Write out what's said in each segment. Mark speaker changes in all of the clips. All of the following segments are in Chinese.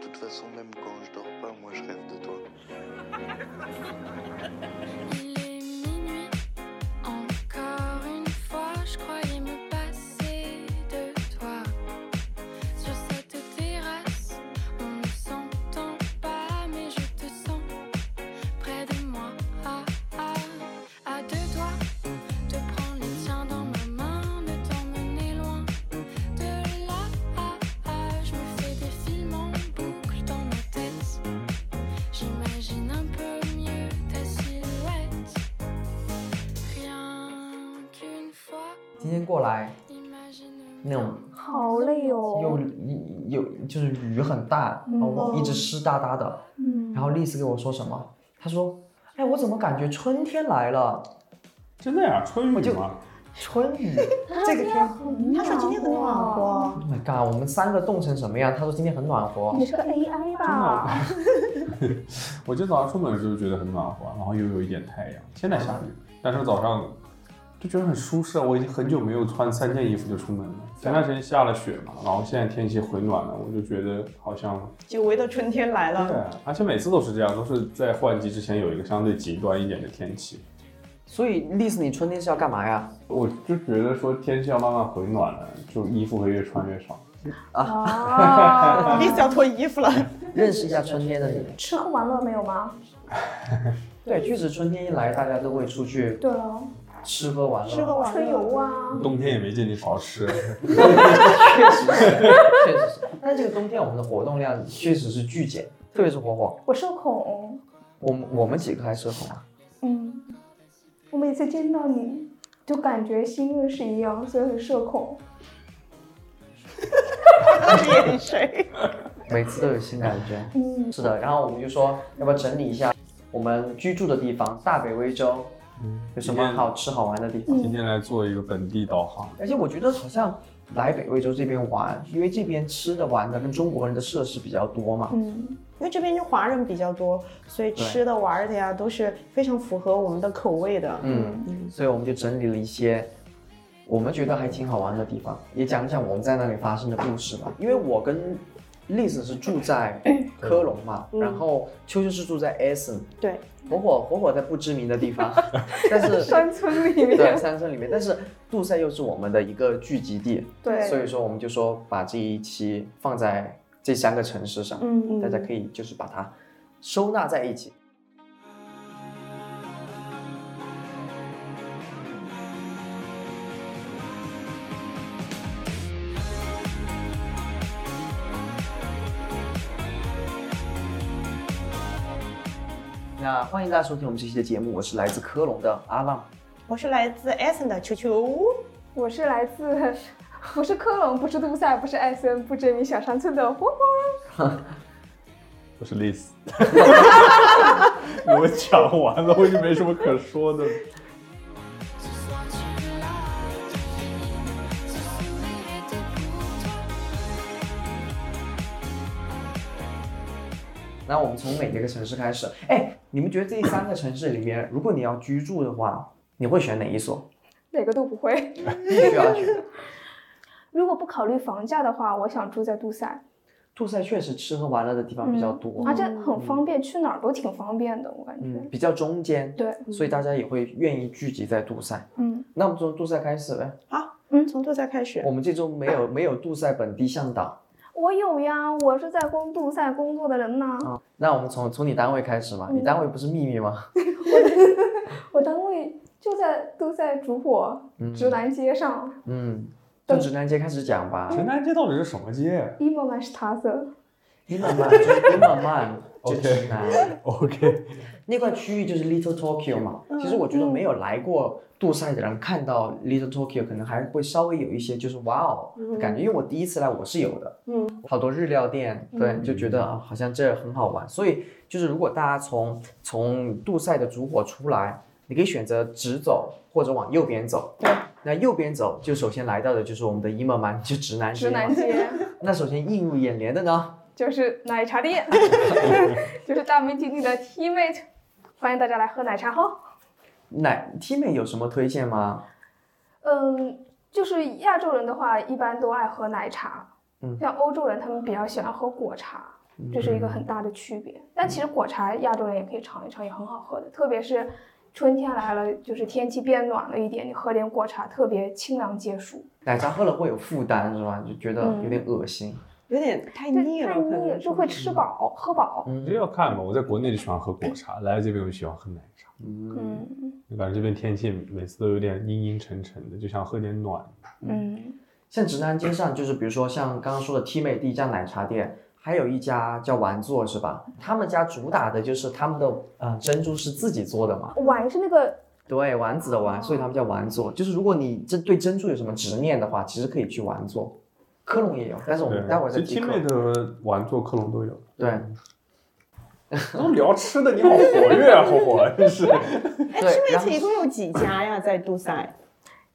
Speaker 1: toute façon, même quand je dors pas, moi je rêve de toi.
Speaker 2: Il est minuit, encore une fois, je croyais me passer de toi. Sur cette terrasse, on ne s'entend pas, mais je te sens près de moi. Ah, ah, à deux doigts, de prendre les tiens dans ma main, de t'emmener loin. De là, ah, ah, je me fais des films en boucle dans ma tête. J'imagine un peu mieux ta silhouette. Rien qu'une fois,
Speaker 3: 今天过来
Speaker 2: imagine
Speaker 3: 那种
Speaker 4: 好累
Speaker 3: 又
Speaker 4: 哦。
Speaker 3: 又就是雨很大，然后我一直湿哒哒的。
Speaker 4: 嗯
Speaker 3: 然后丽丝给我说什么？她说：“哎，我怎么感觉春天来了？
Speaker 5: 真的呀，春
Speaker 3: 我
Speaker 5: 雨
Speaker 3: 就
Speaker 5: 嘛，
Speaker 3: 春雨这个天。
Speaker 6: 嗯他说今天很暖和，
Speaker 3: ”Oh my god！我们三个冻成什么样？她说今天很暖和。
Speaker 4: 你是个 AI
Speaker 3: 啊
Speaker 4: 吧？
Speaker 5: 我今天早上出门的时候觉得很暖和，然后又有一点太阳。现在下雨，但是早上就觉得很舒适。我已经很久没有穿三件衣服就出门了。前段时间下了雪嘛，然后现在天气回暖了，我就觉得好像
Speaker 6: 久违的春天来
Speaker 5: 对啊
Speaker 6: 了。，
Speaker 5: 而且每次都是这样，都是在换季之前有一个相对极端一点的天气。
Speaker 3: 所以丽丝，你春天是要干嘛呀？
Speaker 5: 我就觉得说天气要慢慢回暖了，就衣服会越穿越少。
Speaker 4: 啊，
Speaker 6: 丽丝要脱衣服了，
Speaker 3: 认识一下春天的你。
Speaker 4: 吃喝玩乐没有吗？
Speaker 3: 对，确实春天一来，大家都会出去
Speaker 4: 对啊，
Speaker 3: 吃喝玩乐。
Speaker 6: 吃喝玩
Speaker 4: 春
Speaker 6: 乐。
Speaker 4: 游啊，
Speaker 5: 冬天也没见你少 吃，
Speaker 3: 确实是，确实是。但这个冬天我们的活动量确实是巨减，特别是火火，
Speaker 4: 我社恐。
Speaker 3: 我们我们几个还社恐啊。
Speaker 4: 嗯，我每次见到你就感觉心认识一样，所以很社恐。
Speaker 6: 眼 神。
Speaker 3: 每次都有新感觉。
Speaker 4: 嗯，
Speaker 3: 是的，然后我们就说，要不要整理一下我们居住的地方，大北威州有什么好吃好玩的地方？
Speaker 5: 今天来做一个本地导航。
Speaker 3: 而且我觉得好像来北威州这边玩，因为这边吃的玩的跟中国人的设施比较多嘛。
Speaker 4: 嗯，
Speaker 6: 因为这边就华人比较多，所以吃的玩的呀都是非常符合我们的口味的。
Speaker 3: 嗯，所以我们就整理了一些我们觉得还挺好玩的地方，也讲一讲我们在那里发生的故事吧。因为我跟丽子是住在科隆嘛，然后秋秋是住在 Essen，
Speaker 6: 对，
Speaker 3: 火火火火在不知名的地方，但是
Speaker 4: 山村里
Speaker 3: 对
Speaker 4: 面，
Speaker 3: 山村里面，但是杜塞又是我们的一个聚集地，
Speaker 4: 对
Speaker 3: 所以说我们就说把这一期放在这三个城市上，
Speaker 4: 嗯
Speaker 3: 大家可以就是把它收纳在一起。那欢迎大家收听我们这期的节目，我是来自科隆的阿浪。
Speaker 6: 我是来自 Essen 的球球。
Speaker 4: 我是来自， 不是科隆，不是杜塞，不是艾森，不知名小山村的火火。
Speaker 5: 我是 Liz。你们讲完了，我就没什么可说的。
Speaker 2: ce soir tu es là. Ce sourire était pour toi.
Speaker 3: 那我们从哪一个城市开始？哎，你们觉得这三个城市里面，如果你要居住的话，你会选哪一所？
Speaker 4: 哪个都不会。
Speaker 3: 必须要选。
Speaker 4: 如果不考虑房价的话，我想住在杜塞，
Speaker 3: 杜塞确实吃喝玩乐的地方比较多，
Speaker 4: 嗯而且
Speaker 6: 嗯
Speaker 4: 很方便，去哪儿都挺方便的，我感觉。
Speaker 3: 嗯，比较中间，
Speaker 4: 对，
Speaker 3: 所以大家也会愿意聚集在杜塞。
Speaker 4: 嗯，
Speaker 3: 那我们从杜塞开始呗。
Speaker 6: 好，
Speaker 4: 嗯
Speaker 6: 从杜塞开始
Speaker 3: 我。们这周没有没有杜塞本地向导
Speaker 4: 我有呀，我是在工杜塞工作的人呐。
Speaker 3: 啊，那我们从从你单位开始嘛，
Speaker 4: 嗯
Speaker 3: 你单位不是秘密吗？
Speaker 4: 我单位就在杜塞主火
Speaker 3: 嗯
Speaker 4: 直南街上
Speaker 3: 嗯，从直男街开始讲吧。
Speaker 4: 嗯
Speaker 5: 城南街到底是什么街
Speaker 4: 伊莫曼施塔瑟。
Speaker 3: 你慢慢，就是你慢慢，就
Speaker 5: OK
Speaker 3: 直男。
Speaker 5: ？OK，
Speaker 3: 那块区域就是 Little Tokyo 嘛。其实我觉得没有来过杜塞的人看到 Little Tokyo，可能还会稍微有一些就是哇哦的感觉，因为我第一次来我是有的，
Speaker 6: 嗯，
Speaker 3: 好多日料店，对，就觉得啊好像这很好玩。所以就是如果大家从从杜塞的主火出来，你可以选择直走或者往右边走。
Speaker 6: 对，
Speaker 3: 那右边走就首先来到的就是我们的伊莫曼，就直男街
Speaker 4: 直
Speaker 3: 嘛
Speaker 4: 南 街
Speaker 3: 那首先映入眼帘的呢，
Speaker 4: 就是奶茶店， 就是大名鼎鼎的 T Mate，欢迎大家来喝奶茶哈。
Speaker 3: 奶 T 妹有什么推荐吗？
Speaker 4: 嗯，就是亚洲人的话，一般都爱喝奶茶，
Speaker 3: 嗯
Speaker 4: 像欧洲人他们比较喜欢喝果茶。这是一个很大的区别。但其实果茶亚洲人也可以尝一尝，也很好喝的，特别是春天来了，就是天气变暖了一点，你喝点果茶特别清凉解暑。
Speaker 3: 奶茶喝了会有负担是吧？就觉得
Speaker 4: 嗯
Speaker 3: 有点恶心。
Speaker 6: 有点太
Speaker 4: 对
Speaker 6: 腻了，
Speaker 4: 太
Speaker 6: 可
Speaker 4: 腻了
Speaker 6: 能
Speaker 4: 就会吃饱喝饱。
Speaker 5: 这
Speaker 3: 嗯
Speaker 5: 要看吧。我在国内就喜欢喝果茶，来了这边我就喜欢喝奶茶。
Speaker 3: 嗯，
Speaker 4: 嗯
Speaker 5: 就感觉这边天气每次都有点阴阴沉沉的，就想喝点暖。
Speaker 4: 嗯
Speaker 3: 像直男街上就是比如说像刚刚说的 T 妹第一家奶茶店，还有一家叫丸做是吧？他们家主打的就是他们的呃珍珠是自己做的
Speaker 6: 嗯
Speaker 3: 嘛，
Speaker 4: 碗是那个
Speaker 3: 对，丸子的丸，所以他们叫丸做。就是如果你这对珍珠有什么执念的话，其实可以去丸做。科隆也有，但是我
Speaker 5: 对
Speaker 3: 们待会儿再
Speaker 5: 其
Speaker 3: 提
Speaker 5: 实 T
Speaker 3: 科
Speaker 5: 妹。的玩做克隆都有。
Speaker 3: 对
Speaker 5: 都聊吃的，你好活跃啊，火火，真是。
Speaker 6: 哎
Speaker 3: 对，然后
Speaker 6: 这一共有几家呀？在杜塞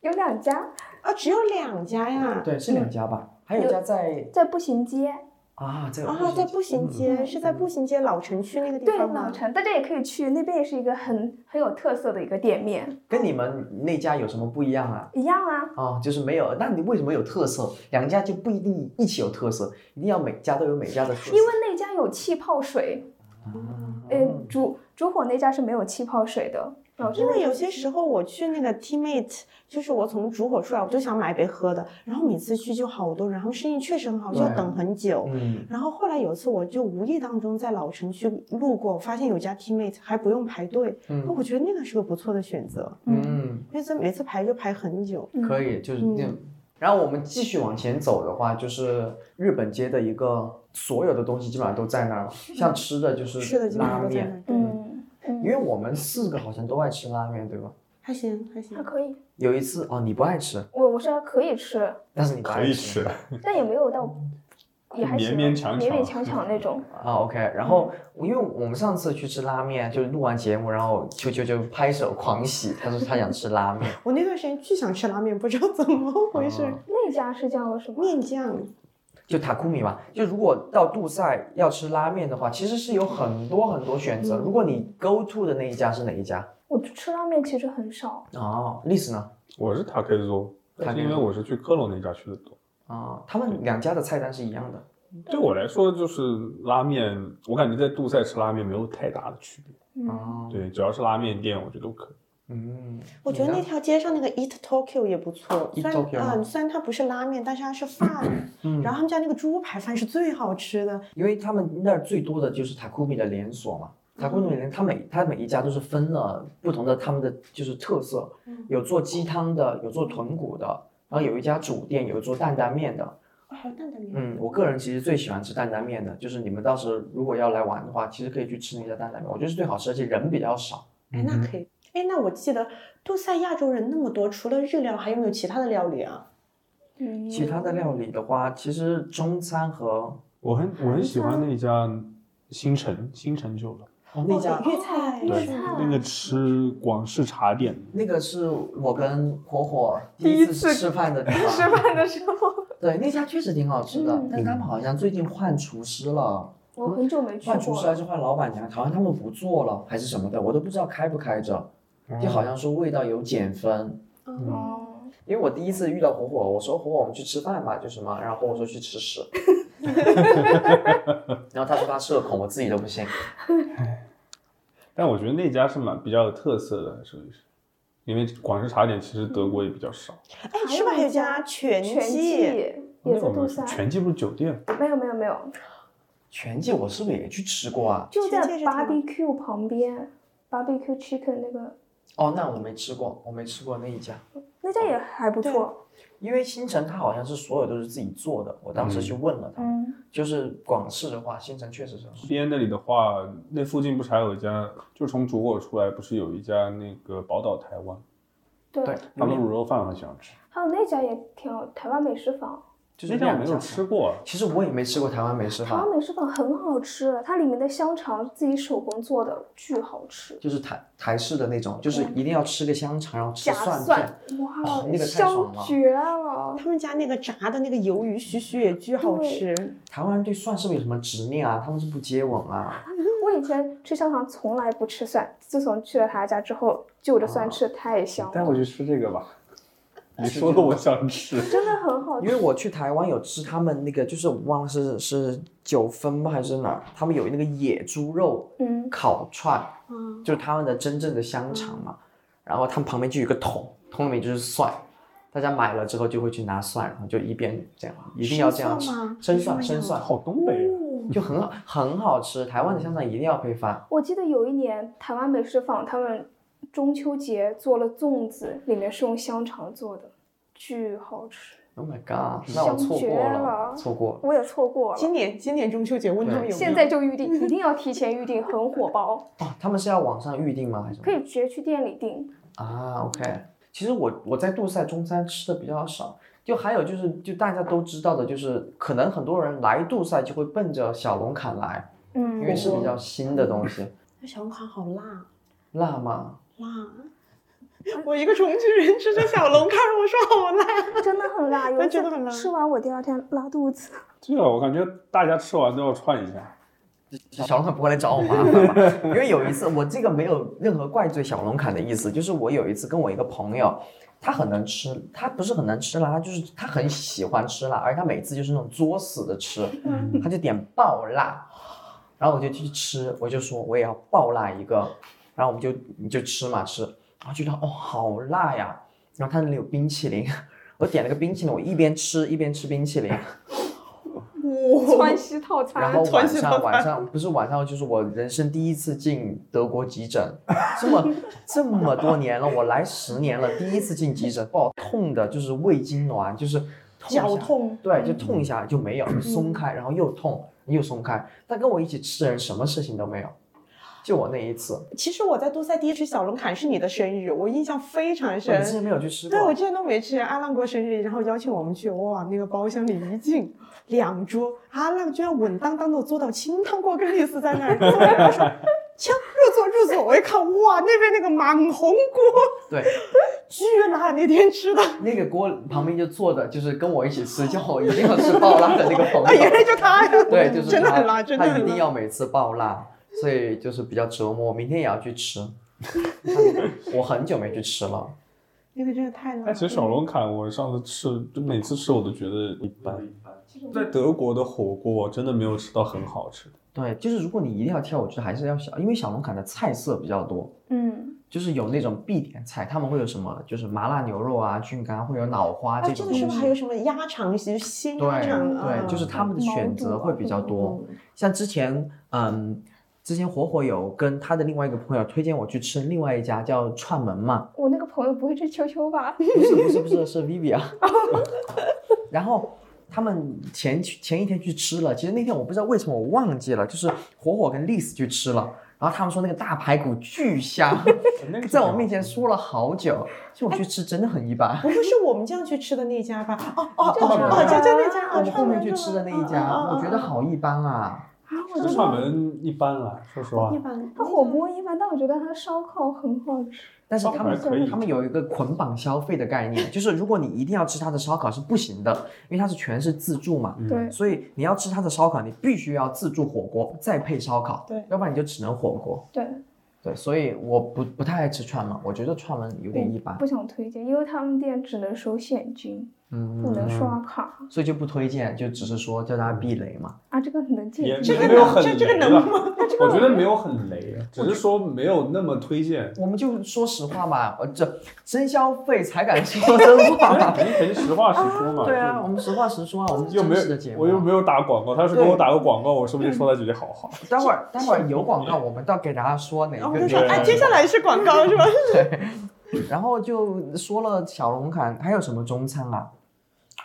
Speaker 4: 有两家，
Speaker 6: 啊，只有两家呀。
Speaker 3: 对是两家吧？还有一家在
Speaker 4: 在步行街，
Speaker 3: 啊，在
Speaker 6: 啊，在步行街，是在步行街老城区那个地
Speaker 4: 对
Speaker 6: 方
Speaker 4: 老
Speaker 6: 吗？
Speaker 4: 城，大家也可以去，那边也是一个很很有特色的一个店面，
Speaker 3: 跟你们那家有什么不一样啊？
Speaker 4: 一样啊。
Speaker 3: 啊，就是没有，那你为什么有特色？两家就不一定一起有特色，一定要每家都有每家的特色。啊
Speaker 4: 因为那家有气泡水，呃，主主火那家是没有气泡水的。哦，
Speaker 6: 真的有些时候我去那个 Teammate，就是我从主火出来，我就想买杯喝的，然后每次去就好多人，然后生意确实很好，就要
Speaker 3: 对
Speaker 6: 等很久。
Speaker 3: 嗯，
Speaker 6: 然后后来有一次，我就无意当中在老城区路过，发现有家 Teammate 还不用排队，
Speaker 3: 嗯
Speaker 6: 那我觉得那个是个不错的选择，
Speaker 3: 嗯，
Speaker 6: 因为这每次排就排很久。
Speaker 3: 可以，就是那
Speaker 6: 嗯
Speaker 3: 样。然后我们继续往前走的话，就是日本街的一个所有的东西基本上都在那儿了，像吃的就
Speaker 6: 吃的
Speaker 3: 是
Speaker 6: 基本
Speaker 3: 拉
Speaker 6: 上都在那
Speaker 3: 面，
Speaker 6: 儿，嗯，
Speaker 4: 嗯
Speaker 3: 因
Speaker 4: 嗯，
Speaker 3: 为我们四个好像都爱吃拉面，对吧？
Speaker 6: 还行还行
Speaker 4: 还。可以，
Speaker 3: 有一次哦，你不爱吃，
Speaker 4: 我我是还可以吃，
Speaker 3: 但是你不爱
Speaker 5: 可以吃，
Speaker 3: 嗯
Speaker 4: 但也没有到，也还行，
Speaker 5: 勉勉强强
Speaker 4: 勉勉 强强那种。
Speaker 3: 啊，OK。然后因为我们上次去吃拉面，就是录完节目，然后秋秋就拍手狂喜，他说他想吃拉面。
Speaker 6: 我那段时间巨想吃拉面，不知道怎么 回事，
Speaker 3: 哦
Speaker 4: 那家是叫什么？
Speaker 6: 面酱
Speaker 3: 就塔库米嘛，就如果到杜塞要吃拉面的话，其实是有很多很多选
Speaker 6: 嗯
Speaker 3: 择。如果你 go to 的那一家是哪一家？
Speaker 4: 我吃拉面其实很少，
Speaker 3: 哦，历史呢？
Speaker 5: 我是塔 K 多，但是因为我是去科隆那家去的多。
Speaker 3: 啊、
Speaker 6: 哦
Speaker 3: 他们两家的菜单是一样的。
Speaker 5: 对我来说，就是拉面，我感觉在杜塞吃拉面没有太大的区别。
Speaker 4: 嗯，
Speaker 3: 哦，
Speaker 5: 对，只要是拉面店，我觉得都可以。
Speaker 3: 嗯，
Speaker 6: 我觉得
Speaker 3: 你呢
Speaker 6: 那条街上那个 Eat Tokyo 也不错，
Speaker 3: Eat
Speaker 6: 虽然
Speaker 3: Tokyo 吗
Speaker 6: 嗯，虽然它不是拉面，但是它是饭，
Speaker 3: 嗯
Speaker 6: 然后他嗯们家那个猪排饭是最好吃的，
Speaker 3: 因为他们那儿最多的就是塔库米的连锁嘛。塔库米
Speaker 6: 嗯
Speaker 3: 连，它每它每一家都是分了不同的他们的就是特色，
Speaker 6: 嗯
Speaker 3: 有做鸡汤的，有做豚骨的，然后有一家主店有做担担面的，
Speaker 6: 哦，还有担担面，
Speaker 3: 嗯，我个人其实最喜欢吃担担面的，就是你们到时候如果要来玩的话，其实可以去吃那家担担面，我觉得是最好吃，而且人比较少。
Speaker 6: 哎，
Speaker 5: 嗯
Speaker 6: 那可以。哎，那我记得杜塞亚洲人那么多，除了日料，还有没有其他的料理啊？
Speaker 4: 嗯
Speaker 3: 其他的料理的话，其实中餐和
Speaker 5: 我很我很喜欢那家新城新城酒楼，
Speaker 6: 哦
Speaker 3: 那家、
Speaker 6: 粤
Speaker 4: 哦
Speaker 6: 菜，
Speaker 4: 粤
Speaker 5: 对
Speaker 4: 菜，
Speaker 5: 那个吃广式茶点，
Speaker 3: 那个是我跟火火第
Speaker 4: 第一
Speaker 3: 一次
Speaker 4: 次
Speaker 3: 吃饭的地
Speaker 4: 吃
Speaker 3: 方。
Speaker 4: 饭的时候，
Speaker 3: 对，那家确实挺好吃的，
Speaker 4: 嗯
Speaker 3: 但是他们好像最近换厨师了，
Speaker 4: 我很久嗯没去
Speaker 3: 换厨
Speaker 4: 过
Speaker 3: 师还
Speaker 4: 了。
Speaker 3: 是换老板娘，好像他们不做了还是什么的，我都不知道开不开着，就好像说味道有减分。
Speaker 4: 哦，
Speaker 3: 因为我第一次遇到火火，我说火火我们去吃饭吧，就是嘛，然后火火说去吃屎， 然后他说他社恐，我自己都不信。
Speaker 5: 但我觉得那家是蛮比较有特色的，属于是，因为广式茶点其实德国也比较少。
Speaker 6: 哎，是不是还有一家全
Speaker 4: 全季
Speaker 6: 记？
Speaker 4: 也
Speaker 5: 那
Speaker 4: 在杜
Speaker 5: 种
Speaker 4: 塞，
Speaker 5: 全季不是酒店，
Speaker 4: 没有没有没有，
Speaker 3: 全季我是不是也去吃过啊？
Speaker 4: 就在
Speaker 6: 全季是挺好
Speaker 4: barbecue 旁边，barbecue chicken 那个
Speaker 3: 哦，那我没吃过，我没吃过那一家，
Speaker 4: 那家也还不错。
Speaker 3: 因为新城它好像是所有都是自己做的，我当时去问了他们，
Speaker 4: 嗯，
Speaker 3: 就是广式的话，新城确实是很好。
Speaker 5: 边那里的话，那附近不是还有一家，就从主火出来不是有一家那个宝岛台湾，
Speaker 4: 对。
Speaker 3: 对，
Speaker 5: 他们
Speaker 3: 有
Speaker 5: 卤肉饭我很喜欢吃，
Speaker 4: 还有那家也挺好，台湾美食坊，
Speaker 3: 就是
Speaker 5: 那家我没有
Speaker 3: 两
Speaker 5: 吃。过，
Speaker 3: 其实我也没吃过台湾美食
Speaker 4: 台
Speaker 3: 坊
Speaker 4: 湾，美食坊很好吃，它里面的香肠自己手工做的，巨好吃。
Speaker 3: 就是台台式的那种，就是一定要吃个香肠，然后吃
Speaker 4: 夹
Speaker 3: 蒜
Speaker 4: 嗯蒜
Speaker 3: 片。，
Speaker 4: 哇
Speaker 3: 哦，那个太爽
Speaker 4: 香
Speaker 3: 了
Speaker 4: 绝了！
Speaker 6: 他们家那个炸的那个鱿鱼须须也巨好吃，
Speaker 3: 台湾人对蒜是不是有什么执念啊？他们是不接吻啊？
Speaker 4: 我以前吃香肠从来不
Speaker 3: 哦
Speaker 4: 吃蒜，自从去了他家之后，就着蒜吃，太香
Speaker 5: 带
Speaker 4: 了。
Speaker 5: 我去吃这个吧。你说的我想吃。
Speaker 4: 真的很好
Speaker 3: 因
Speaker 4: 吃。
Speaker 3: 为我去台湾有吃他们那个，就是我忘了是是九分吧还是哪儿，他们有那个野猪肉
Speaker 4: 嗯，
Speaker 3: 烤串，
Speaker 6: 嗯，
Speaker 3: 就是他们的真正的香肠嘛。然后他们旁边就有一个桶，桶里面就是蒜，大家买了之后就会去拿蒜，然后就一边这样，一定要这样吃
Speaker 6: 生蒜
Speaker 3: 生
Speaker 6: 吗，
Speaker 3: 蒜
Speaker 6: 是这
Speaker 3: 生
Speaker 6: 样
Speaker 3: 蒜，
Speaker 5: 好东北啊！
Speaker 3: 就很好很好吃。台湾的香肠一定要配饭，
Speaker 4: 我记得有一年台湾美食坊他们中秋节做了粽子，里面是用香肠做的，巨好吃。
Speaker 3: Oh my god！那我
Speaker 4: 香
Speaker 3: 错
Speaker 4: 绝
Speaker 3: 过了，
Speaker 4: 了
Speaker 3: 错过了。
Speaker 4: 我也错过
Speaker 6: 今
Speaker 4: 了，
Speaker 6: 年今年中秋节问他们有没有？
Speaker 4: 现在就预定，一定要提前预定，很火爆，
Speaker 3: 哦，他们是要网上预定吗？还是
Speaker 4: 可以直接去店里订。
Speaker 3: 啊？OK，其实我我在杜塞中餐吃的比较少，就还有就是就大家都知道的，就是可能很多人来杜塞就会奔着小龙坎来，
Speaker 4: 嗯，
Speaker 3: 因为是比较新的东西。
Speaker 6: 那小龙坎好辣
Speaker 3: 辣吗？
Speaker 4: 啊
Speaker 6: 辣。啊我一个重庆人吃着小龙坎儿，我说 好辣。
Speaker 4: 真的很 辣，有
Speaker 6: 但
Speaker 4: 一次
Speaker 6: 真的很辣
Speaker 4: 吃完我第二天拉 肚子。
Speaker 5: 对啊，我感觉大家吃完都要串一下。
Speaker 3: 小龙坎不会来找我麻烦吧？因为有一次，我这个没有任何怪罪小龙坎的意思，就是我有一次跟我一个朋友，他很能吃，他不是很能吃辣，他就是他很喜欢吃辣，而他每次就是那种作死的吃，他就点爆辣，然后我就去吃，我就说我也要爆辣一个，然后我们就你就吃嘛吃，然后觉得哦好辣呀，然后他那里有冰淇淋， 我点了个冰淇淋，我一边吃一边吃冰淇淋，
Speaker 4: 川西套餐，
Speaker 3: 然后晚
Speaker 6: 团体套
Speaker 3: 上
Speaker 6: 餐
Speaker 3: 晚上不是晚上，就是我人生第一次进德国急诊， 这么这么多年了，我来十年了，第一次进急诊，把我痛的就是胃痉挛，就是痛一下
Speaker 6: 脚，痛，嗯
Speaker 3: 对，就痛一下就没有，松开，然后又痛又松开。但跟我一起吃的人什么事情都没有，就我那一次，
Speaker 6: 其实我在杜塞第一吃小龙坎是你的生日，我印象非常
Speaker 3: 我之
Speaker 6: 深。
Speaker 3: 前没有去吃
Speaker 6: 对，我
Speaker 3: 过
Speaker 6: 之。前都没吃。阿浪过生日，然后邀请我们去，我往那个包厢里一进，两桌，阿浪居然稳当当的坐到清汤锅跟丽丝在那儿，坐在那儿说：“切，入座入座。”我一看，哇，那边那个满红锅，
Speaker 3: 对，
Speaker 6: 居然那天吃的，
Speaker 3: 那个锅旁边就坐的，就是跟我一起吃，叫我一定要吃爆辣的那个朋
Speaker 6: 啊，
Speaker 3: 友
Speaker 6: 原。来就他呀，
Speaker 3: 对， 就是
Speaker 6: 真的
Speaker 3: 他
Speaker 6: 很辣，真的
Speaker 3: 他一
Speaker 6: 很
Speaker 3: 定
Speaker 6: 辣。
Speaker 3: 要每次爆辣，所以就是比较折磨。我明天也要去 吃，我很久没去吃了。
Speaker 6: 那个真的太辣
Speaker 5: 但其实小
Speaker 6: 了。
Speaker 5: 龙坎，我上次吃，就每次吃我都觉得一般。在德国的火锅，我真的没有吃到很好吃的。
Speaker 3: 对，就是如果你一定要挑，我觉得还是要小，因为小龙坎的菜色比较多，
Speaker 4: 嗯，
Speaker 3: 就是有那种必点菜，他们会有什么，就是麻辣牛肉啊、菌干，会有脑花
Speaker 6: 啊，
Speaker 3: 这
Speaker 6: 这
Speaker 3: 种
Speaker 6: 个
Speaker 3: 东西。
Speaker 6: 是不是还有什么鸭肠，就是鲜鸭
Speaker 3: 对
Speaker 6: 肠啊？
Speaker 3: 对，就是他们的
Speaker 4: 毛
Speaker 3: 选
Speaker 4: 肚
Speaker 3: 择会比较多。
Speaker 6: 嗯
Speaker 3: 像之前，嗯，之前火火有跟他的另外一个朋友推荐我去吃另外一家叫串门嘛，
Speaker 4: 我那个朋友不会是秋秋吧？
Speaker 3: 不是不是不是，是 Vivi 啊。然后他们前前一天去吃了，其实那天我不知道为什么我忘记了，就是火火跟 Liz 去吃了，然后他们说那个大排骨巨香，
Speaker 5: 哎那个
Speaker 3: 在我面前说了好久，就我去吃真的很一般。
Speaker 6: 不会是我们这样去吃的那家吧？哦哦哦
Speaker 4: 就是
Speaker 6: 哦，
Speaker 3: 啊
Speaker 6: 哦就就那家，
Speaker 3: 我
Speaker 6: 啊
Speaker 3: 们后面去吃的那一
Speaker 6: 嗯
Speaker 3: 家，我觉得。好一般啊。
Speaker 4: 啊，我
Speaker 5: 这
Speaker 4: 就
Speaker 5: 串门一般啦，说实话
Speaker 6: 一。
Speaker 3: 嗯
Speaker 6: 般，
Speaker 4: 他火锅一般，但我觉得他烧烤很好吃。
Speaker 3: 但是他
Speaker 5: 烧烤还可以
Speaker 3: 们他们有一个捆绑消费的概念，就是如果你一定要吃他的烧烤是不行的，因为它是全是自助嘛，
Speaker 5: 嗯
Speaker 4: 对，
Speaker 3: 所以你要吃他的烧烤，你必须要自助火锅再配烧烤，
Speaker 6: 对
Speaker 3: 要不然你就只能火锅。
Speaker 4: 对，
Speaker 3: 对，所以我不不太爱吃串门，我觉得串门有点一般
Speaker 4: 不，想推荐，因为他们店只能收现金，
Speaker 3: 嗯，
Speaker 4: 不能刷卡
Speaker 5: 嗯
Speaker 3: 所以就不推荐，就只是说叫大家避雷嘛。
Speaker 4: 啊。这个能啊进
Speaker 5: 也
Speaker 6: 这
Speaker 5: 也
Speaker 6: 个
Speaker 5: 没有
Speaker 6: 能，
Speaker 5: 很
Speaker 6: 这这个
Speaker 5: 雷
Speaker 6: 能
Speaker 5: 吧
Speaker 6: 吗？
Speaker 5: 我觉得没有很雷，啊只是说没有那么推荐。
Speaker 3: 我们就说实话嘛，呃，这真消费才敢说真话。
Speaker 5: 肯定肯定实话实说嘛。
Speaker 3: 对啊，我们实话实说啊，我们是
Speaker 5: 又没
Speaker 3: 真
Speaker 5: 有
Speaker 3: 实的节目啊。
Speaker 5: 我又没有打广告，他要是给
Speaker 3: 对嗯
Speaker 5: 我打个广告，我是不是就说他几句好话？
Speaker 3: 待会 儿待会儿有广告，我们到给大家说哪
Speaker 6: 然后
Speaker 3: 个
Speaker 6: 我就说，
Speaker 5: 对
Speaker 6: 哎，接下来是广告是吧？
Speaker 3: 然后就说了小龙坎，还有什么中餐啊？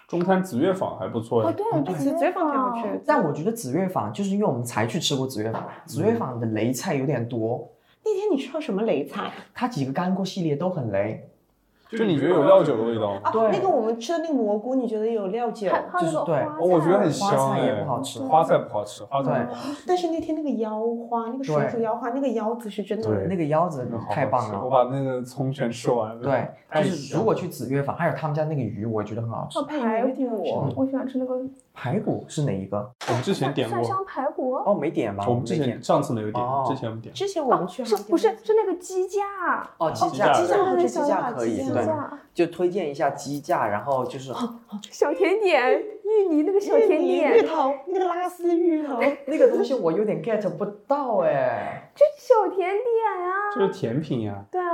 Speaker 5: 中餐紫悦坊还不错
Speaker 4: 哦，
Speaker 5: 呀，
Speaker 4: 对，
Speaker 6: 哎
Speaker 4: 紫
Speaker 6: 紫
Speaker 4: 悦
Speaker 6: 悦坊挺好吃。
Speaker 3: 但我觉得紫悦坊，就是因为我们才去吃过紫悦坊，紫悦坊的雷菜有点多，
Speaker 6: 那天你吃到什么雷菜
Speaker 3: 它几个干锅系列都很雷，
Speaker 5: 就你觉得有料酒的味道吗？
Speaker 6: 啊？
Speaker 3: 对
Speaker 6: 那个我们吃的那个蘑菇，你觉得有料酒？
Speaker 4: 还还有那个
Speaker 3: 就是对
Speaker 4: 花
Speaker 5: 哦，我觉得很
Speaker 4: 菜
Speaker 3: 花
Speaker 5: 香
Speaker 3: 菜
Speaker 5: 哎，
Speaker 3: 也不好吃
Speaker 5: 花菜不好吃，花菜不好吃。
Speaker 6: 但是那天那个腰花，那个水煮腰花，那个腰子是真的。
Speaker 5: 对
Speaker 3: 那个腰子
Speaker 5: 真的好好吃
Speaker 3: 太棒了
Speaker 5: 我。把那个葱全吃完了。
Speaker 3: 对，
Speaker 5: 太
Speaker 3: 就是
Speaker 5: 香
Speaker 3: 如果去紫悦坊，还有他们家那个鱼，我觉得很好吃
Speaker 4: 哦。排
Speaker 6: 哎有点好吃
Speaker 4: 骨，我喜欢吃那个
Speaker 3: 排骨是哪一个？
Speaker 5: 我们之前点
Speaker 4: 蒜
Speaker 5: 过，
Speaker 4: 香排骨。
Speaker 3: 哦，没点吧？
Speaker 5: 我们之
Speaker 3: 没
Speaker 5: 前
Speaker 3: 点。
Speaker 5: 上次没有点
Speaker 3: 哦，
Speaker 5: 之前不点。
Speaker 6: 之前我们去
Speaker 4: 哦是
Speaker 6: 好像
Speaker 4: 不是是那个鸡架？
Speaker 3: 哦，
Speaker 5: 鸡
Speaker 3: 鸡
Speaker 5: 架
Speaker 3: 架，
Speaker 5: 鸡架
Speaker 3: 我觉得
Speaker 6: 鸡架
Speaker 3: 鸡架可以
Speaker 6: 哦鸡。架哦
Speaker 3: 对
Speaker 4: 架，
Speaker 3: 就推荐一下鸡架，然后就是
Speaker 4: 小甜点，芋泥那个小甜
Speaker 6: 芋泥芋
Speaker 4: 点，
Speaker 6: 头，那个拉丝芋头，
Speaker 3: 那个东西我有点 get 不到哎。
Speaker 4: 这小甜点啊，
Speaker 5: 这是甜品呀、
Speaker 4: 对啊，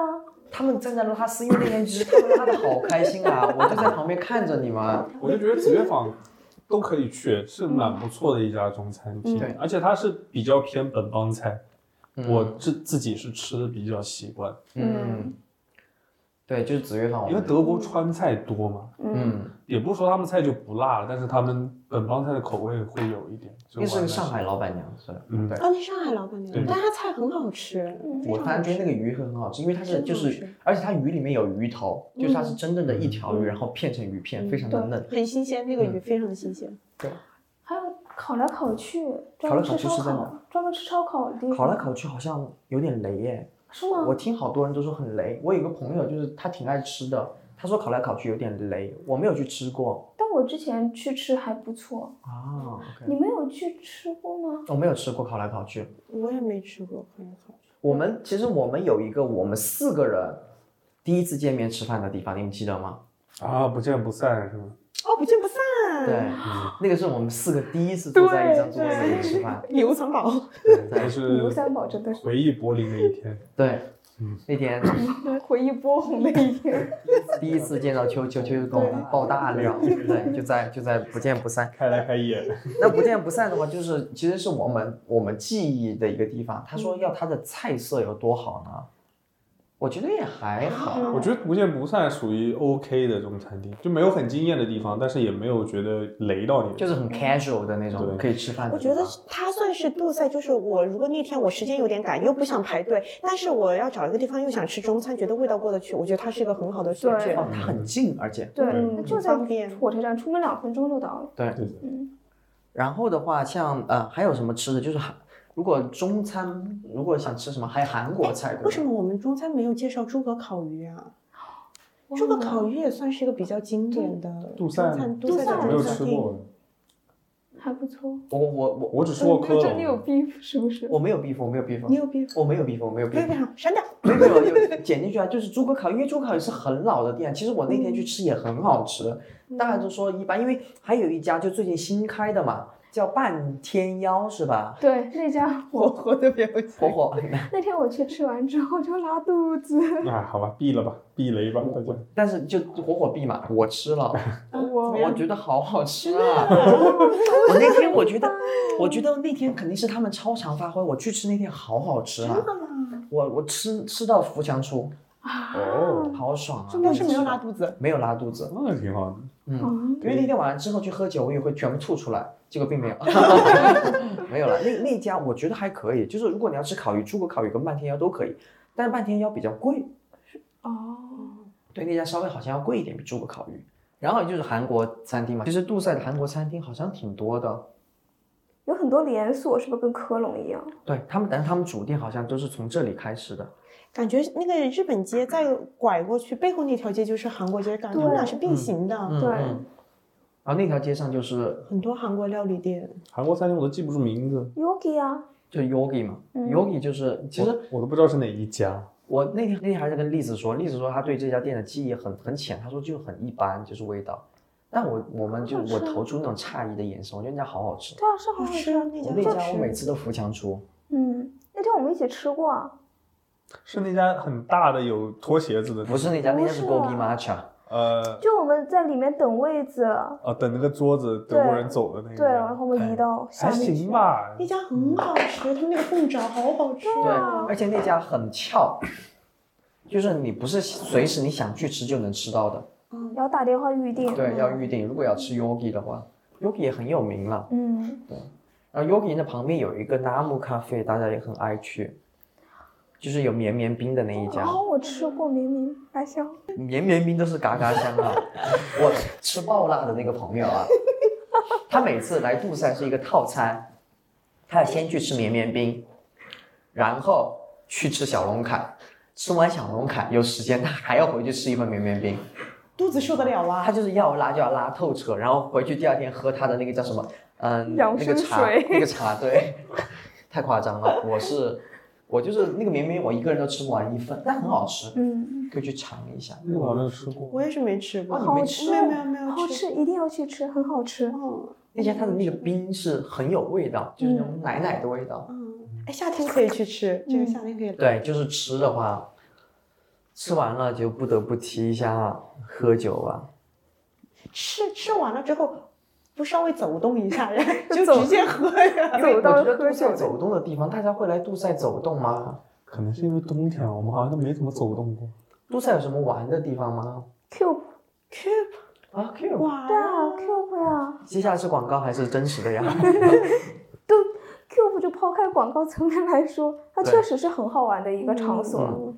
Speaker 3: 他们站在拉丝，因为那天就是他们拉的好开心啊，我就在旁边看着你们。
Speaker 5: 我就觉得紫悦坊都可以去，是蛮不错的一家中餐厅，
Speaker 6: 嗯
Speaker 3: 对
Speaker 5: 而且它是比较偏本帮菜，
Speaker 3: 嗯
Speaker 5: 我自自己是吃的比较习惯，
Speaker 3: 嗯，对，就是紫月坊，我
Speaker 5: 因为
Speaker 3: 们
Speaker 5: 德国川菜多嘛，
Speaker 4: 嗯，
Speaker 3: 嗯，
Speaker 5: 也不是说他们菜就不辣了，但是他们本帮菜的口味会有一点。就
Speaker 3: 那是个
Speaker 5: 完了
Speaker 3: 上海，老板娘是吧？
Speaker 5: 嗯，
Speaker 3: 对
Speaker 6: 哦，那上海老板娘
Speaker 5: 对，
Speaker 6: 但她菜很好吃。嗯
Speaker 3: 我
Speaker 6: 非常
Speaker 3: 发
Speaker 6: 好
Speaker 3: 觉
Speaker 6: 吃
Speaker 3: 那个鱼很好吃，因为它是
Speaker 6: 真的
Speaker 3: 就
Speaker 6: 好
Speaker 3: 是
Speaker 6: 吃，
Speaker 3: 而且它鱼里面有鱼头，就是它是真正的一条鱼，
Speaker 6: 嗯
Speaker 3: 然后片成鱼片，
Speaker 6: 嗯
Speaker 3: 非常的嫩。
Speaker 6: 很新鲜，那个鱼
Speaker 3: 嗯
Speaker 6: 非常新鲜。
Speaker 4: 还有烤来烤去，专
Speaker 3: 烤来
Speaker 4: 门
Speaker 3: 烤
Speaker 4: 吃
Speaker 3: 去
Speaker 4: 烧
Speaker 3: 是在
Speaker 4: 烤，专门吃烧烤的地
Speaker 6: 嗯
Speaker 4: 方，
Speaker 3: 烤来烤去好像有点雷耶，
Speaker 4: 是吗？
Speaker 3: 我听好多人都说很雷。我有一个朋友就是他挺爱吃的，他说烤来烤去有点雷，我没有去吃过
Speaker 4: 但我之前去吃还不错，
Speaker 3: 啊。OK
Speaker 4: 你们有去吃过吗？
Speaker 3: 我没有吃过烤来烤去。
Speaker 6: 我也没吃过，很好吃。
Speaker 3: 我们其实我们有一个我们四个人第一次见面吃饭的地方，你们记得吗？
Speaker 5: 啊，不见不散是吗？
Speaker 6: 哦，不见不 散。
Speaker 3: 对，
Speaker 5: 嗯，
Speaker 3: 那个是我们四个第一次坐在一张桌子里
Speaker 6: 对
Speaker 3: 吃饭。
Speaker 6: 牛藏 宝，
Speaker 5: 还
Speaker 4: 牛
Speaker 3: 呃
Speaker 5: 是
Speaker 4: 三宝真的是
Speaker 5: 回忆柏林的一天。
Speaker 3: 对
Speaker 5: 嗯，
Speaker 3: 那天
Speaker 4: 回忆波红的一天，
Speaker 3: 第一次见到秋秋，秋就跟我们爆大 料，对，就在就在不见不散。
Speaker 5: 开来开业，
Speaker 3: 那不见不散的话，就是其实是我们我们记忆的一个地方。他
Speaker 6: 嗯
Speaker 3: 说要他的菜色有多好呢？我觉得也还好，
Speaker 6: 嗯
Speaker 5: 我觉得不见不散属于 OK 的中餐厅，就没有很惊艳的地方，但是也没有觉得雷到你。
Speaker 3: 就是很 casual 的那种
Speaker 5: 对
Speaker 3: 可以吃饭的
Speaker 6: 我
Speaker 3: 地
Speaker 6: 觉
Speaker 3: 方。
Speaker 6: 得它算是杜塞，就是我如果那天我时间有点赶，又不想排队，但是我要找一个地方又想吃中餐，觉得味道过得去，我觉得它是一个很好的选
Speaker 4: 对
Speaker 6: 择
Speaker 3: 哦，。它很近，而且
Speaker 4: 对，
Speaker 5: 嗯
Speaker 4: 那就在
Speaker 6: 方便
Speaker 4: 火车站出门两分钟就到了。
Speaker 3: 对。
Speaker 5: 对的，
Speaker 4: 嗯，
Speaker 3: 然后的话，像呃还有什么吃的？就是韩，如果中餐如果想吃什么，还有韩国菜。对吧
Speaker 6: 哎为什么我们中餐没有介绍诸葛烤鱼啊？诸葛烤鱼也算是一个比较经典的
Speaker 5: 杜
Speaker 6: 中
Speaker 5: 塞
Speaker 6: 餐，
Speaker 4: 杜
Speaker 6: 杜塞
Speaker 4: 塞
Speaker 5: 我
Speaker 6: 的
Speaker 5: 没有
Speaker 6: 中
Speaker 5: 吃
Speaker 6: 餐厅。
Speaker 5: 过，
Speaker 4: 还不错。
Speaker 3: 我我我
Speaker 5: 我只吃过科
Speaker 4: 嗯那真的有
Speaker 5: 隆。
Speaker 4: beef 是不是？
Speaker 3: 我没有 beef，我没有 beef，
Speaker 6: 你有 beef？
Speaker 3: 我没有 beef，我没有
Speaker 6: 不要不
Speaker 3: beef，
Speaker 6: 要，删掉。
Speaker 3: 没有没有有剪进去啊，就是猪哥烤，因为猪哥烤也是很老的店，其实我那天去
Speaker 6: 嗯
Speaker 3: 吃也很好吃，大家都说一般，因为还有一家就最近新开的嘛，叫半天妖是 吧？
Speaker 4: 对，那家
Speaker 6: 活
Speaker 4: 我
Speaker 6: 活的表
Speaker 3: 火
Speaker 6: 情。
Speaker 3: 火，
Speaker 4: 那天我去吃完之后就拉肚子，
Speaker 5: 啊，好吧，避了吧，避雷吧，
Speaker 4: 嗯
Speaker 5: 大家。
Speaker 3: 但是就火火币嘛，我吃了，
Speaker 4: 我
Speaker 3: 我觉得好好吃 啊！我那天我觉得，我觉得那天肯定是他们超常发挥，我去吃那天好好吃啊！我我吃吃到腹腔出，
Speaker 5: 哦，
Speaker 3: 好爽啊！
Speaker 6: 但是没有拉肚子。
Speaker 3: 没有拉肚子，
Speaker 5: 那挺好的。
Speaker 3: 嗯，
Speaker 4: 嗯，
Speaker 3: 因为那天晚上之后去喝酒，我也会全部吐出来，结果并没有， 没有了。那那家我觉得还可以，就是如果你要吃烤鱼，猪骨烤鱼跟半天腰都可以，但是半天腰比较贵，
Speaker 4: 哦，
Speaker 3: 对那家稍微好像要贵一点，比猪骨烤鱼。然后就是韩国餐厅嘛，其实杜塞的韩国餐厅好像挺多的，
Speaker 4: 有很多连锁，是不是跟科隆一样？
Speaker 3: 对他们，但是他们主店好像都是从这里开始的。
Speaker 6: 感觉那个日本街再拐过去，背后那条街就是韩国街，感觉
Speaker 4: 对
Speaker 6: 他们俩是并行的。
Speaker 3: 嗯
Speaker 4: 对
Speaker 3: 嗯然后那条街上就是
Speaker 6: 很多韩国料理店，
Speaker 5: 韩国餐厅我都记不住名字，
Speaker 4: Yogi 啊，
Speaker 3: 就 Yogi 嘛、
Speaker 4: 嗯
Speaker 3: y o g i 就是其实
Speaker 5: 我我都不知道是哪一家。
Speaker 3: 我那天那天还在跟栗子说，栗子说她对这家店的记忆很很浅，她说就很一般，就是味道。但我我们就
Speaker 4: 好吃
Speaker 3: 我
Speaker 4: 啊
Speaker 3: 投出那种诧异的眼神，我觉得人家好好吃。
Speaker 4: 对啊，是好
Speaker 6: 好
Speaker 4: 好
Speaker 6: 吃
Speaker 4: 吃
Speaker 6: 啊。那
Speaker 3: 哦我
Speaker 6: 家
Speaker 3: 那
Speaker 6: 好
Speaker 3: 家我每
Speaker 6: 吃。
Speaker 3: 次都扶墙出，
Speaker 4: 嗯，那天我们一起吃过啊，
Speaker 5: 是那家很大的有脱鞋子的，
Speaker 3: 不是那家，
Speaker 4: 不
Speaker 3: 那家是
Speaker 4: 是
Speaker 3: Gogi
Speaker 4: 啊
Speaker 3: Matcha。
Speaker 5: 呃
Speaker 4: 就我们在里面等位子，
Speaker 5: 呃，等那个桌子德国人走的
Speaker 3: 嗯
Speaker 5: 那个。哎
Speaker 4: 对，然后我们移
Speaker 3: 哎
Speaker 4: 到下
Speaker 5: 还
Speaker 4: 面去
Speaker 5: 行。吧
Speaker 6: 那，家很好吃，他们那个凤爪好好吃。
Speaker 3: 嗯对
Speaker 4: 啊，
Speaker 3: 而且那家很翘，就是你不是随时你想去吃就能吃到的。
Speaker 6: 嗯，
Speaker 4: 要打电话预定。
Speaker 3: 对，要预定。如果要吃 Yogi 的话，Yogi 也很有名了。
Speaker 4: 嗯，
Speaker 3: 然后 Yogi 那旁边有一个 Namu 咖啡，大家也很爱去，就是有绵绵冰的那一家。
Speaker 4: 哦，我吃过绵绵白香，
Speaker 3: 绵绵冰都是嘎嘎香 啊！我吃爆辣的那个朋友啊，他每次来杜塞是一个套餐，他要先去吃绵绵冰，然后去吃小龙坎，吃完小龙坎有时间他还要回去吃一份绵绵冰，
Speaker 6: 肚子受得了
Speaker 3: 他
Speaker 6: 啊？
Speaker 3: 就是要拉就要拉透彻，然后回去第二天喝他的那个叫什么，嗯，
Speaker 4: 养
Speaker 3: 那个
Speaker 4: 生
Speaker 3: 茶
Speaker 4: 水，
Speaker 3: 那个茶对，太夸张了，我是。我就是那个绵绵，我一个人都吃不完一份，但很好吃，
Speaker 4: 嗯，
Speaker 3: 可以去尝一下。
Speaker 5: 那个我还没有吃过
Speaker 6: 我，也是没吃过，
Speaker 3: 哦你没
Speaker 4: 好
Speaker 3: 吃
Speaker 4: 吃，
Speaker 6: 没有没有没有
Speaker 4: 好吃，一定要去吃，很 好吃。
Speaker 6: 嗯
Speaker 3: 那家它的那个冰是很有味道，就是那种奶奶的味道。
Speaker 6: 嗯，哎，夏天可以去
Speaker 3: 嗯
Speaker 6: 吃，这个夏天可以来。
Speaker 3: 对，就是吃的话，吃完了就不得不提一下喝酒啊吧。
Speaker 6: 吃吃完了之后，不稍微走动一下， 然后
Speaker 4: 走
Speaker 6: 就直接喝呀。
Speaker 3: 因为我
Speaker 4: 走到
Speaker 3: 觉得
Speaker 4: 喝
Speaker 3: 杜
Speaker 4: 酒
Speaker 3: 塞走动的地方，大家会来杜塞走动吗？
Speaker 5: 可能是因为冬天，啊我们好像都没怎么走动过。
Speaker 3: 杜塞有什么玩的地方吗？
Speaker 4: Cube，
Speaker 6: Cube，
Speaker 3: 啊，Q，
Speaker 6: 哇，
Speaker 4: 对啊，Cube 呀
Speaker 3: 接下来是广告还是真实的呀？
Speaker 4: ，Cube 就抛开广告层面来说，它
Speaker 3: 对
Speaker 4: 确实是很好玩的一个场
Speaker 6: 嗯
Speaker 4: 所。
Speaker 3: 嗯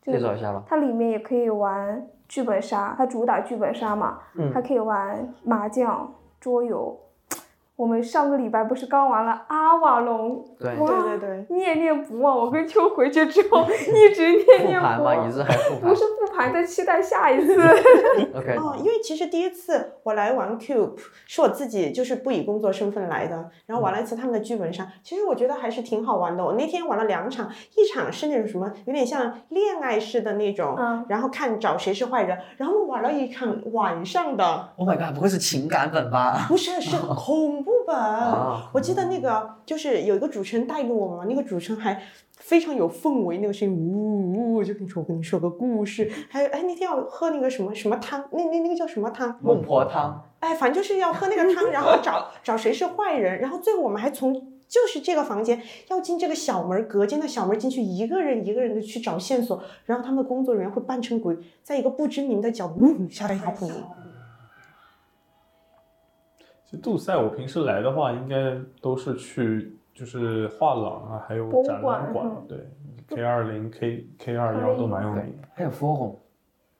Speaker 4: 就
Speaker 3: 介绍一下吧。
Speaker 4: 它里面也可以玩剧本杀，它主打剧本杀嘛，
Speaker 3: 嗯
Speaker 4: 还可以玩麻将、桌游。我们上个礼拜不是刚玩了阿瓦隆，
Speaker 3: 对，
Speaker 4: 哇
Speaker 6: 对对对，
Speaker 4: 念念不忘。我跟秋回去之后一直念
Speaker 3: 复
Speaker 4: 念
Speaker 3: 盘
Speaker 4: 不
Speaker 3: 吗？
Speaker 4: 忘
Speaker 3: 一，直还复
Speaker 4: 不
Speaker 3: 盘
Speaker 4: 是复盘，在期待下一次。
Speaker 3: ？OK，
Speaker 6: 哦，因为其实第一次我来玩 Cube 是我自己就是不以工作身份来的，然后玩了一次他们的剧本杀，其实我觉得还是挺好玩的。我那天玩了两场，一场是那种什么有点像恋爱式的那种，
Speaker 4: 嗯
Speaker 6: 然后看找谁是坏人，然后我玩了一场晚上的，
Speaker 3: Oh my god，不会是情感本吧？
Speaker 6: 不是是恐怖本。
Speaker 3: 啊
Speaker 6: 我记得那个就是有一个主持人带着我们嘛，那个主持人还非常有氛围，那个声音呜呜，就跟你说我跟你说个故事，还有哎那天要喝那个什么什么汤，那那那个叫什么汤？
Speaker 3: 孟婆汤，
Speaker 6: 哎，反正就是要喝那个汤，然后找找谁是坏人，然后最后我们还从就是这个房间要进这个小门儿隔间的小门儿进去，一个人一个人的去找线索，然后他们的工作人员会扮成鬼，在一个不知名的角嗯吓得一跳不能。
Speaker 5: 其实杜塞我平时来的话，应该都是去就是画廊啊，还有
Speaker 4: 博物
Speaker 5: 展
Speaker 4: 馆
Speaker 5: 览馆
Speaker 4: 嗯，
Speaker 5: 对，K 二零、K K 二幺都蛮有名的。
Speaker 3: 还有 forum。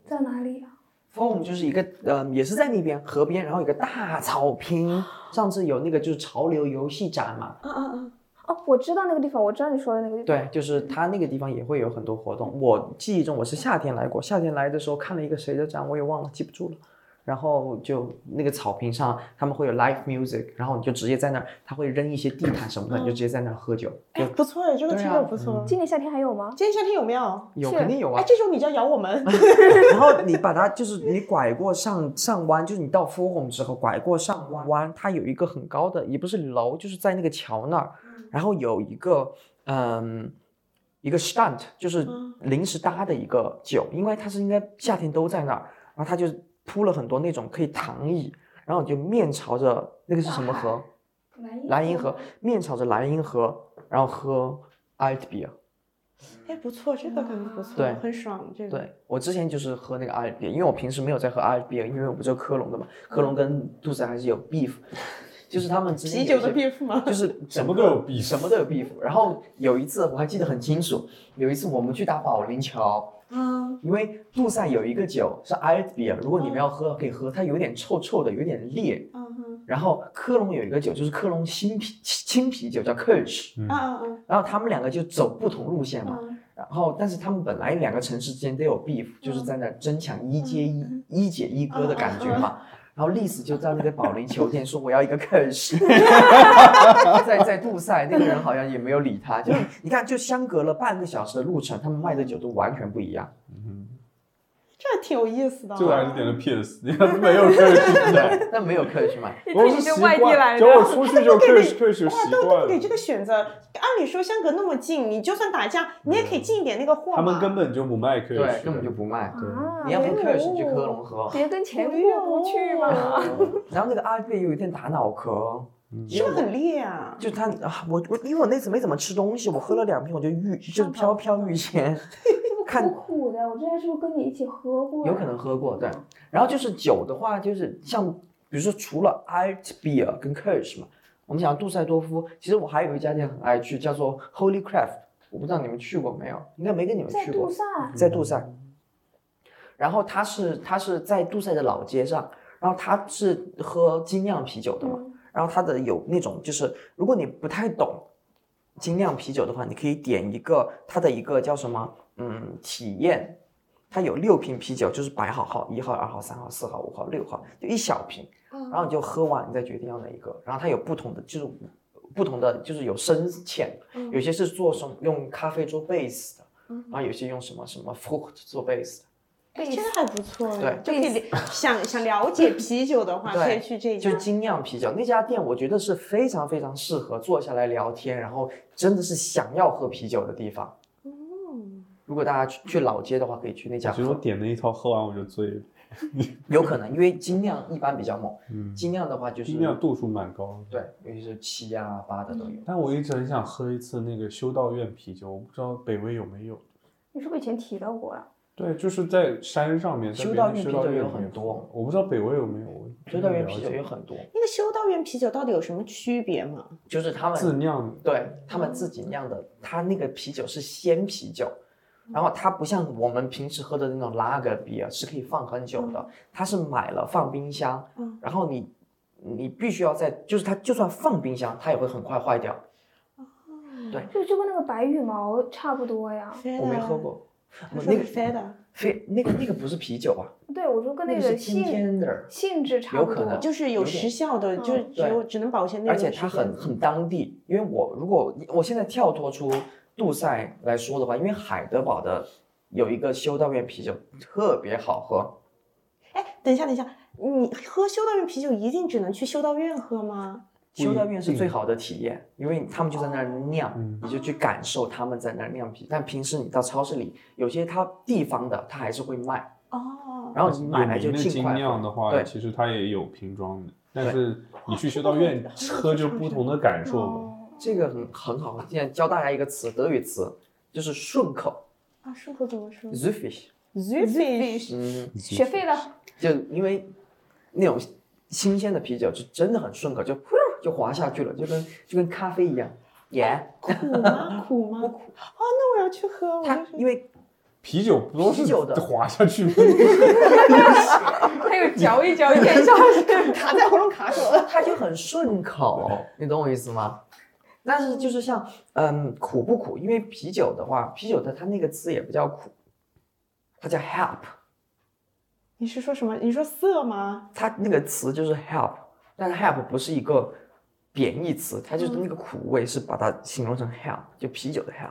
Speaker 4: 在哪里啊？
Speaker 3: forum 就是一个呃，也是在那边河边，然后有个大草坪。上次有那个就是潮流游戏展嘛，
Speaker 6: 啊啊啊！
Speaker 4: 哦，我知道那个地方，我知道你说的那个地方。
Speaker 3: 对，就是它那个地方也会有很多活动。我记忆中我是夏天来过，夏天来的时候看了一个谁的展，我也忘了，记不住了。然后就那个草坪上，他们会有 live music，然后你就直接在那儿，他会扔一些地毯什么的，你就直接在那儿喝酒。
Speaker 6: 哎，不错哎，这个
Speaker 3: 对
Speaker 6: 听
Speaker 3: 啊
Speaker 6: 着不错。
Speaker 4: 今年夏天还有吗？
Speaker 6: 今天夏天有没有？
Speaker 3: 有
Speaker 4: 是
Speaker 3: 肯定有啊
Speaker 6: 哎，，这时候你就要咬 我们。
Speaker 3: 然后你把它就是你拐过上上弯，就是你到 f o r u m 之后拐过上弯，它有一个很高的，也不是楼，就是在那个桥那儿，然后有一个嗯一个 stunt，就是
Speaker 6: 嗯
Speaker 3: 临时搭的一个酒，因为它是应该夏天都在那儿，然后它就铺了很多那种可以躺椅，然后你就面朝着那个是什么河？莱茵河，面朝着莱茵河，然后喝 alt beer。
Speaker 6: 哎，不错，这个感觉不错，
Speaker 3: 对
Speaker 6: 很爽。这个
Speaker 3: 对我之前就是喝那个阿尔比，因为我平时没有在喝阿尔比，因为我不知道科隆的嘛，科隆跟杜塞还是有 beef，就是 他们之间
Speaker 6: 嗯啤
Speaker 3: 有
Speaker 6: 酒
Speaker 3: 一
Speaker 6: 的
Speaker 3: 些
Speaker 6: beef 吗？
Speaker 3: 就是
Speaker 5: 什
Speaker 3: 整
Speaker 5: 么
Speaker 3: 个
Speaker 5: 都有比
Speaker 3: 什么都有 beef。然后有一次我还记得很清楚，有一次我们去打保龄球，
Speaker 6: 啊，
Speaker 3: 因为杜塞有一个酒是阿尔比，如果你们要喝可以喝，它有点臭臭的，有点烈。
Speaker 6: 嗯
Speaker 3: 然后科隆有一个酒就是科隆新啤青啤酒叫 Kirsch，
Speaker 5: 嗯
Speaker 6: 啊啊
Speaker 3: 然后他们两个就走不同路线
Speaker 6: 啊
Speaker 3: 嘛。
Speaker 6: 啊！
Speaker 3: 然后，但是他们本来两个城市之间都有 beef，、就是在那儿争抢一接一、一姐一哥的感觉嘛。然后丽丝就在那个保龄球店说：“我要一个 cash。”在在杜塞，那个人好像也没有理他。就是你看，就相隔了半个小时的路程，他们卖的酒都完全不一样。
Speaker 5: 嗯
Speaker 6: 这还挺有意思的。哦
Speaker 5: 最后还是点了 PS，你看没有 Crush 的，
Speaker 3: 但没有 cash 买，
Speaker 4: 你
Speaker 5: 我
Speaker 4: 自
Speaker 5: 是
Speaker 4: 己
Speaker 5: 习
Speaker 4: 就
Speaker 5: 惯
Speaker 4: 外，地来
Speaker 5: 只
Speaker 4: 的
Speaker 5: 要，我出去就
Speaker 6: 都给你
Speaker 5: Crush Crush 习
Speaker 6: 都
Speaker 5: 惯
Speaker 6: 都给
Speaker 5: 了
Speaker 6: 这。个选择，按理说相隔那么近，你就算打架，你也可以进一点那个
Speaker 5: 嗯
Speaker 6: 货嘛。
Speaker 5: 他们根本就不卖 Crush，
Speaker 3: 对，根本就不卖。
Speaker 4: 啊，
Speaker 3: 你要喝
Speaker 4: 没有
Speaker 3: cash 去科隆喝。
Speaker 4: 别跟钱过不去嘛。
Speaker 3: 然后那个阿贝有一天打脑壳，
Speaker 5: 嗯
Speaker 6: 是不是很烈啊？
Speaker 3: 就他啊，我我因为我那次没怎么吃东西，我喝了两瓶我就欲就是飘飘欲仙。看
Speaker 4: 苦的，我之前是不是跟你一起喝过
Speaker 3: 有可能喝过，对。然后就是酒的话，就是像比如说除了 Alt Beer 跟 Kirsch 嘛，我们讲杜塞多夫，其实我还有一家店很爱去，叫做 Holy Craft，我不知道你们去过没有，应该没跟你们
Speaker 4: 在
Speaker 3: 去过嗯
Speaker 4: 杜，塞，
Speaker 3: 在杜塞。然后它是它是在杜塞的老街上，然后它是喝精酿啤酒的嘛，然后它的有那种就是如果你不太懂精酿啤酒的话，你可以点一个它的一个叫什么嗯体验，它有六瓶啤酒，就是摆好号，一号、二号、三号、四号、五嗯
Speaker 4: 嗯
Speaker 3: 号、六号，就一小瓶，然后你就喝完，你再决定要哪一个。然后它有不同的，就是不同的，就是有深浅，有些是做什么用咖啡做 base 的，然后有些用什么什么 fruit 做 base 的。
Speaker 4: 贝
Speaker 6: 这
Speaker 4: 斯
Speaker 6: 个还不错哎，
Speaker 3: 对
Speaker 6: 就可以了想想了解啤酒的话，
Speaker 3: 对
Speaker 6: 可以去这一家
Speaker 3: 就。精酿啤酒那家店，我觉得是非常非常适合坐下来聊天，然后真的是想要喝啤酒的地方。如果大家去去老街的话，可以去那家
Speaker 5: 啊其实我
Speaker 3: 喝，
Speaker 5: 点了一套，喝完我就醉了。
Speaker 3: 有可能因为精酿一般比较猛，
Speaker 5: 嗯，
Speaker 3: 精酿的话就是
Speaker 5: 精酿度嗯数蛮高的。
Speaker 3: 对，尤其是七啊八的都有。
Speaker 5: 但我一直很想喝一次那个修道院啤酒，我不知道北威有没有。
Speaker 4: 你是不是以前提到过了？
Speaker 5: 对，就是在山上面，在
Speaker 3: 修
Speaker 5: 别
Speaker 3: 道
Speaker 5: 的
Speaker 3: 院
Speaker 5: 修
Speaker 3: 啤
Speaker 5: 道
Speaker 3: 酒
Speaker 5: 院
Speaker 3: 有
Speaker 5: 里面
Speaker 3: 很多
Speaker 5: 喝我不知道北威有没有。我
Speaker 3: 修
Speaker 5: 真
Speaker 3: 道
Speaker 5: 的
Speaker 3: 院
Speaker 5: 不了
Speaker 3: 啤酒
Speaker 5: 解
Speaker 3: 有很多，
Speaker 6: 那个修道院啤酒到底有什么区别吗？
Speaker 3: 就是他们
Speaker 5: 自酿的，
Speaker 3: 对他们自己酿
Speaker 6: 嗯
Speaker 3: 的，它那个啤酒是鲜啤酒，然后它不像我们平时喝的那种拉格啤啊，是可以放很久的，它是买了放冰箱
Speaker 6: 嗯，
Speaker 3: 然后你你必须要在，就是它就算放冰箱，它也会很快坏掉。
Speaker 4: 就就跟那个白羽毛差不多呀。
Speaker 3: 我没喝，过，
Speaker 6: 他
Speaker 3: 我
Speaker 6: 说
Speaker 3: 那个
Speaker 6: 啊是 Feda，
Speaker 3: 非那个那个不是啤酒吧？
Speaker 4: 对，我说跟
Speaker 3: 那
Speaker 4: 个
Speaker 3: 是天
Speaker 4: 性
Speaker 3: 天的，
Speaker 4: 性质差
Speaker 3: 有
Speaker 4: 不
Speaker 3: 可
Speaker 4: 多
Speaker 3: 能。
Speaker 6: 就是有
Speaker 3: 呃有点
Speaker 6: 时效的，
Speaker 4: 嗯
Speaker 6: 就只有只能保鲜那
Speaker 3: 而
Speaker 6: 种
Speaker 3: 且
Speaker 6: 时间。
Speaker 3: 它很很当地，因为我如果我现在跳脱出杜塞来说的话，因为海德堡的有一个修道院啤酒特别好喝。
Speaker 6: 哎，等一下，等一下，你喝修道院啤酒一定只能去修道院喝吗？
Speaker 5: 不
Speaker 3: 修道
Speaker 5: 一
Speaker 3: 院是
Speaker 5: 定
Speaker 3: 最好的体验，因为他们就在那儿酿，
Speaker 5: 嗯
Speaker 3: 你就去感受他们在那儿酿啤。但平时你到超市里，有些它地方的它还是会卖，
Speaker 6: 哦，
Speaker 3: 然后你买来
Speaker 5: 嗯有
Speaker 3: 就
Speaker 5: 名的
Speaker 3: 尽
Speaker 5: 精
Speaker 3: 快
Speaker 5: 酿
Speaker 3: 喝。
Speaker 5: 的话，
Speaker 3: 对
Speaker 5: 其实它也有瓶装的，但
Speaker 3: 对
Speaker 5: 是你去
Speaker 6: 哦
Speaker 5: 修道院
Speaker 6: 这个
Speaker 5: 喝就不同的感受嘛。
Speaker 4: 哦，
Speaker 3: 这个很很好。现在教大家一个词，德语词，就是顺口
Speaker 6: 啊，顺口怎么说
Speaker 3: z u f i s
Speaker 6: z f i s
Speaker 3: 嗯，
Speaker 4: 学费了。
Speaker 3: 就因为那种新鲜的啤酒就真的很顺口，就呼就滑下去了，就跟就跟咖啡一样。盐、
Speaker 6: 苦吗？苦吗？
Speaker 3: 不
Speaker 6: 哦
Speaker 3: 苦，
Speaker 6: 那我要去喝，我
Speaker 4: 哦
Speaker 3: 它
Speaker 6: 就是
Speaker 3: 因为
Speaker 5: 啤酒不都是
Speaker 3: 啤酒的
Speaker 5: 滑下去 吗？
Speaker 4: 他有嚼一嚼，有点像是
Speaker 6: 卡在喉咙卡住了。
Speaker 3: 它就很顺口，你懂我意思吗？但是就是像嗯苦不苦？因为啤酒的话，啤酒的它那个字也不叫苦，它叫 help，
Speaker 6: 你是说什么？你说涩吗？
Speaker 3: 它那个词就是 help，但是 help 不是一个贬义词，它就是那
Speaker 4: 嗯
Speaker 3: 个苦味是把它形容成 help，就啤酒的 help。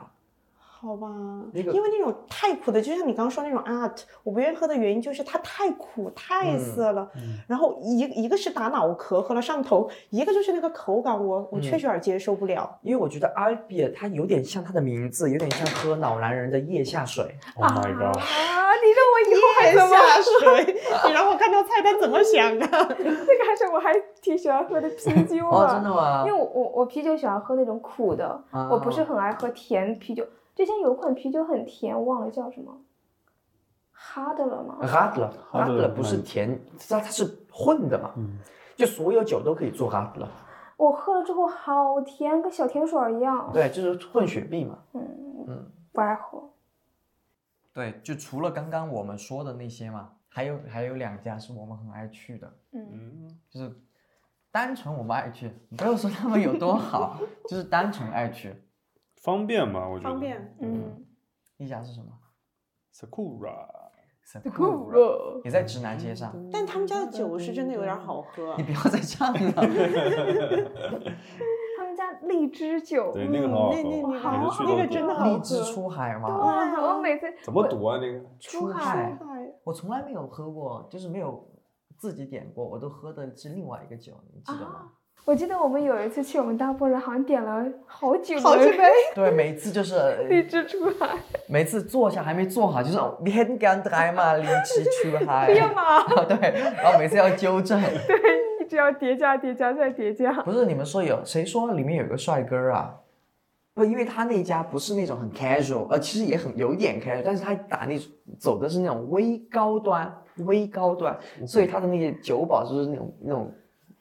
Speaker 6: 好吧，
Speaker 3: 那个
Speaker 6: 因为那种太苦的，就像你刚刚说那种 art，我不愿意喝的原因就是它太苦、太涩了。
Speaker 5: 嗯
Speaker 6: 然后一一个是打脑壳喝了上头，一个就是那个口感我，我
Speaker 3: 嗯
Speaker 6: 确实有点接受 不了。
Speaker 3: 因为我觉得 i b a 它有点像它的名字，有点像喝老男人的腋下水。
Speaker 5: Oh my god！
Speaker 4: 啊！你让我以后还
Speaker 6: 太
Speaker 4: 怎么？
Speaker 6: 下水，你让我看到菜单怎么想啊？
Speaker 4: 这个还是我还挺喜欢喝的啤 酒
Speaker 3: 哦，真
Speaker 4: 啊，
Speaker 3: 的吗
Speaker 4: 因为？我我我啤酒喜欢喝那种苦的，
Speaker 3: 啊
Speaker 4: 我不是很爱喝甜啤酒。之前有款啤酒很甜，我忘了叫什么，哈德了吗？
Speaker 3: Radler Radler
Speaker 5: Radler
Speaker 3: 不是甜，它它是混的嘛，
Speaker 5: 嗯，
Speaker 3: 就所有酒都可以做 Radler。
Speaker 4: 我喝了之后好甜，跟小甜水儿一样。
Speaker 3: 对，就是混血币嘛。
Speaker 4: 嗯
Speaker 3: 嗯，
Speaker 4: 不爱喝。
Speaker 3: 对，就除了刚刚我们说的那些嘛，还有还有两家是我们很爱去的，
Speaker 4: 嗯，
Speaker 3: 就是单纯我们爱去，你不要说他们有多好， 就是单纯爱去。
Speaker 5: 方便吧，我觉得。
Speaker 6: 方便。
Speaker 4: 嗯，
Speaker 3: 一家是什么
Speaker 5: Sakura。
Speaker 3: ？Sakura，也在直男街上。
Speaker 4: 嗯
Speaker 6: 但他们家的酒是真的有点好喝
Speaker 3: 你。不要再唱 了。
Speaker 4: 他们家荔枝酒，
Speaker 5: 对，
Speaker 4: 嗯
Speaker 5: 那个很好喝，
Speaker 6: 那那那
Speaker 5: 每次
Speaker 4: 好好
Speaker 5: 去都
Speaker 6: 嗯那个
Speaker 5: 点
Speaker 6: 真的好
Speaker 3: 荔
Speaker 6: 喝
Speaker 3: 枝出海嘛，
Speaker 4: 哇我每次
Speaker 5: 怎么读啊？那个
Speaker 4: 啊出
Speaker 3: 海
Speaker 4: 海，
Speaker 3: 我从来没有喝过，就是没有自己点过，我都喝的是另外一个酒，你记得吗？
Speaker 4: 我记得我们有一次去我们大波人，好像点了好几
Speaker 6: 好几
Speaker 4: 轮
Speaker 6: 杯
Speaker 3: 对，每次就是
Speaker 4: 荔枝出海，
Speaker 3: 每次坐下还没坐好，就是哦你很敢来 嘛，离奇出海，
Speaker 4: 哎呀妈！
Speaker 3: 对，然后每次要纠正，
Speaker 4: 一直要叠加、叠加再叠加。
Speaker 3: 不是你们说有谁说里面有个帅哥啊？不，因为他那家不是那种很 casual，呃，其实也很有一点 casual，但是他打那走的是那种微高端，微高端，所以他的那些酒保就是那种那种，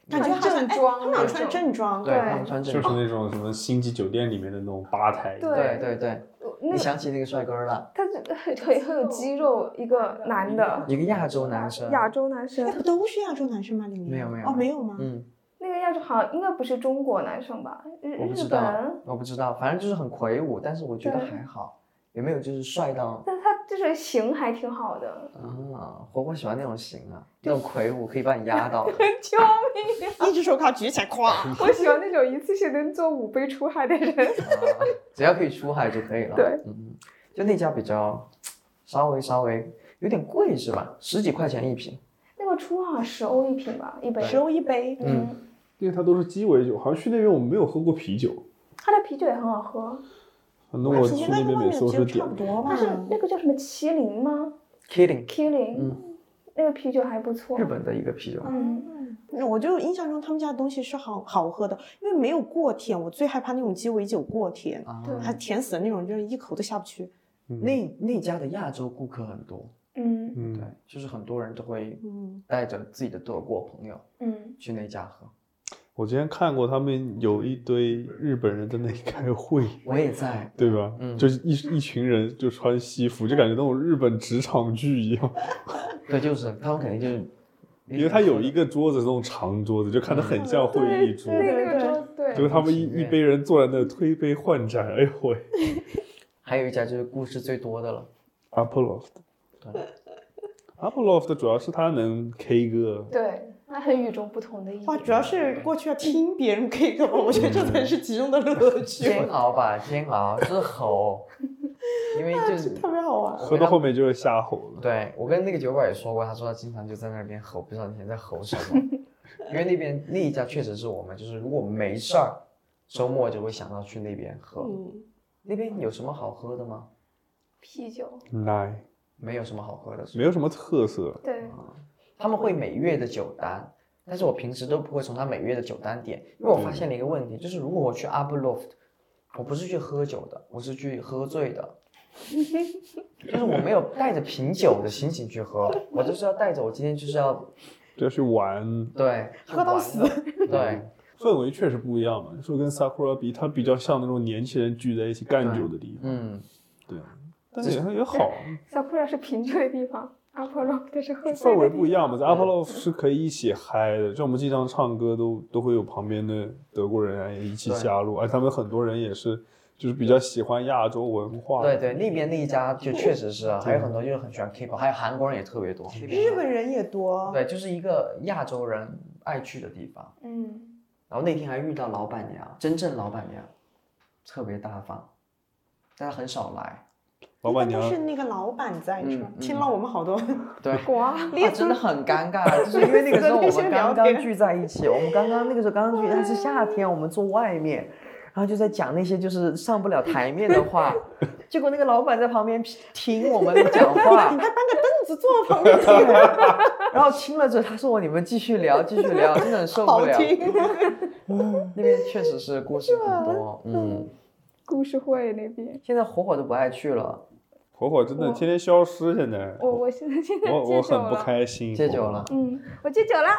Speaker 6: 感觉好像
Speaker 4: 正
Speaker 6: 哎
Speaker 4: 装
Speaker 6: 他们俩
Speaker 4: 的
Speaker 6: 穿正装，
Speaker 3: 对，
Speaker 4: 对哦
Speaker 3: 他们穿
Speaker 5: 就
Speaker 3: 正
Speaker 5: 是
Speaker 3: 装，
Speaker 5: 那种什么星级酒店里面的那种吧台，
Speaker 4: 对
Speaker 3: 对对对，
Speaker 4: 那
Speaker 3: 你想起那个帅哥了，
Speaker 4: 他是很很很有肌肉，一个男的
Speaker 3: 一个嗯亚洲男生，
Speaker 4: 亚洲男
Speaker 6: 那
Speaker 4: 生，
Speaker 6: 不都是亚洲男生吗？里面
Speaker 3: 没有没有
Speaker 6: 哦，没有吗？
Speaker 3: 嗯，
Speaker 4: 那个亚洲好像应该不是中国男生吧？日
Speaker 3: 我不
Speaker 4: 日
Speaker 3: 知道
Speaker 4: 本。，
Speaker 3: 我不知道，反正就是很魁梧，但是我觉得
Speaker 4: 对
Speaker 3: 还好，也没有就是帅到
Speaker 4: 但他就就是型还挺好的，
Speaker 3: 啊，火火喜欢那种型啊，那种魁梧可以把你压 倒的。
Speaker 4: 救命！
Speaker 3: 嗯
Speaker 6: 一只手铐举起来，哐！
Speaker 4: 我喜欢那种一次性能做五杯出海的人。
Speaker 3: 啊，只要可以出海就可以了。
Speaker 4: 对，
Speaker 3: 嗯，就那家比较稍微稍微有点贵是吧？十几块钱一瓶，
Speaker 4: 那个出好像十欧一瓶吧，一杯。
Speaker 6: 十欧一杯，
Speaker 3: 嗯，
Speaker 5: 因为它都是鸡尾酒，好像去那边我们没有喝过啤酒，
Speaker 4: 它的啤酒也很好喝，
Speaker 5: 反正我
Speaker 6: 其
Speaker 5: 去
Speaker 6: 实
Speaker 5: 啊那
Speaker 6: 跟
Speaker 5: 边
Speaker 6: 外
Speaker 5: 每
Speaker 6: 面
Speaker 5: 次都
Speaker 6: 其
Speaker 5: 是
Speaker 6: 实差
Speaker 5: 点
Speaker 6: 不多吧
Speaker 4: 它。是那个叫什么麒麟吗
Speaker 3: Kidding，
Speaker 4: ？Killing，、那个啤酒还不错。
Speaker 3: 日本的一个啤酒。
Speaker 6: 嗯，我就印象中他们家的东西是好好喝的，因为没有过甜，我最害怕那种鸡尾酒过甜，
Speaker 3: 啊，
Speaker 4: 对
Speaker 6: 它甜死的那种，就是一口都下不去。
Speaker 5: 嗯
Speaker 3: 那那家的亚洲顾客很多，
Speaker 4: 嗯
Speaker 3: 对
Speaker 5: 嗯，，
Speaker 3: 就是很多人都会
Speaker 6: 嗯，
Speaker 3: 带着自己的德国朋友
Speaker 4: 嗯，
Speaker 3: 去那家喝。
Speaker 5: 我之前看过他们有一堆日本人在那里开会，
Speaker 3: 我也在，
Speaker 5: 对吧？
Speaker 3: 嗯
Speaker 5: 就是一一群人就穿西服，就感觉那种日本职场剧一样。
Speaker 3: 对，就是他们肯定嗯就是，嗯
Speaker 5: 因为他有一个桌子是那种长桌子，就看着很像会议桌，
Speaker 4: 对，那
Speaker 6: 对
Speaker 4: 个桌子对。
Speaker 5: 就是他们一
Speaker 3: 对
Speaker 5: 一杯人坐在那推杯换盏，哎呦 喂
Speaker 3: 还有一家就是故事最多的了。
Speaker 5: ，Apolloft。
Speaker 3: 对
Speaker 5: Apolloft 主要是他能 K 歌，
Speaker 4: 对，它很与众不同的一
Speaker 6: 哇，
Speaker 4: 点。
Speaker 6: 主要是过去要听别人 K 歌吧，我觉得这才是其中的乐趣，
Speaker 3: 煎熬吧，煎熬，就是吼，因为就是
Speaker 6: 特别好
Speaker 3: 嗯
Speaker 6: 玩。
Speaker 5: 喝到后面就是瞎吼了。
Speaker 3: 对我跟那个酒馆也说过，他说他经常就在那边吼，不知道你在吼什么。因为那边那一家确实是我们，就是如果没事儿，周末就会想到去那边喝。
Speaker 6: 嗯，
Speaker 3: 那边有什么好喝的吗？
Speaker 4: 啤酒，
Speaker 5: 来，
Speaker 3: 没有什么好喝的，
Speaker 5: 没有什么特色，
Speaker 4: 对，
Speaker 3: 他们会每月的酒单，但是我平时都不会从他每月的酒单点，因为我发现了一个问题，就是如果我去 Upper Loft，我不是去喝酒的，我是去喝醉的， 就是我没有带着品酒的心情去喝，我就是要带着我今天就是要
Speaker 5: 就要去玩。
Speaker 3: 对
Speaker 6: 喝到死，
Speaker 3: 对。
Speaker 5: 氛围确实不一样嘛，说跟 Sakura 比，它比较像那种年轻人聚在一起干酒的地方。
Speaker 3: 嗯，
Speaker 5: 对，但是也也好，啊
Speaker 4: 小库尔是贫瘠的地方，阿波罗这是喝
Speaker 5: 氛
Speaker 4: 醉
Speaker 5: 围
Speaker 4: 的
Speaker 5: 不一
Speaker 4: 地
Speaker 5: 样嘛，在 Apollo 是可以一起嗨的，像我们经常唱歌都都会有旁边的德国人啊也一起加入，而他们很多人也是就是比较喜欢亚洲文化，
Speaker 3: 对，对，那边那一家就确实是啊，还有很多就是很喜欢 K-pop，还有韩国人也特别多。
Speaker 6: 日本人也多，
Speaker 3: 对，就是一个亚洲人爱去的地方。
Speaker 4: 方。嗯，
Speaker 3: 然后那天还遇到老板娘，真正老板娘，特别大方，但她很少来。
Speaker 5: 老板娘
Speaker 4: 哎
Speaker 6: 一般都是那个老板在是吧
Speaker 3: 嗯？嗯
Speaker 6: 听了我们好多，
Speaker 3: 对，
Speaker 4: 哇，
Speaker 3: 啊，真的很尴尬，就是因为那个时候我们刚刚聚在一起，我们刚刚那个时候刚刚聚，但是夏天，我们坐外面，然后就在讲那些就是上不了台面的话，结果那个老板在旁边听我们讲话
Speaker 6: 你。再搬个凳子坐 旁边听，
Speaker 3: 然后听了之后，他说：“你们继续聊，继续聊，真的很受不
Speaker 6: 好
Speaker 3: 了。
Speaker 6: 听。
Speaker 3: 那边确实是故事很多，嗯，
Speaker 4: 故事会那边，
Speaker 3: 现在火火都不爱去了，
Speaker 5: 火火真的天天消失，现在
Speaker 4: 我我现在现在
Speaker 5: 我
Speaker 4: 戒
Speaker 5: 我
Speaker 4: 酒
Speaker 5: 很不
Speaker 4: 了。
Speaker 5: 开心，
Speaker 3: 戒酒了。
Speaker 4: 嗯，我戒酒了。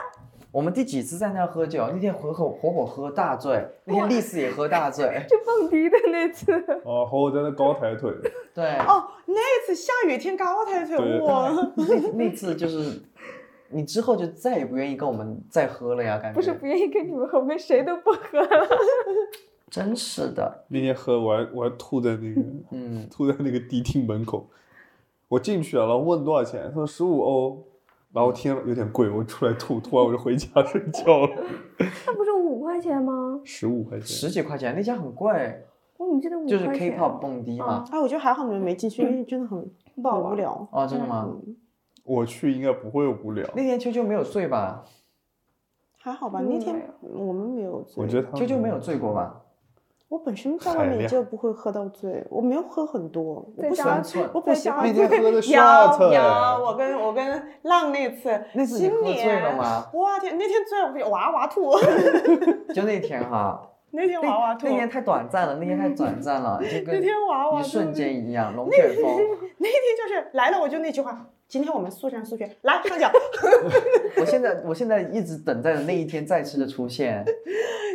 Speaker 3: 我们第几次在那儿喝酒？啊那天火火火火喝大醉，那天丽丝也喝大醉，
Speaker 4: 去蹦迪的那次，
Speaker 5: 哦，火火在那高抬腿，
Speaker 3: 对，
Speaker 6: 哦，那次下雨天高抬腿，
Speaker 5: 对
Speaker 6: 我
Speaker 3: 那那次就是，你之后就再也不愿意跟我们再喝了呀，感觉
Speaker 4: 不是不愿意跟你们喝，我跟谁都不喝了。
Speaker 3: 真是的，
Speaker 5: 那天喝我还我还吐在那个
Speaker 3: 嗯，
Speaker 5: 吐在那个迪厅门口，我进去了，然后问多少钱，他说十五欧，然后听了有点贵，我出来吐，吐完我就回家睡觉了，
Speaker 4: 那不是五块钱吗？
Speaker 5: 十五块钱，
Speaker 3: 十几块钱那家很贵，
Speaker 4: 我怎么哦记得五
Speaker 3: 就是
Speaker 4: 块钱？嗯啊
Speaker 3: K-pop 蹦迪嘛，
Speaker 6: 哎，我觉得还好你们没进去，因为真的很
Speaker 4: 不好
Speaker 6: 很无
Speaker 4: 玩
Speaker 6: 聊。
Speaker 3: 哦，真的
Speaker 4: 嗯
Speaker 3: 吗？
Speaker 5: 我去应该不会无聊，
Speaker 3: 那天秋秋没有醉吧？
Speaker 6: 还好吧，
Speaker 4: 嗯
Speaker 6: 那天我们没有醉。
Speaker 5: 我觉得他
Speaker 3: 秋秋没有醉过吧？
Speaker 6: 我本身在外
Speaker 5: 海
Speaker 6: 面
Speaker 5: 量
Speaker 6: 就不会喝到醉，我没有喝很多，我
Speaker 4: 在
Speaker 6: 不喜
Speaker 4: 家
Speaker 6: 欢
Speaker 3: 三，寸，
Speaker 6: 我不喜欢
Speaker 5: 那 天喝的 shot，
Speaker 6: 有
Speaker 5: 哎
Speaker 6: 有，我跟我跟浪那次，
Speaker 3: 那次你
Speaker 6: 新
Speaker 3: 喝醉
Speaker 6: 年
Speaker 3: 了吗？
Speaker 6: 哇天，那天醉了，我哇哇吐，
Speaker 3: 就那天 哈，
Speaker 6: 那天哇哇
Speaker 3: 那
Speaker 6: 吐，
Speaker 3: 那天太短暂了，那天太短暂了，就
Speaker 6: 那
Speaker 3: 跟
Speaker 6: 天哇哇
Speaker 3: 一
Speaker 6: 吐，
Speaker 3: 瞬间一样，龙卷风。
Speaker 6: 那天就是来了我就那句话，今天我们速战速决，来上脚。
Speaker 3: 我现在我现在一直等待着那一天再次的出 现。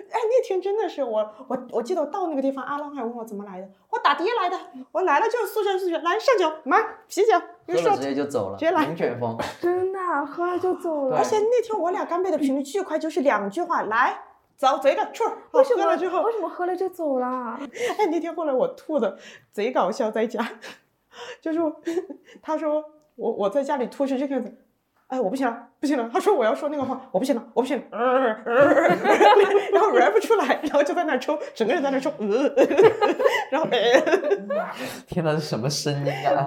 Speaker 6: 哎，那天真的是我，我我记得我到那个地方，阿浪还问我怎么来的，我打的来的，我来了就是速战速决，来上酒，买啤酒，
Speaker 3: 喝
Speaker 6: 有
Speaker 3: 了
Speaker 6: shot
Speaker 3: 直。接就走了
Speaker 6: 直接，来
Speaker 3: 龙卷 风。
Speaker 4: 真的啊、喝了就走了
Speaker 3: 对
Speaker 6: 而。且那天我俩干杯的频率巨快，就是两句话，来。走，贼个处儿，我
Speaker 4: 为什
Speaker 6: 喝
Speaker 4: 么
Speaker 6: 了之 后
Speaker 4: 为，什么喝了就走了？啊
Speaker 6: 哎，那天后来我吐的贼搞笑，在家，就是我他说我我在家里吐是这个样子，哎，我不行了，不行了。他说我要说那个话，我不行了，我不行了，呃呃呃呃然后 rap 不出来，然后就在那抽，整个人在那抽，呃，然后呃，
Speaker 3: 天哪，这什么声音啊！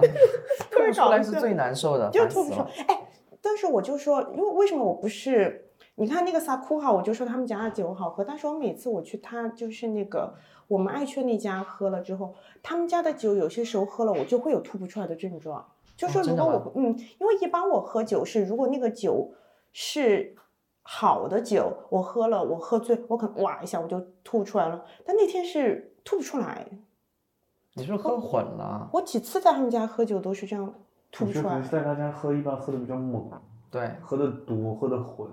Speaker 6: 特别
Speaker 3: 吐出
Speaker 6: 搞
Speaker 3: 来
Speaker 6: 笑
Speaker 3: 是最难受的，
Speaker 6: 就
Speaker 3: 烦
Speaker 6: 吐
Speaker 3: 死
Speaker 6: 不出
Speaker 3: 了。
Speaker 6: 来。哎，但是我就说，因为为什么我不是？你看那个萨库哈，我就说他们家的酒好喝，但是我每次我去他就是那个我们爱去那家喝了之后，他们家的酒有些时候喝了我就会有吐不出来的症状。就
Speaker 3: 哦
Speaker 6: 说
Speaker 3: 真
Speaker 6: 如
Speaker 3: 的
Speaker 6: 果我
Speaker 3: 吗
Speaker 6: 不、嗯，因为一般我喝酒是如果那个酒是好的酒，我喝了我喝醉，我可能哇一下我就吐出来了，但那天是吐不出来。
Speaker 3: 你是不是喝混了？啊
Speaker 6: 我几次在他们家喝酒都是这样吐不
Speaker 5: 我觉
Speaker 6: 出
Speaker 5: 得可
Speaker 6: 来
Speaker 5: 能是。在他家喝，一般喝的比较猛，
Speaker 3: 对，
Speaker 5: 喝的多，喝的混。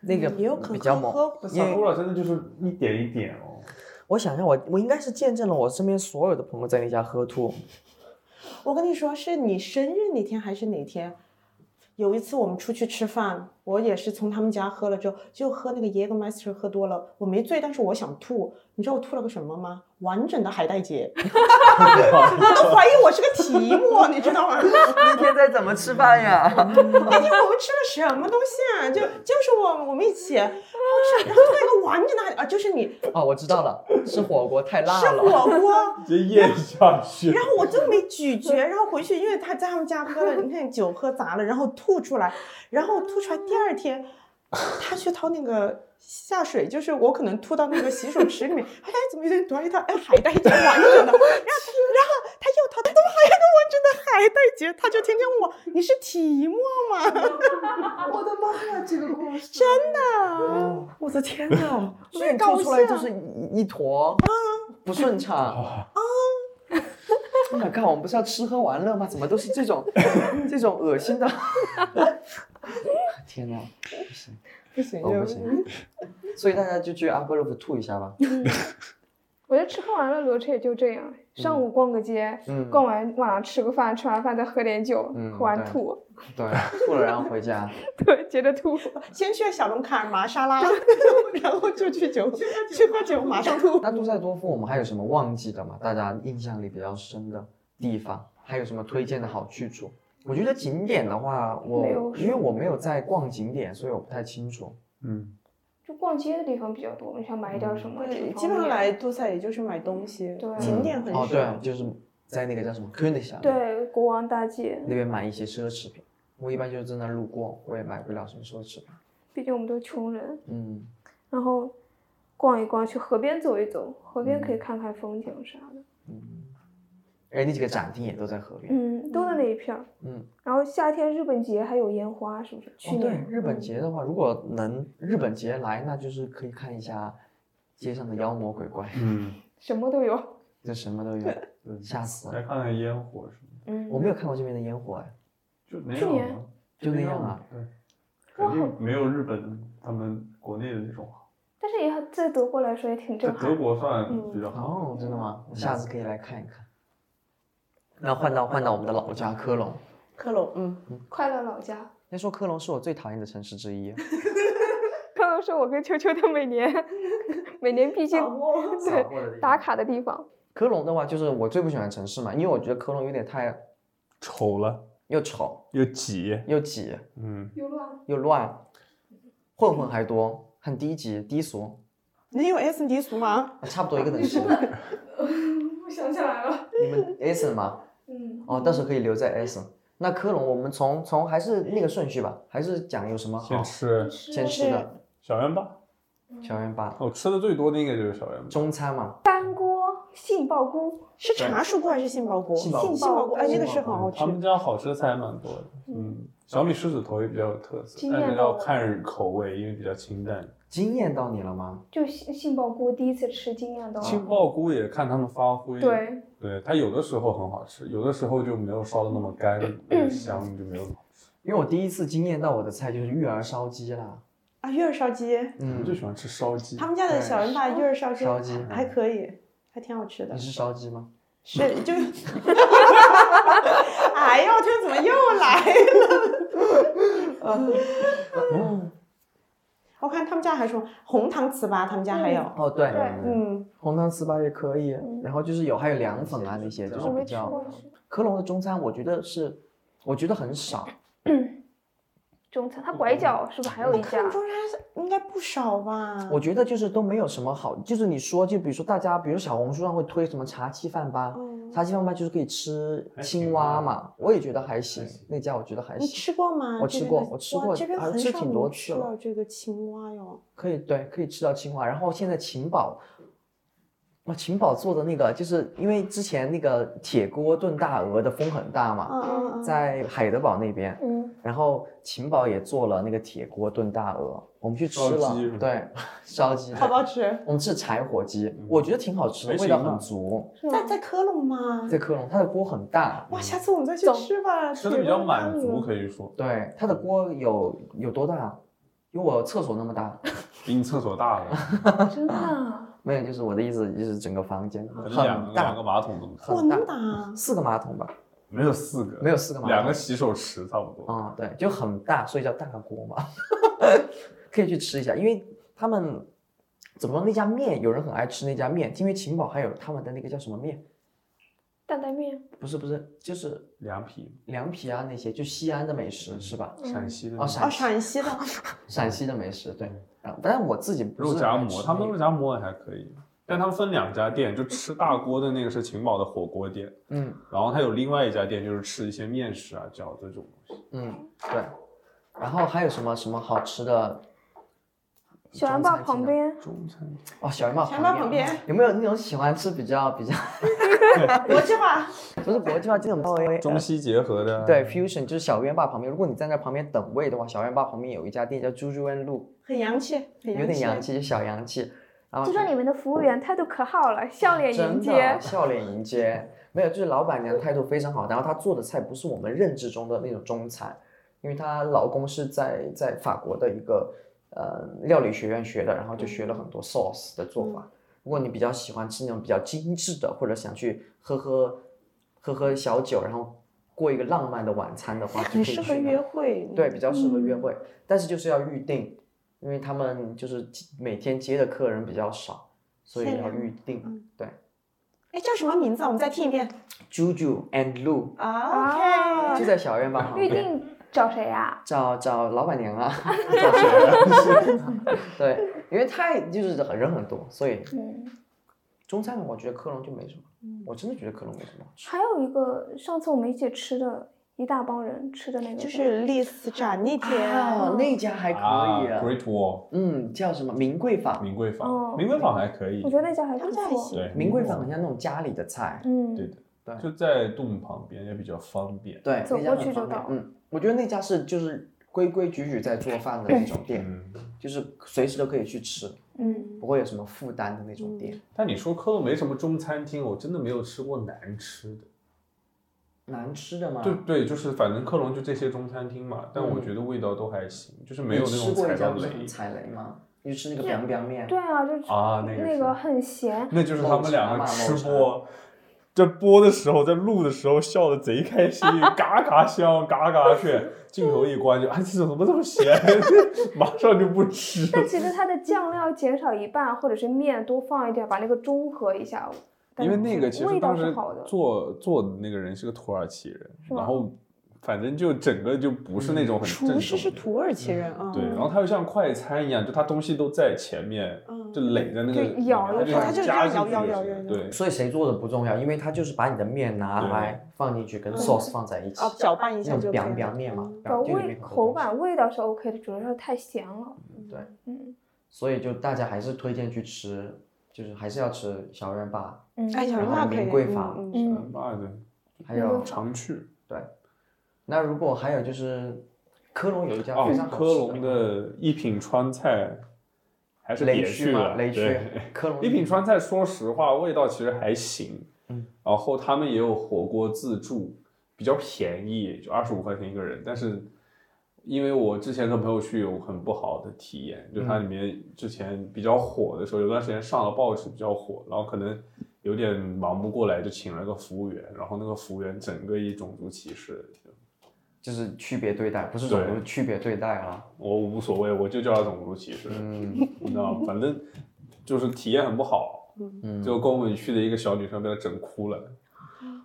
Speaker 3: 那个
Speaker 6: 嗯也有可能
Speaker 3: 比较猛。
Speaker 6: 喝
Speaker 5: 但
Speaker 3: 因为
Speaker 5: 萨库拉真的就是一点一点哦。
Speaker 3: 我想一下，我我应该是见证了我身边所有的朋友在那家喝吐。
Speaker 6: 我跟你说，是你生日那天还是哪天？有一次我们出去吃饭，我也是从他们家喝了之后，就喝那个 Jägermeister 喝多了，我没醉，但是我想吐。你知道我吐了个什么吗？完整的海带结， 我都怀疑我是个题目，你知道吗？
Speaker 3: 那天在怎么吃饭呀？
Speaker 6: 那天我们吃了什么东西啊？就就是我我们一起，然后吃，然后突然一个完整的海啊，就是你
Speaker 3: 哦，我知道了，是火锅太辣
Speaker 6: 吃
Speaker 3: 了。
Speaker 6: 火锅，
Speaker 5: 直接咽下去。
Speaker 6: 然后我就没咀嚼，然后回去，因为他在他们 家喝了，你看酒喝砸了，然后吐出来，然后吐出来，第二天他去掏那个下水，就是我可能吐到那个洗手池里面， 哎，怎么有点短一条？哎，海带结完整的，然后然 后他又掏，怎么还有个完整的海带结？他就天天问我，你是提莫吗？
Speaker 7: 我的妈呀，这个故事
Speaker 6: 真啊 的，
Speaker 3: 我的天哪！嗯所以
Speaker 6: 最搞
Speaker 3: 吐出来
Speaker 6: 笑
Speaker 3: 就是一一坨，嗯不顺畅。
Speaker 5: 啊，
Speaker 3: Oh my god！我们不是要吃喝玩乐吗？怎么都是这种这种恶心的？ 天哪！不行，
Speaker 6: 不行
Speaker 3: 哦我不
Speaker 6: 就
Speaker 3: 行。 所以大家就去阿波罗夫吐一下吧。
Speaker 4: 我觉得吃喝玩乐罗车也就这样，上午逛个街，
Speaker 3: 嗯，
Speaker 4: 逛完晚上吃个饭，吃完饭再喝点酒，
Speaker 3: 嗯
Speaker 4: 喝完
Speaker 3: 对
Speaker 4: 吐，
Speaker 3: 对，吐了然后回家。
Speaker 4: 对，接着吐。
Speaker 6: 先去小龙坎玛莎拉，然后 就去酒去喝酒，马上吐。
Speaker 3: 那杜塞多夫我们还有什么忘记的吗？大家印象里比较深的地方，还有什么推荐的好去处？我觉得景点的话，
Speaker 4: 没有
Speaker 3: 我因为我没有在逛景点，所以我不太清楚。
Speaker 5: 嗯，
Speaker 4: 就逛街的地方比较多，你想买点什么？挺
Speaker 6: 嗯对，
Speaker 4: 方
Speaker 6: 基本上
Speaker 4: 便
Speaker 6: 来杜塞也就是买东西，
Speaker 4: 对
Speaker 6: 景点很少。
Speaker 3: 哦，对，就是在那个叫什么 k ö n i g
Speaker 4: 对国王大街，
Speaker 3: 那边买一些奢侈品。我一般就是在那路过，我也买不了什么奢侈品。
Speaker 4: 毕竟我们都穷人，
Speaker 3: 嗯，
Speaker 4: 然后逛一逛，去河边走一走，河边可以看看风景啥的，
Speaker 3: 嗯哎，那几个展厅也都在河边。
Speaker 4: 嗯，都在那一片儿。
Speaker 3: 嗯，
Speaker 4: 然后夏天日本节还有烟花，是不是？去
Speaker 3: 哦，对
Speaker 4: 年，
Speaker 3: 日本节的话，如果能日本节来，那就是可以看一下街上的妖魔鬼怪，
Speaker 5: 嗯，
Speaker 4: 什么都有。
Speaker 3: 就什么都 有，嗯吓死
Speaker 5: 来
Speaker 3: 了。
Speaker 5: 看看烟火什么的，
Speaker 4: 嗯，
Speaker 3: 我没有看过这边的烟火哎。
Speaker 5: 就那
Speaker 4: 去
Speaker 5: 样
Speaker 4: 年
Speaker 5: 啊，
Speaker 3: 就那样
Speaker 5: 啊
Speaker 3: 啊。
Speaker 5: 对，
Speaker 4: 哇
Speaker 5: 肯定没有日本他们国内的那种好，
Speaker 4: 但是也很在德国来说也挺
Speaker 5: 在
Speaker 4: 震
Speaker 5: 德
Speaker 4: 撼。
Speaker 5: 国算比较好。
Speaker 3: 哦，真的吗？我下次可以来看一看。那换到换到我们的老家科隆。
Speaker 6: 克隆，嗯，
Speaker 4: 快乐老家，
Speaker 3: 那说科隆是我最讨厌的城市之一，
Speaker 4: 刚刚说我跟秋秋的每年每年必去 对打卡的地方，
Speaker 3: 科隆的话就是我最不喜欢的城市嘛，因为我觉得科隆有点太
Speaker 5: 丑了
Speaker 3: 又丑
Speaker 5: 又挤，
Speaker 3: 又挤
Speaker 5: 嗯，
Speaker 4: 又乱，
Speaker 3: 又乱，混混还多，很低级低俗，
Speaker 6: 你有 S 低俗吗？
Speaker 3: 差不多一个等级。
Speaker 4: 我想起来了，
Speaker 3: 你们 S 吗？
Speaker 4: 嗯，
Speaker 3: 哦，到时候可以留在 S。那科隆我们从从还是那个顺序吧，还是讲有什么好
Speaker 5: 先吃
Speaker 3: 先吃的
Speaker 5: 小圆吧，
Speaker 3: 小圆吧，
Speaker 5: 我吃的最多的应该就是小圆吧。
Speaker 3: 中餐嘛，
Speaker 4: 干锅、杏鲍菇，
Speaker 6: 是茶树菇还是杏鲍菇？
Speaker 3: 杏鲍菇
Speaker 6: 鲍菇，哎，那个是
Speaker 3: 杏鲍
Speaker 6: 很好吃
Speaker 5: 嗯他。们家好吃的菜还蛮多的，嗯，小米狮子头也比较有特色
Speaker 4: 经，
Speaker 5: 但
Speaker 4: 验
Speaker 5: 是
Speaker 4: 到
Speaker 5: 要
Speaker 4: 我
Speaker 5: 看口味，因为比较清淡。
Speaker 3: 惊艳到你了吗？
Speaker 4: 就杏杏鲍菇，第一次吃惊艳到
Speaker 5: 杏
Speaker 4: 了。
Speaker 5: 鲍菇也看他们发挥，
Speaker 4: 哦对，
Speaker 5: 对，它有的时候很好吃，有的时候就没有烧的那么干，没有香就没有那么好吃。
Speaker 3: 因为我第一次惊艳到我的菜就是芋儿烧鸡啦，
Speaker 6: 啊，月儿烧鸡，
Speaker 5: 我
Speaker 3: 嗯，
Speaker 5: 就喜欢吃烧鸡，
Speaker 6: 他们家的
Speaker 3: 对
Speaker 6: 小人把月儿烧鸡
Speaker 3: 烧鸡嗯
Speaker 6: 还可以，还挺好吃的
Speaker 3: 你。是烧鸡吗？
Speaker 6: 是 就，哎呀，我天， 怎么又来了？
Speaker 3: 嗯，
Speaker 6: 我看他们家还说红糖糍粑，他们家还有，
Speaker 3: 哦，对，
Speaker 4: 对
Speaker 5: 嗯
Speaker 6: 嗯，
Speaker 3: 红糖糍粑也可以
Speaker 4: 嗯，
Speaker 3: 然后就是有还有凉粉啊那
Speaker 5: 嗯
Speaker 3: 些，就是
Speaker 4: 我没
Speaker 3: 比
Speaker 4: 吃
Speaker 3: 较
Speaker 4: 过是
Speaker 3: 科隆的中餐，我觉得是，我觉得很少，
Speaker 4: 中餐，它拐角是不是还有一
Speaker 6: 我
Speaker 4: 家
Speaker 6: 看？中山应该不少吧？
Speaker 3: 我觉得就是都没有什么好，就是你说就比如说大家，比如小红书上会推什么茶七饭吧，
Speaker 6: 嗯
Speaker 3: 茶七饭吧就是可以吃
Speaker 5: 还行
Speaker 3: 青蛙
Speaker 5: 吧
Speaker 3: 嘛，我也觉得还行
Speaker 5: 还行，
Speaker 3: 那家我觉得还
Speaker 6: 你
Speaker 3: 行，
Speaker 6: 吃过吗？
Speaker 3: 我
Speaker 6: 这
Speaker 3: 吃
Speaker 6: 边
Speaker 3: 过
Speaker 6: 的
Speaker 3: 我吃
Speaker 6: 哇
Speaker 3: 过
Speaker 6: 这边
Speaker 3: 啊
Speaker 6: 很
Speaker 3: 吃
Speaker 6: 少
Speaker 3: 挺
Speaker 6: 能
Speaker 3: 多
Speaker 6: 吃
Speaker 3: 次了
Speaker 6: 到这个青蛙哟。
Speaker 3: 可以对，可以吃到青蛙。然后现在秦宝，哇，秦宝做的那个就是因为之前那个铁锅炖大鹅的风很大嘛，
Speaker 6: 嗯嗯嗯，
Speaker 3: 在海德堡那边，
Speaker 4: 嗯，
Speaker 3: 然后秦宝也做了那个铁锅炖大鹅，我们去吃
Speaker 5: 烧
Speaker 3: 了
Speaker 5: 鸡是吗，
Speaker 3: 对，烧鸡，
Speaker 6: 好不好吃？
Speaker 3: 我们吃柴火鸡，我觉得挺好吃的，
Speaker 5: 嗯还行啊
Speaker 3: 味道
Speaker 5: 吧
Speaker 3: 很足。
Speaker 4: 是吗
Speaker 6: 在在科隆吗？
Speaker 3: 在科隆，它的锅很大，
Speaker 6: 哇，下次我们再去
Speaker 4: 走
Speaker 6: 吃吧。
Speaker 5: 吃的
Speaker 6: 铁
Speaker 5: 比较
Speaker 6: 锅
Speaker 5: 满
Speaker 6: 大
Speaker 5: 足，
Speaker 3: 嗯
Speaker 6: 鹅
Speaker 5: 可以说
Speaker 3: 对，它的锅有有多大？啊有我厕所那么大，
Speaker 5: 比你厕所 大了，
Speaker 4: 真的啊，
Speaker 3: 没有，就是我的意思就是整个房间
Speaker 5: 可
Speaker 3: 很
Speaker 5: 能两两
Speaker 3: 大
Speaker 5: 个，马桶这么大，
Speaker 6: 哇，
Speaker 3: 很
Speaker 6: 那
Speaker 3: 大
Speaker 6: 么，大啊！
Speaker 3: 四个马桶吧。
Speaker 5: 没有四个，
Speaker 3: 没有四个马桶
Speaker 5: 两个洗手池差不多。
Speaker 3: 啊、对，就很大，所以叫大锅嘛， 可以去吃一下，因为他们怎么说那家面，有人很爱吃那家面，因为秦宝还有他们的那个叫什么面，
Speaker 4: 担担面，
Speaker 3: 不是不是，就是
Speaker 5: 凉皮，
Speaker 3: 凉皮啊那些，就西安的美食是吧？
Speaker 5: 陕西的
Speaker 3: 哦，
Speaker 5: 那
Speaker 3: 陕
Speaker 6: 哦，
Speaker 3: 西
Speaker 6: 陕西的，
Speaker 3: 陕西的美食，对，啊，但我自己不是
Speaker 5: 肉
Speaker 3: 很
Speaker 5: 夹
Speaker 3: 爱
Speaker 5: 馍，
Speaker 3: 吃
Speaker 5: 他们
Speaker 3: 那
Speaker 5: 肉
Speaker 3: 个
Speaker 5: 夹馍也还可以，但他们分两家店，就吃大锅的那个是秦宝的火锅店，
Speaker 3: 嗯
Speaker 5: 然后他有另外一家店就是吃一些面食啊、饺子这种东西。
Speaker 3: 嗯对，然后还有什么什么好吃的
Speaker 4: 小
Speaker 3: 中
Speaker 4: 洋坝
Speaker 3: 餐厅
Speaker 4: 旁
Speaker 3: 啊
Speaker 4: 边，
Speaker 5: 中餐
Speaker 3: 哦，小人堡
Speaker 6: 全班旁
Speaker 3: 旁啊
Speaker 6: 边。
Speaker 3: 有没有那种喜欢吃比较比较
Speaker 6: 国际化，
Speaker 3: 不是国际化这种
Speaker 5: 中西结合的，
Speaker 3: 对，，fusion 就是小院坝旁边。如果你站在旁边等位的话，小院坝旁边有一家店叫猪猪恩路，
Speaker 6: 很洋气，很
Speaker 3: 有点洋
Speaker 6: 气。
Speaker 3: 气，就小洋气。
Speaker 5: 啊
Speaker 3: 然后
Speaker 4: 就说里面的服务员态度可好了，笑脸迎
Speaker 3: 真
Speaker 4: 接
Speaker 3: 的，笑脸迎接，没有，就是老板娘态度非常好。然后她做的菜不是我们认知中的那种中餐，因为她老公是在在法国的一个呃料理学院学的，然后就学了很多 sauce 的做
Speaker 6: 嗯
Speaker 3: 法。如果你比较喜欢吃那种比较精致的，或者想去喝喝喝喝小酒，然后过一个浪漫的晚餐的话，就可
Speaker 6: 很
Speaker 3: 以
Speaker 6: 适合
Speaker 3: 去那
Speaker 6: 约会，
Speaker 3: 对，比较适合约
Speaker 6: 嗯
Speaker 3: 会，但是就是要预定，因为他们就是每天接的客人比较少，所以
Speaker 6: 限
Speaker 3: 要
Speaker 6: 量
Speaker 3: 预定。
Speaker 6: 嗯
Speaker 3: 对
Speaker 6: 哎，叫什么名字啊？我们再听一遍。
Speaker 3: ，Juju and Lu
Speaker 6: 啊
Speaker 3: 就在小院吧旁
Speaker 4: 预
Speaker 3: 边，
Speaker 4: 定找谁呀？
Speaker 3: 找找老板娘 啊，对，因为太就是人很多，所以
Speaker 4: 嗯，
Speaker 3: 中餐我觉得科隆就没什么，我真的觉得科隆没什么好吃。
Speaker 4: 还有一个上次我梅姐吃的，一大帮人吃的那个，
Speaker 6: 就是丽丝展那天，
Speaker 3: 哦，那家还可以
Speaker 5: 啊
Speaker 3: 啊，
Speaker 5: ，Great Wall
Speaker 3: 嗯，叫什么名贵坊，
Speaker 5: 名贵
Speaker 4: 哦
Speaker 5: 坊，名贵坊还可以
Speaker 4: 我，觉得那家还不
Speaker 6: 他们家还
Speaker 4: 错，
Speaker 6: 行
Speaker 5: 对，
Speaker 3: 名贵坊很像那种家里的菜，
Speaker 4: 嗯，
Speaker 5: 对的，
Speaker 3: 对
Speaker 5: 就在洞旁边，也比较方便。
Speaker 3: 对，
Speaker 4: 走
Speaker 3: 那家
Speaker 4: 过
Speaker 3: 很
Speaker 4: 去就
Speaker 3: 方便
Speaker 4: 到
Speaker 3: 嗯，我觉得那家是就是规规矩矩在做饭的那种店，
Speaker 5: 嗯，
Speaker 3: 就是随时都可以去吃，
Speaker 4: 嗯，
Speaker 3: 不会有什么负担的那种店。
Speaker 5: 但你说科隆没什么中餐厅，我真的没有吃过难吃的。
Speaker 3: 难吃的吗？
Speaker 4: 啊
Speaker 5: 对对，就是反正科隆就这些中餐厅嘛，但
Speaker 4: 嗯
Speaker 5: 我觉得味道都还行，就是没有
Speaker 3: 你
Speaker 5: 那
Speaker 3: 吃
Speaker 5: 种
Speaker 3: 过
Speaker 5: 踩
Speaker 3: 一家
Speaker 5: 到
Speaker 3: 不是很
Speaker 5: 雷
Speaker 3: 踩雷吗？你吃那个 biang biang 面，
Speaker 4: 对啊，就吃
Speaker 5: 啊，那个
Speaker 4: 那
Speaker 5: 是嗯
Speaker 4: 个很咸，
Speaker 5: 那就是他们两个吃
Speaker 3: 抹茶嘛
Speaker 5: 播，在播的时候，在录的时候笑的贼开心，嘎嘎香，嘎嘎炫。镜头一关就，哎，这怎么这么咸？ 马上就不吃了。
Speaker 4: 但其实它
Speaker 5: 嗯
Speaker 4: 的酱料减少一半，或者是面多放一点，把那个中和一下。但
Speaker 5: 因为那个其实
Speaker 4: 味道
Speaker 5: 当
Speaker 4: 是
Speaker 5: 时
Speaker 4: 好的，
Speaker 5: 做做的那个人是个土耳其人，
Speaker 4: 是吗嗯
Speaker 5: 然后反正就整个就不是那种很正
Speaker 6: 厨师
Speaker 5: 宗
Speaker 6: 是
Speaker 5: 的
Speaker 6: 土耳其人啊。
Speaker 5: 对，然后他又像快餐一样，就他东西都在前面，
Speaker 6: 嗯
Speaker 5: 就垒在那
Speaker 4: 就
Speaker 5: 个里面，
Speaker 4: 咬一口
Speaker 5: 他
Speaker 4: 它
Speaker 6: 就这
Speaker 5: 夹
Speaker 6: 样
Speaker 5: 进去
Speaker 6: 咬
Speaker 5: 就
Speaker 6: 咬
Speaker 5: 行
Speaker 6: 咬
Speaker 5: 了
Speaker 6: 咬
Speaker 5: 对，
Speaker 3: 所以谁做的不重要，因为它就是把你的面拿
Speaker 5: 对
Speaker 3: 来放进去，跟
Speaker 6: 嗯
Speaker 3: sauce 放在一起
Speaker 6: 哦，，搅拌一下
Speaker 3: 那种
Speaker 6: 就可以
Speaker 3: biang
Speaker 6: 了嗯
Speaker 3: biang 面嘛，
Speaker 4: 呃
Speaker 3: 然后就里
Speaker 4: 味
Speaker 3: 面很多
Speaker 4: 口
Speaker 3: 东西
Speaker 4: 感味道是 OK 的，主要是太咸了。
Speaker 3: 对，
Speaker 4: 嗯
Speaker 3: 所以就大家还是推荐去吃，就是还是要吃小院坝，
Speaker 4: 嗯，
Speaker 6: 哎，小
Speaker 3: 然
Speaker 6: 人
Speaker 3: 后
Speaker 6: 爸可以。
Speaker 3: 名贵坊
Speaker 6: 嗯嗯
Speaker 4: 嗯，
Speaker 5: 妈的，
Speaker 3: 还
Speaker 4: 名贵
Speaker 3: 有
Speaker 4: 坊
Speaker 5: 常去。
Speaker 3: 那如果还有就是科隆有一家
Speaker 5: 哦
Speaker 3: 非常，好
Speaker 5: 科
Speaker 3: 吃
Speaker 5: 隆的一品川菜还是
Speaker 3: 雷
Speaker 5: 别
Speaker 3: 区
Speaker 5: 去
Speaker 3: 嘛，
Speaker 5: 了，
Speaker 3: 雷区
Speaker 5: 对。
Speaker 3: 科隆
Speaker 5: 一品川菜说实话味道其实还行，
Speaker 3: 嗯，
Speaker 5: 然后他们也有火锅自助，比较便宜，就二十五块钱一个人，但是。因为我之前跟朋友去有很不好的体验，就
Speaker 3: 嗯
Speaker 5: 它里面之前比较火的时候，有段时间上了报纸比较火，然后可能有点忙不过来，就请了个服务员，然后那个服务员整个一种族歧视，
Speaker 3: 就是区别对待，不是种族区别对待了。
Speaker 5: 我无所谓，我就叫他种族歧视，
Speaker 3: 嗯
Speaker 5: 你知道吗，反正就是体验很不好。
Speaker 3: 嗯，
Speaker 5: 就跟我们去的一个小女生被他整哭了，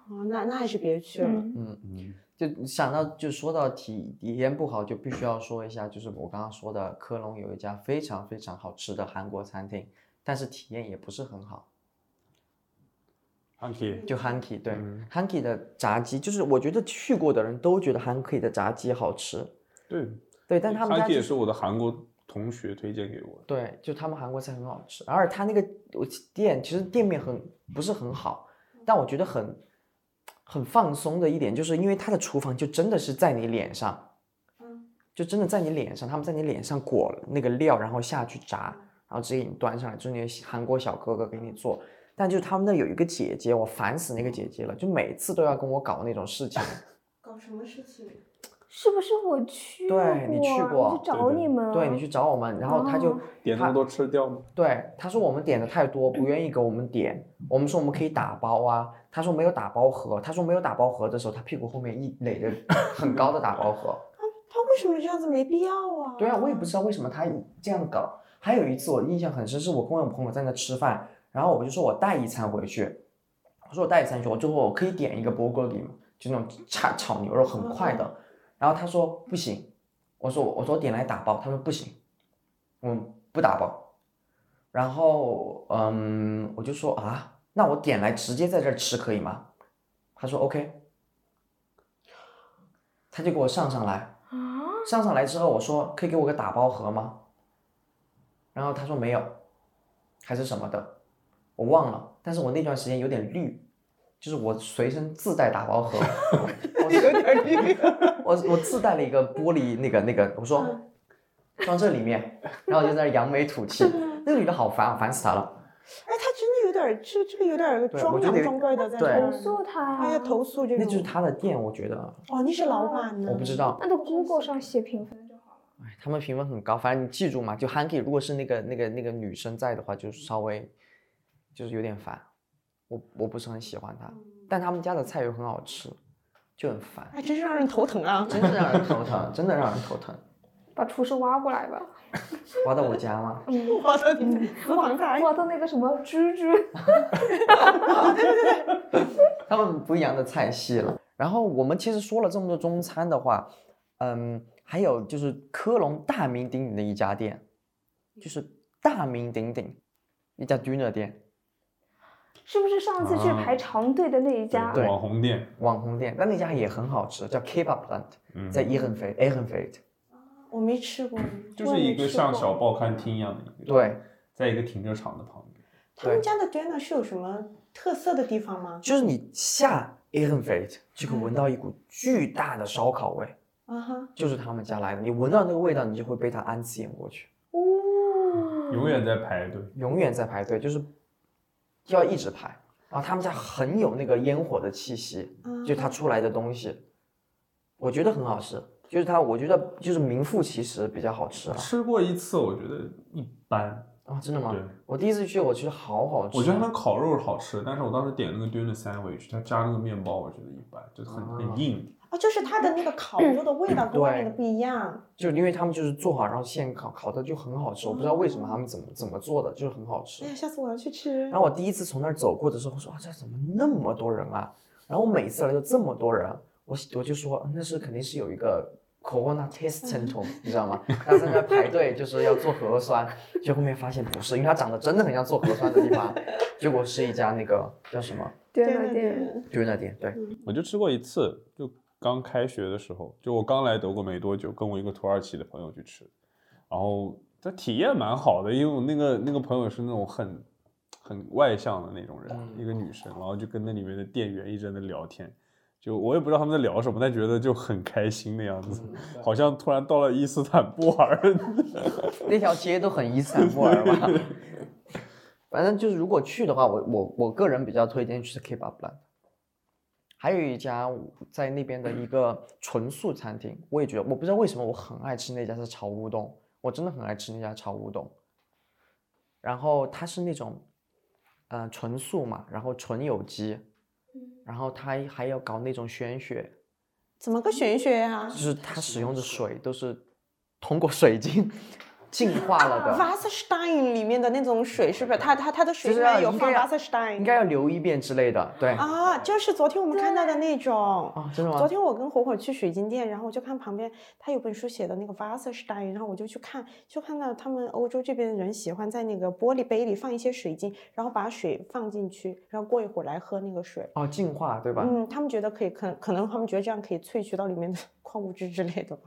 Speaker 6: 哦，那那还是别去了。
Speaker 4: 嗯，
Speaker 5: 嗯，
Speaker 3: 就想到就说到体体验不好，就必须要说一下，就是我刚刚说的科隆有一家非常非常好吃的韩国餐厅，但是体验也不是很好。
Speaker 5: 安 k
Speaker 3: 就 Hanky 对、
Speaker 5: 嗯
Speaker 3: Hanky 的炸鸡，就是我觉得去过的人都觉得 Hanky 的炸鸡好吃，
Speaker 5: 对，
Speaker 3: 对，但他们家
Speaker 5: Hanky 也
Speaker 3: 就是
Speaker 5: 我的韩国同学推荐给我的，
Speaker 3: 对，就他们韩国菜很好吃，而且他那个我店其实店面很不是很好，但我觉得很很放松的一点，就是因为他的厨房就真的是在你脸上，
Speaker 6: 嗯
Speaker 3: 就真的在你脸上，他们在你脸上裹了那个料，然后下去炸，然后直接给你端上来，就是那些韩国小哥哥给你做。但就他们那有一个姐姐，我烦死那个姐姐了，就每次都要跟我搞那种事情。
Speaker 7: 搞什么事
Speaker 6: 啊
Speaker 7: 情？
Speaker 4: 是不是我去啊
Speaker 3: 对你去过
Speaker 4: 我去找
Speaker 5: 对对
Speaker 4: 你们了，
Speaker 3: 对你去找我们，然后他就
Speaker 4: 哦
Speaker 5: 点那么多吃掉吗？
Speaker 3: 对，他说我们点的太多，不愿意给我们点。我们说我们可以打包啊，他说没有打包盒。他说没有打包盒的时候，他屁股后面一垒着 很高的打包盒。
Speaker 6: 他为什么这样子没必要啊？
Speaker 3: 对啊，我也不知道为什么他这样搞。还有一次我印象很深，是我跟我朋友在那吃饭，然后我就说我带一餐回去，我说我带一餐去，我就说我可以点一个 burger 嘛，就那种炒炒牛肉很快的。然后他说不行，我说我说我点来打包，他说不行，我们不打包。然后嗯，我就说啊，那我点来直接在这儿吃可以吗？他说 OK，他就给我上上来。
Speaker 4: 啊，
Speaker 3: 上上来之后，我说可以给我个打包盒吗？然后他说没有，还是什么的，我忘了。但是我那段时间有点绿，就是我随身自带打包盒，我有点绿，我我自带了一个玻璃那个那个，我说装这里面，然后我就在那扬眉吐气。那个女的好烦啊，烦死她了。
Speaker 6: 哎，他真的有点儿，这这个有点儿
Speaker 3: 对
Speaker 6: 装
Speaker 3: 我觉
Speaker 6: 洋
Speaker 3: 得
Speaker 6: 装怪的在这
Speaker 3: 对
Speaker 6: 儿
Speaker 4: 投。诉他呀，
Speaker 6: 他要投诉这
Speaker 3: 那
Speaker 6: 种。
Speaker 3: 就是她的店，我觉得
Speaker 6: 哦，你是老板呢？
Speaker 3: 我不知。道。
Speaker 4: 那在 Google 上写评分就好了。
Speaker 3: 哎，他们评分很高，反正你记住嘛，就 Hanky 如果是那个那个那个女生在的话，就是稍微就是有点烦，我我不是很喜欢她，但他们家的菜又很好吃，就很烦，
Speaker 6: 哎，真是让人头疼啊！
Speaker 3: 真的让人头疼，真的让人头疼。
Speaker 4: 把厨师挖过来吧，
Speaker 3: 挖到我家吗？
Speaker 4: 嗯，
Speaker 6: 我的祠堂菜，
Speaker 4: 挖到那个什么芝芝，
Speaker 3: 他们不一样的菜系了。然后我们其实说了这么多中餐的话，嗯，还有就是科隆大名鼎鼎的一家店，就是大名鼎鼎一家 dinner 店，
Speaker 4: 是不是上次去排长队的那一家？
Speaker 3: 啊对
Speaker 5: 网红店，
Speaker 3: 网红店，但那家也很好吃，叫 Kebab Plant。
Speaker 5: 嗯，
Speaker 3: 在伊很肥 A 很肥，
Speaker 6: 我没吃过。
Speaker 5: 就是一个像小报刊厅一样的一个，，
Speaker 3: 对，
Speaker 5: 在一个停车场的旁边，
Speaker 6: 他们家的 dinner 是有什么特色的地方吗？
Speaker 3: 就是你下 A 很肥就可以闻到一股巨大的烧烤味，
Speaker 6: 啊哈，
Speaker 3: 就是他们家来的。你闻到那个味道，你就会被它安刺眼过去，
Speaker 6: 哦，
Speaker 5: 永远在排队，
Speaker 3: 永远在排队，就是要一直排。然后他们家很有那个烟火的气息，
Speaker 6: 啊
Speaker 3: 就它出来的东西，我觉得很好吃。就是它，我觉得就是名副其实比较好吃啊！
Speaker 5: 吃过一次，我觉得一般，
Speaker 3: 啊，真的吗
Speaker 5: 对？
Speaker 3: 我第一次去，我觉得好好吃啊。
Speaker 5: 我觉得它的烤肉好吃，但是我当时点那个 dinner sandwich，它加那个面包，我觉得一般，就很
Speaker 3: 啊
Speaker 5: 很硬。
Speaker 6: 啊，就是它的那个烤肉的味道跟外
Speaker 3: 嗯
Speaker 6: 面
Speaker 3: 对
Speaker 6: 的不一样。
Speaker 3: 就因为他们就是做好，然后现烤，烤的就很好吃。我不知道为什么他们怎么怎么做的，就是很好吃
Speaker 6: 哎。呀，下次我要去吃
Speaker 3: 然。后我第一次从那儿走过的时候，我说啊，这怎么那么多人啊？然后我每次来就这么多人，我我就说那是肯定是有一个 corona test center，你知道吗？他在那排队就是要做核酸，就后面发现不是，因为它长得真的很像做核酸的地方，结果是一家那个叫什么
Speaker 4: 对
Speaker 6: 对
Speaker 4: 对。
Speaker 6: 对对，
Speaker 3: 就是那店，对，
Speaker 5: 我就吃过一次，就刚开学的时候，就我刚来德国没多久，跟我一个土耳其的朋友去吃，然后他体验蛮好的，因为我那个那个朋友是那种很很外向的那种人，
Speaker 3: 嗯
Speaker 5: 一个女生，然后就跟那里面的店员一直在那聊天，就我也不知道他们在聊什么，但觉得就很开心的样子，
Speaker 3: 嗯
Speaker 5: 好像突然到了伊斯坦布尔。
Speaker 3: 那条街都很伊斯坦布尔嘛。反正就是如果去的话，我我我个人比较推荐去 Kebab Land。还有一家在那边的一个纯素餐厅，我也觉得，我不知道为什么我很爱吃那家是炒乌冬，我真的很爱吃那家炒乌冬。然后它是那种，呃，纯嗯素嘛，然后纯有机，然后它还要搞那种玄学，
Speaker 6: 怎么个玄学啊呀、
Speaker 3: 就是啊它使用的水都是通过水晶 净化了 的。
Speaker 6: Wasserstein 里面的那种水是不是？它它它的水
Speaker 3: 就是
Speaker 6: 里
Speaker 3: 要
Speaker 6: 面有
Speaker 3: 应
Speaker 6: 放
Speaker 3: 该要
Speaker 6: Wasserstein，
Speaker 3: 应该要留一遍之类的，对啊，
Speaker 6: 啊，就是昨天我们看到的那种。哦
Speaker 3: 真的
Speaker 6: 昨
Speaker 3: 吗？
Speaker 6: 天我跟火火去水晶店，然后我就看旁边他有本书写的那个 Wasserstein，然后我就去看，就看到他们欧洲这边的人喜欢在那个玻璃杯里放一些水晶，然后把水放进去，然后过一会儿来喝那个水。
Speaker 3: 哦，净化对吧？
Speaker 6: 嗯，他们觉得可以，可可能他们觉得这样可以萃取到里面的 矿物质之类的吧，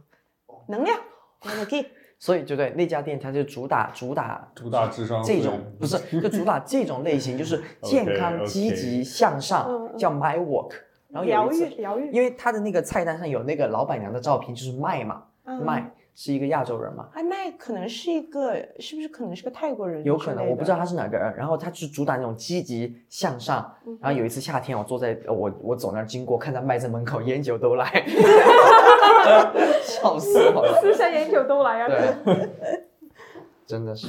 Speaker 3: 哦
Speaker 6: 能量。energy
Speaker 3: 所以就对那家店，它就主打主打
Speaker 5: 主打智商
Speaker 3: 这
Speaker 5: 税
Speaker 3: 种，不是就主打这种类 型，就是健康、
Speaker 5: OK，OK
Speaker 3: 积极向
Speaker 6: 嗯
Speaker 3: 上，
Speaker 6: 嗯
Speaker 3: 叫 My Walk。然后
Speaker 6: 疗
Speaker 3: 有一
Speaker 6: 愈
Speaker 3: 次，
Speaker 6: 疗愈
Speaker 3: 因为它的那个菜单上有那个老板娘的照片，就是麦嘛，麦是一个亚洲人嘛，
Speaker 6: 艾嗯哎麦可能是一个，是不是可能是个泰国人？
Speaker 3: 有可能我不知道。他是哪个人，然后他是主打那种积极向上。然后有一次夏天，我坐在呃我我走那儿经过，看他麦在门口，烟酒都来，笑死我了。
Speaker 4: 四山烟酒都来呀、啊！
Speaker 3: 对，真的是，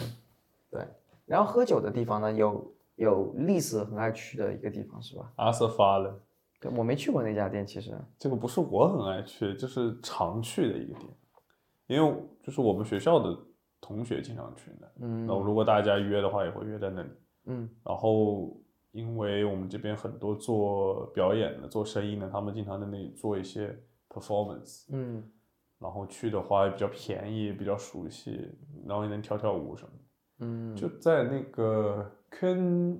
Speaker 3: 对。然后喝酒的地方呢，有有历史很爱去的一个地方是吧？
Speaker 5: 阿瑟发了。
Speaker 3: 对，我没去过那家店，其实
Speaker 5: 这个不是我很爱去，就是常去的一个点，因为就是我们学校的同学经常去的。
Speaker 3: 嗯
Speaker 5: 然后如果大家约的话，也会约在那里。
Speaker 3: 嗯
Speaker 5: 然后，因为我们这边很多做表演的、做生意的，他们经常在那里做一些 performance，
Speaker 3: 嗯，
Speaker 5: 然后去的话也比较便宜，比较熟悉，然后也能跳跳舞什么的。
Speaker 3: 嗯，
Speaker 5: 就在那个 Köln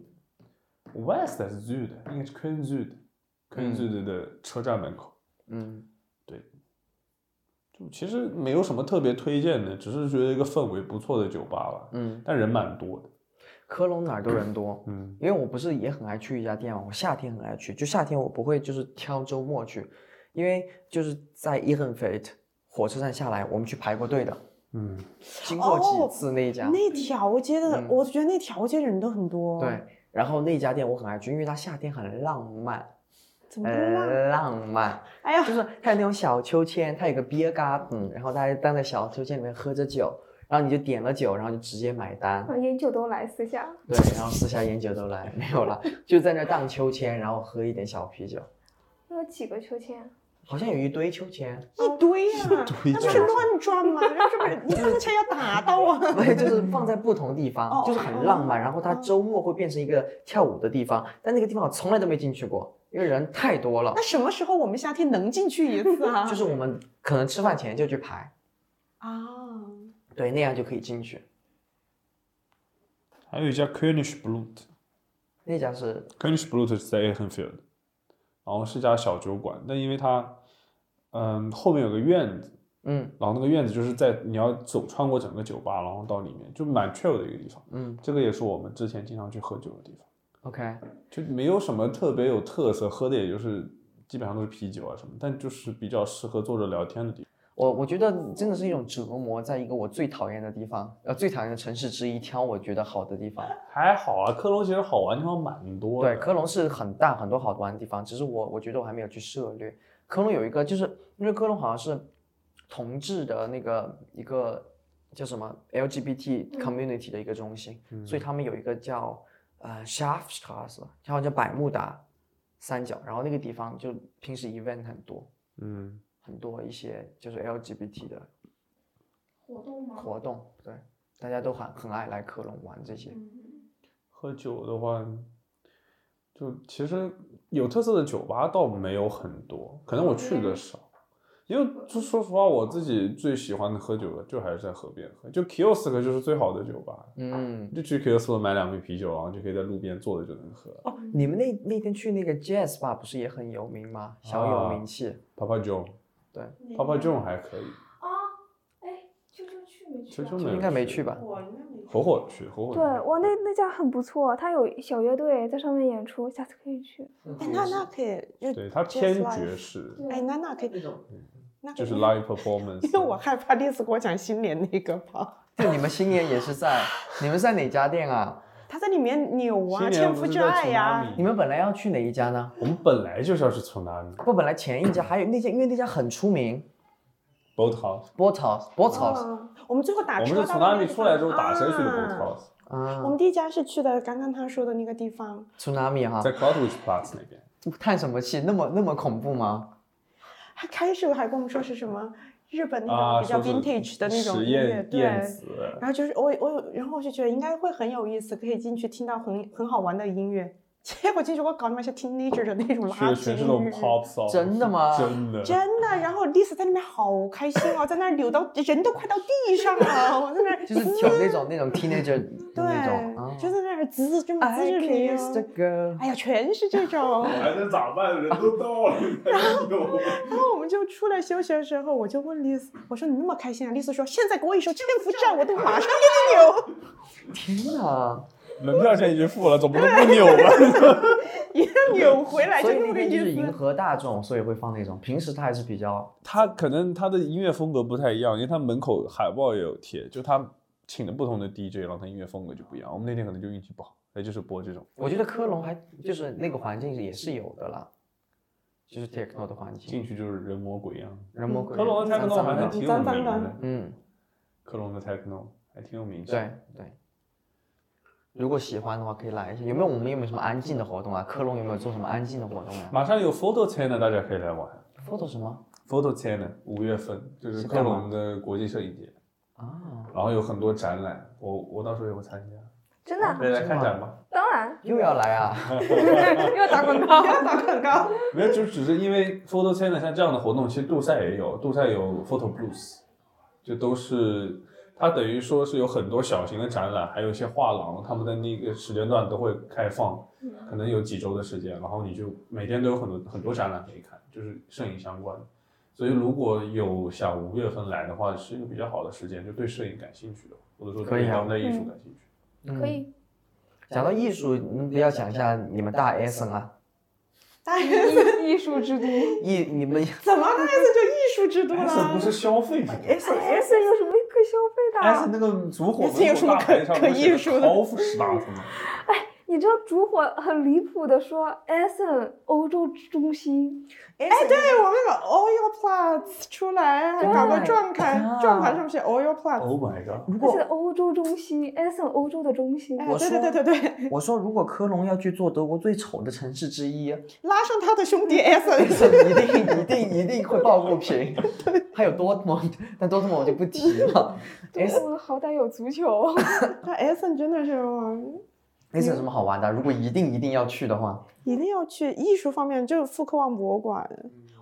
Speaker 5: West 还是 Süd，应该是 Köln Süd，Köln
Speaker 3: 嗯
Speaker 5: Süd 的车站门口。
Speaker 3: 嗯
Speaker 5: 就其实没有什么特别推荐的，只是觉得一个氛围不错的酒吧吧，
Speaker 3: 嗯，
Speaker 5: 但人蛮多的。
Speaker 3: 科隆哪儿都人多。
Speaker 5: 嗯，
Speaker 3: 因为我不是也很爱去一家店嘛，我夏天很爱去，就夏天我不会就是挑周末去，因为就是在伊恩菲特火车站下来，我们去排过队的，
Speaker 5: 嗯，
Speaker 3: 经过几
Speaker 6: 哦
Speaker 3: 次那一家，
Speaker 6: 那条街的，
Speaker 3: 嗯
Speaker 6: 我觉得那条街人都很多。
Speaker 3: 对，，然后那家店我很爱去，因为它夏天很浪漫，
Speaker 6: 怎么
Speaker 3: 很
Speaker 6: 能让？
Speaker 3: 浪漫，
Speaker 6: 哎呀
Speaker 3: 就，是它有那种小秋千，它有个 beer garden，然后大家站在小秋千里面喝着酒，然后你就点了酒，然后就直接买单，
Speaker 4: 啊烟酒都来，私下
Speaker 3: 对，然后私下烟酒都来没有了，就在那儿荡秋千，然后喝一点小啤酒，
Speaker 4: 那有几个秋千？啊
Speaker 3: 好像有一堆秋千。
Speaker 6: 一堆呀、啊，
Speaker 5: 堆
Speaker 6: 那不是乱撞吗？ 那是不是你这个钱要打到啊？
Speaker 3: 对，就是放在不同地方，
Speaker 6: 哦
Speaker 3: 就是很浪漫。
Speaker 6: 哦
Speaker 3: 然后它
Speaker 6: 哦
Speaker 3: 周末会变成一个跳舞的地方，但那个地方我从来都没进去过，因为人太多了
Speaker 6: 那。什么时候我们夏天能进去一次啊？
Speaker 3: 就是我们可能吃饭前就去排，
Speaker 6: 啊，
Speaker 3: 对，那样就可以进去。
Speaker 5: 还有一家 König Blut，König
Speaker 3: 那家是
Speaker 5: Blut 是在 Ehrenfeld，然后是一家小酒馆，但因为它，嗯，后面有个院子，
Speaker 3: 嗯
Speaker 5: 然后那个院子就是在你要走穿过整个酒吧，然后到里面，就蛮 chill 的一个地方。
Speaker 3: 嗯
Speaker 5: 这个也是我们之前经常去喝酒的地方，
Speaker 3: ，OK，
Speaker 5: 就没有什么特别有特色，喝的也就是基本上都是啤酒啊什么，但就是比较适合坐着聊天的地方。
Speaker 3: 我我觉得真的是一种折磨，在一个我最讨厌的地方，呃，最讨厌的城市之一，挑我觉得好的地方。
Speaker 5: 还好啊，科隆其实好玩的地方蛮多的。
Speaker 3: 对，科隆是很大很多好玩的地方，只是我我觉得我还没有去涉猎。科隆有一个，就是因为科隆好像是同志的那个一个叫什么 LGBT community 的一个中心，所以他们有一个叫呃 Schafstraße，然后叫百慕达三角，然后那个地方就平时 event 很多
Speaker 5: 嗯，
Speaker 3: 很多一些就是 LGBT 的
Speaker 7: 活动吗？
Speaker 3: 活动，对，大家都很很爱来科隆玩这些。
Speaker 7: 嗯，
Speaker 5: 喝酒的话，就其实有特色的酒吧倒没有很多，可能我去的少。因为就说实话，我自己最喜欢的喝酒的就还是在河边喝，就 Kiosk 就是最好的酒吧，
Speaker 3: 嗯，
Speaker 5: 就去 Kiosk 买两杯啤酒，然后就可以在路边坐着就能喝。
Speaker 3: 哦，你们那那天去那个 Jazz Bar 不是也很有名吗？小有
Speaker 5: 啊
Speaker 3: 名气。
Speaker 5: Papa John，Papa
Speaker 7: 哪
Speaker 5: John 还可以，
Speaker 7: 啊，哎，秋秋去没去啊？
Speaker 5: 秋秋
Speaker 3: 就
Speaker 5: 没
Speaker 3: 应
Speaker 5: 有
Speaker 3: 该没
Speaker 5: 去
Speaker 3: 去吧？
Speaker 7: 我应该没去。
Speaker 5: 火火去，火火
Speaker 4: 对，
Speaker 5: 去。
Speaker 4: 哇，那那家很不错，它有小乐队在上面演出，下次可以去。
Speaker 6: 哎，那那可以，就
Speaker 5: 对，它
Speaker 6: Just
Speaker 5: 偏
Speaker 6: Life
Speaker 5: 爵士，
Speaker 6: 哎，那那可以，那可
Speaker 5: 就
Speaker 6: 以
Speaker 5: 是 live performance。
Speaker 6: 因为我害怕丽丝给我讲新年那个吧，
Speaker 3: 对，你们新年也是在，你们在哪家店啊？
Speaker 6: 他在里面扭啊，
Speaker 5: 新
Speaker 6: 天
Speaker 5: 年
Speaker 6: 赋
Speaker 5: 不是
Speaker 6: 之
Speaker 5: 在
Speaker 6: 爱呀、
Speaker 5: Tsunami
Speaker 3: 你们本来要去哪一家呢？
Speaker 5: 我们本来就是要去从哪里
Speaker 3: 不，本来前一家还有那家，因为那家很出名
Speaker 5: boat house，
Speaker 3: b o t o s b o t o s
Speaker 6: 啊，我们最后打
Speaker 5: 我们
Speaker 6: 车
Speaker 5: 是
Speaker 6: 到
Speaker 5: 从
Speaker 6: 那
Speaker 5: 哪
Speaker 6: 个
Speaker 5: 里
Speaker 6: 地
Speaker 5: 出来
Speaker 6: 方
Speaker 5: 之后打车去的
Speaker 6: 啊
Speaker 5: boat house，
Speaker 3: 啊
Speaker 6: 我们第一家是去的刚刚他说的那个地方，
Speaker 5: 啊
Speaker 3: ，Tsunami 哈
Speaker 5: 在，Cloudwich Plus 那边。
Speaker 3: 叹什么气？那么那么恐怖吗？
Speaker 6: 他开始还跟我们说是什么日本那
Speaker 5: 啊，
Speaker 6: 种比较
Speaker 5: 说是
Speaker 6: vintage 的那种
Speaker 5: 实
Speaker 6: 音乐，
Speaker 5: 验
Speaker 6: 对。
Speaker 5: 电子，
Speaker 6: 然后就是我我有，然后我就觉得应该会很有意思，可以进去听到很很好玩的音乐。结果进去我搞他妈像 teenager 的那种
Speaker 5: 去
Speaker 6: 垃
Speaker 5: 的
Speaker 6: 圾
Speaker 5: 全是那
Speaker 6: 音
Speaker 5: 种
Speaker 6: 乐。
Speaker 5: pop song，
Speaker 3: 真的吗
Speaker 5: 真 的，
Speaker 6: 真的，然后 Lisa 在那边好开心哦，在那儿扭到人都快到地上了，我在那儿 嗯
Speaker 3: 就是挑那种那种 teenager 的那种啊
Speaker 6: 对，。就在那儿滋这么滋
Speaker 3: I
Speaker 6: 着你
Speaker 3: kissed a
Speaker 6: 哦，
Speaker 3: girl。
Speaker 6: 哎呀，全是 这种。
Speaker 5: 还能咋办？人都到 了，你还扭
Speaker 6: 然后我们就出来休息的时候，我就问丽丝，我说你那么开心啊？丽丝说现在给我一首《战俘战》，我都马上给
Speaker 3: 天哪！
Speaker 5: 门票钱已经付了，总不能不扭吧？
Speaker 6: 你扭，一扭回来就
Speaker 3: 所以那
Speaker 6: 那么个
Speaker 3: 边就是
Speaker 6: 意
Speaker 3: 迎
Speaker 6: 思。
Speaker 3: 合大众，所以会放那种。平时他还是比较
Speaker 5: 他可能他的音乐风格不太一样，因为他门口海报也有贴，就他请的不同的 DJ，然后他音乐风格就不一样。我们那天可能就运气不好，那就是播这种。
Speaker 3: 我觉得科隆还就是那个环境也是有的啦，就是 techno 的环境
Speaker 5: 进，去就是人模鬼样。
Speaker 3: 人模鬼
Speaker 5: 科隆的
Speaker 3: 样
Speaker 5: techno
Speaker 3: 脏脏
Speaker 5: 还
Speaker 3: 的
Speaker 5: 挺有
Speaker 6: 脏脏
Speaker 5: 名
Speaker 6: 的
Speaker 5: 的，
Speaker 3: 嗯，
Speaker 5: 科隆的 techno 还挺有名气。
Speaker 3: 对，对。如果喜欢的话，可以来一下。有没有我们有没有什么安静的活动啊？科隆有没有做什么安静的活动啊呀、
Speaker 5: 马上有 Photo China，大家可以来玩。
Speaker 3: p h o t o 什么
Speaker 5: Photo China 五月份就是
Speaker 3: 是
Speaker 5: 科
Speaker 3: 干嘛
Speaker 5: 隆的国际摄影节，
Speaker 3: 啊？
Speaker 5: 然后有很多展览，我我到时候也会参加。
Speaker 4: 真的，
Speaker 5: 对，来看展吧。
Speaker 4: 当然，
Speaker 3: 又要来啊？
Speaker 4: 又打广告，
Speaker 6: 要打广告，
Speaker 5: 没有，就只是因为 Photo China 像这样的活动，其实杜塞也有，杜塞有 Photo Blues，就都是它等于说是有很多小型的展览，还有一些画廊，他们在那个时间段都会开放，可能有几周的时间，然后你就每天都有很多很多展览可以看，就是摄影相关的。所以如果有想五月份来的话，是一个比较好的时间，就对摄影感兴趣的，或者说
Speaker 3: 可以
Speaker 5: 对
Speaker 3: 啊
Speaker 5: 当代艺术感兴趣。
Speaker 3: 嗯
Speaker 4: 可。以。
Speaker 3: 讲到艺术，你们要讲一下你们大 S 啊，
Speaker 6: 但是
Speaker 4: 艺艺术之都
Speaker 3: 艺你们
Speaker 6: 哎 怎么 S 就艺术之都啊
Speaker 5: 但是哎不
Speaker 6: 了？
Speaker 5: 是消费品。
Speaker 6: 哎
Speaker 4: ，S S 有什么可消
Speaker 6: 啊
Speaker 4: 费
Speaker 5: S
Speaker 4: 的？啊
Speaker 5: 那个烛火，
Speaker 6: S 有什么可可艺术的
Speaker 5: 超富士大夫吗？
Speaker 4: 你知道烛火很离谱的说，Essen 欧洲中心，
Speaker 6: 哎，对我们那个 Oil Plus 出来，还搞个转
Speaker 3: 啊
Speaker 6: 盘，转盘上写 Oil Plus。
Speaker 5: Oh my god！
Speaker 3: 如
Speaker 4: 而
Speaker 3: 果
Speaker 4: 且欧洲中心，Essen 欧洲的中心
Speaker 6: 哎，，
Speaker 3: 我
Speaker 6: 对
Speaker 3: 说
Speaker 6: 对对对对，
Speaker 3: 我说如果科隆要去做德国最丑的城市之一，
Speaker 6: 拉上他的兄弟 S，
Speaker 3: 一定一定一定会抱不 平。还有多特蒙，但多特蒙我就不提了。S
Speaker 4: 我们好歹有足球。
Speaker 6: 那 S 真的是哇
Speaker 3: S 有什么好玩的？如果一定一定要去的话，
Speaker 6: 一定要去艺术方面，就是富科旺博物馆，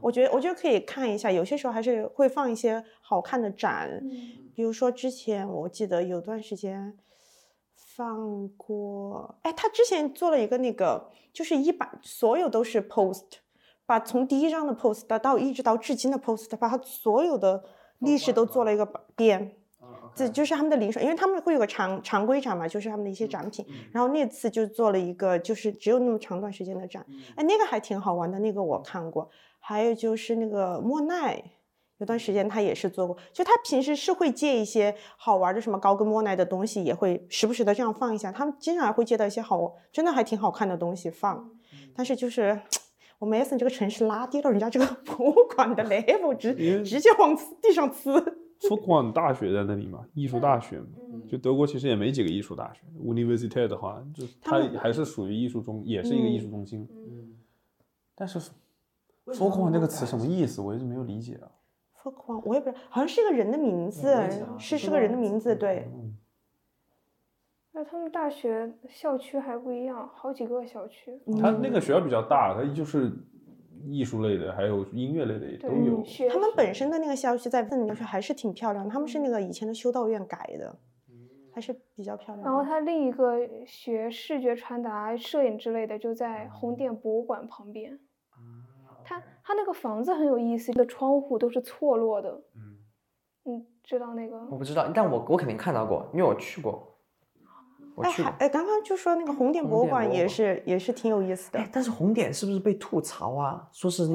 Speaker 6: 我觉得我觉得可以看一下，有些时候还是会放一些好看的
Speaker 4: 嗯
Speaker 6: 展，比如说之前我记得有段时间放过，哎，他之前做了一个那个，就是一把所有都是 post，把从第一张的 post 到一直到至今的 post，把它所有的历史都做了一个遍。这就是他们的零售，因为他们会有个常常规展嘛，就是他们的一些展品。然后那次就做了一个，就是只有那么长段时间的展，哎，那个还挺好玩的，那个我看过。还有就是那个莫奈，有段时间他也是做过，就他平时是会借一些好玩的什么高跟莫奈的东西，也会时不时的这样放一下。他们经常还会借到一些好，真的还挺好看的东西放。但是就是我们 S 这个城市拉低了人家这个博物馆的 level，直直接往地上呲。
Speaker 5: 福广大学在那里嘛，艺术大学嘛，就德国其实也没几个艺术大学。Universität 的话，就
Speaker 6: 他
Speaker 5: 它
Speaker 6: 们
Speaker 5: 还是属于艺术中，也是一个艺术中心。
Speaker 4: 嗯
Speaker 5: 但是“福广”这个词什么意思？我一直没有理解啊。
Speaker 6: 疯狂，我也不知道，好像是个人的名字
Speaker 3: 嗯我也想，啊
Speaker 6: 是
Speaker 3: 不
Speaker 6: 是个人的名字，对。
Speaker 5: 嗯
Speaker 4: 那他们大学校区还不一样，好几个校区。
Speaker 5: 它那个学校比较大，它就是艺术类的，还有音乐类的也都
Speaker 3: 嗯
Speaker 5: 有。
Speaker 4: 学
Speaker 6: 他们本身的那个校区在那里面还是挺漂亮的，他们是那个以前的修道院改的，
Speaker 3: 嗯
Speaker 6: 还是比较漂
Speaker 4: 然后
Speaker 6: 亮的。哎
Speaker 4: 他另一个学视觉传达、摄影之类的，就在红点博物馆旁边。他他那个房子很有意思，的窗户都是错落的。
Speaker 5: 嗯
Speaker 4: 你知道那个？
Speaker 3: 我不知道，但我我肯定看到过，因为我去过，我
Speaker 6: 哎，
Speaker 3: 去
Speaker 6: 还
Speaker 3: 过。嗯
Speaker 6: 哎，刚刚就说那个红点
Speaker 3: 红
Speaker 6: 博物
Speaker 3: 点
Speaker 6: 馆
Speaker 3: 博物
Speaker 6: 也
Speaker 3: 馆
Speaker 6: 是也是挺有 意思的
Speaker 3: 哎，，但是红点是不是被吐槽啊？说是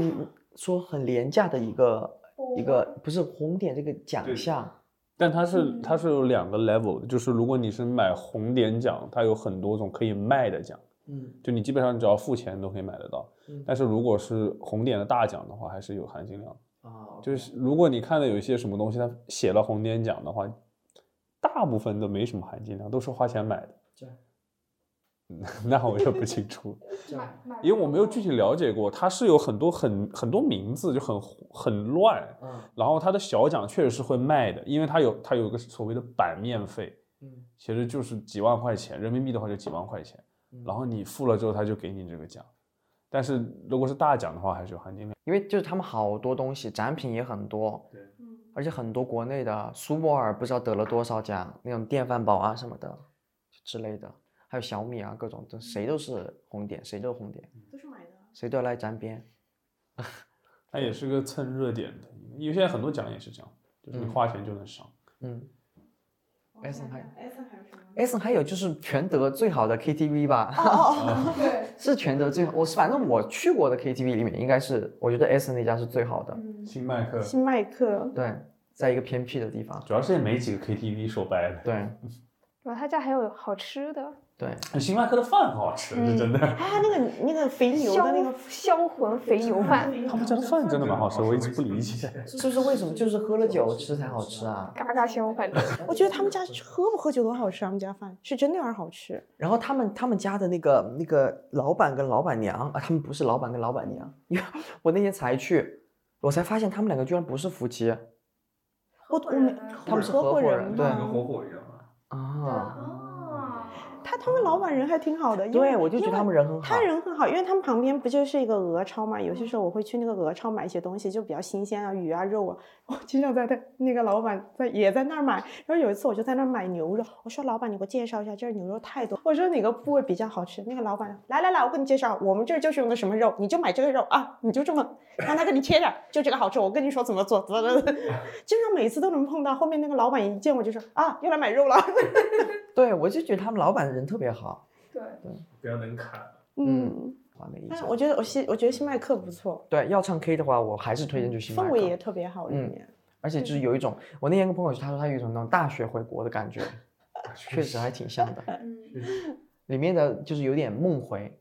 Speaker 3: 说很廉价的一个一个，不是红点这个奖
Speaker 5: 对
Speaker 3: 项，
Speaker 5: 但它是它是有两个 level 的，就是如果你是买红点奖，它有很多种可以卖的奖。
Speaker 3: 嗯，
Speaker 5: 就你基本上只要付钱都可以买得到。
Speaker 3: 嗯
Speaker 5: 但是如果是红点的大奖的话，还是有含金量的。
Speaker 3: 啊
Speaker 5: 就是如果你看到有一些什么东西，它写了红点奖的话，大部分都没什么含金量，都是花钱买的。
Speaker 3: 这样
Speaker 5: 那我也不清楚，
Speaker 3: 这样
Speaker 4: 买买
Speaker 5: 因为我没有具体了解过。它是有很多很很多名字就很很乱，
Speaker 3: 嗯
Speaker 5: 然后它的小奖确实是会卖的，因为它有它有一个所谓的版面费，
Speaker 3: 嗯
Speaker 5: 其实就是几万块钱，人民币的话就几万块钱，
Speaker 3: 嗯
Speaker 5: 然后你付了之后他就给你这个奖，但是如果是大奖的话还是有含金量。
Speaker 3: 因为就是他们好多东西，展品也很多，对，而且很多国内的苏泊尔不知道得了多少奖，那种电饭煲啊什么的之类的，还有小米啊各种，都谁都是红点，谁都是红点，
Speaker 6: 都是买的。
Speaker 3: 谁都要来沾边。
Speaker 5: 它也是个蹭热点的，因为现在很多奖也是这样，就是你
Speaker 3: 嗯
Speaker 5: 花钱就能上。
Speaker 3: 嗯
Speaker 6: 我
Speaker 3: S
Speaker 6: 想
Speaker 3: 还
Speaker 6: 想 S 还有什么？
Speaker 3: ，S 还有就是全德最好的 KTV 吧，
Speaker 6: 哦
Speaker 7: 对，
Speaker 3: 是全德最好，我是反正我去过的 KTV 里面，应该是我觉得 S 那家是最好的。
Speaker 6: 哦，
Speaker 5: 星巴
Speaker 3: 嗯
Speaker 5: 克
Speaker 6: 星 麦克，
Speaker 3: 对，在一个偏僻的地方。
Speaker 5: 主要是也没几个 KTV 说白了，
Speaker 3: 对
Speaker 4: 然后他家还有好吃的，
Speaker 3: 对，
Speaker 5: 星巴克的饭很好吃，是真的。
Speaker 6: 哎，那个那个肥牛
Speaker 4: 销
Speaker 6: 的那个
Speaker 4: 销魂肥牛饭，
Speaker 5: 他们家的饭真的蛮好吃，我一直不理 解。
Speaker 3: 是不是为什么就是喝了酒吃才好吃啊？
Speaker 4: 嘎嘎香，反正
Speaker 6: 我觉得他们家喝不喝酒都好吃，他们家饭是真的有点好吃。
Speaker 3: 然后他们他们家的那个那个老板跟老板娘啊，他们不是老板跟老板娘，因为 我那天才去，我才发现他们两个居然不是夫妻
Speaker 6: 我我没
Speaker 3: 他们是
Speaker 6: 合
Speaker 3: 合
Speaker 6: 伙
Speaker 3: 伙
Speaker 6: 人
Speaker 3: 人
Speaker 6: 嘛
Speaker 3: 对
Speaker 5: 火一样嘛。
Speaker 3: 啊。
Speaker 4: 哦
Speaker 6: 他他们老板人还挺好的，因为
Speaker 3: 对，我就觉得他们。人很
Speaker 6: 因为
Speaker 3: 好。
Speaker 6: 他人很好，因为他们旁边不就是一个俄超嘛？有些时候我会去那个俄超买一些东西，就比较新鲜啊，鱼啊、肉啊。我经常在他那个老板在也在那儿买。然后有一次我就在那儿买牛肉，我说老板你给我介绍一下，这儿牛肉太多，我说哪个部位比较好吃？那个老板来来来，我给你介绍，我们这儿就是用的什么肉，你就买这个肉啊，你就这么让他给你切点儿，就这个好吃。我跟你说怎么做，怎么怎么 怎么经常每次都能碰到。后面那个老板一见我就说啊，又来买肉了。
Speaker 3: 对，我就觉得他们老板人特别好。
Speaker 7: 对，
Speaker 5: 不要能 砍。
Speaker 3: 嗯完美一
Speaker 6: 但
Speaker 3: 家
Speaker 6: 是我觉得我星，我觉得星巴克不错，嗯
Speaker 3: 对，要唱 K 的话，我还是推荐去星巴
Speaker 6: 氛
Speaker 3: 克。
Speaker 6: 围也特别好，里
Speaker 3: 嗯
Speaker 6: 面。
Speaker 3: 而且就是有一种，我那天跟朋友说，他说他有一种那种大学回国的感觉，确实还挺像
Speaker 6: 哎
Speaker 3: 的。 里面的就是有点梦回，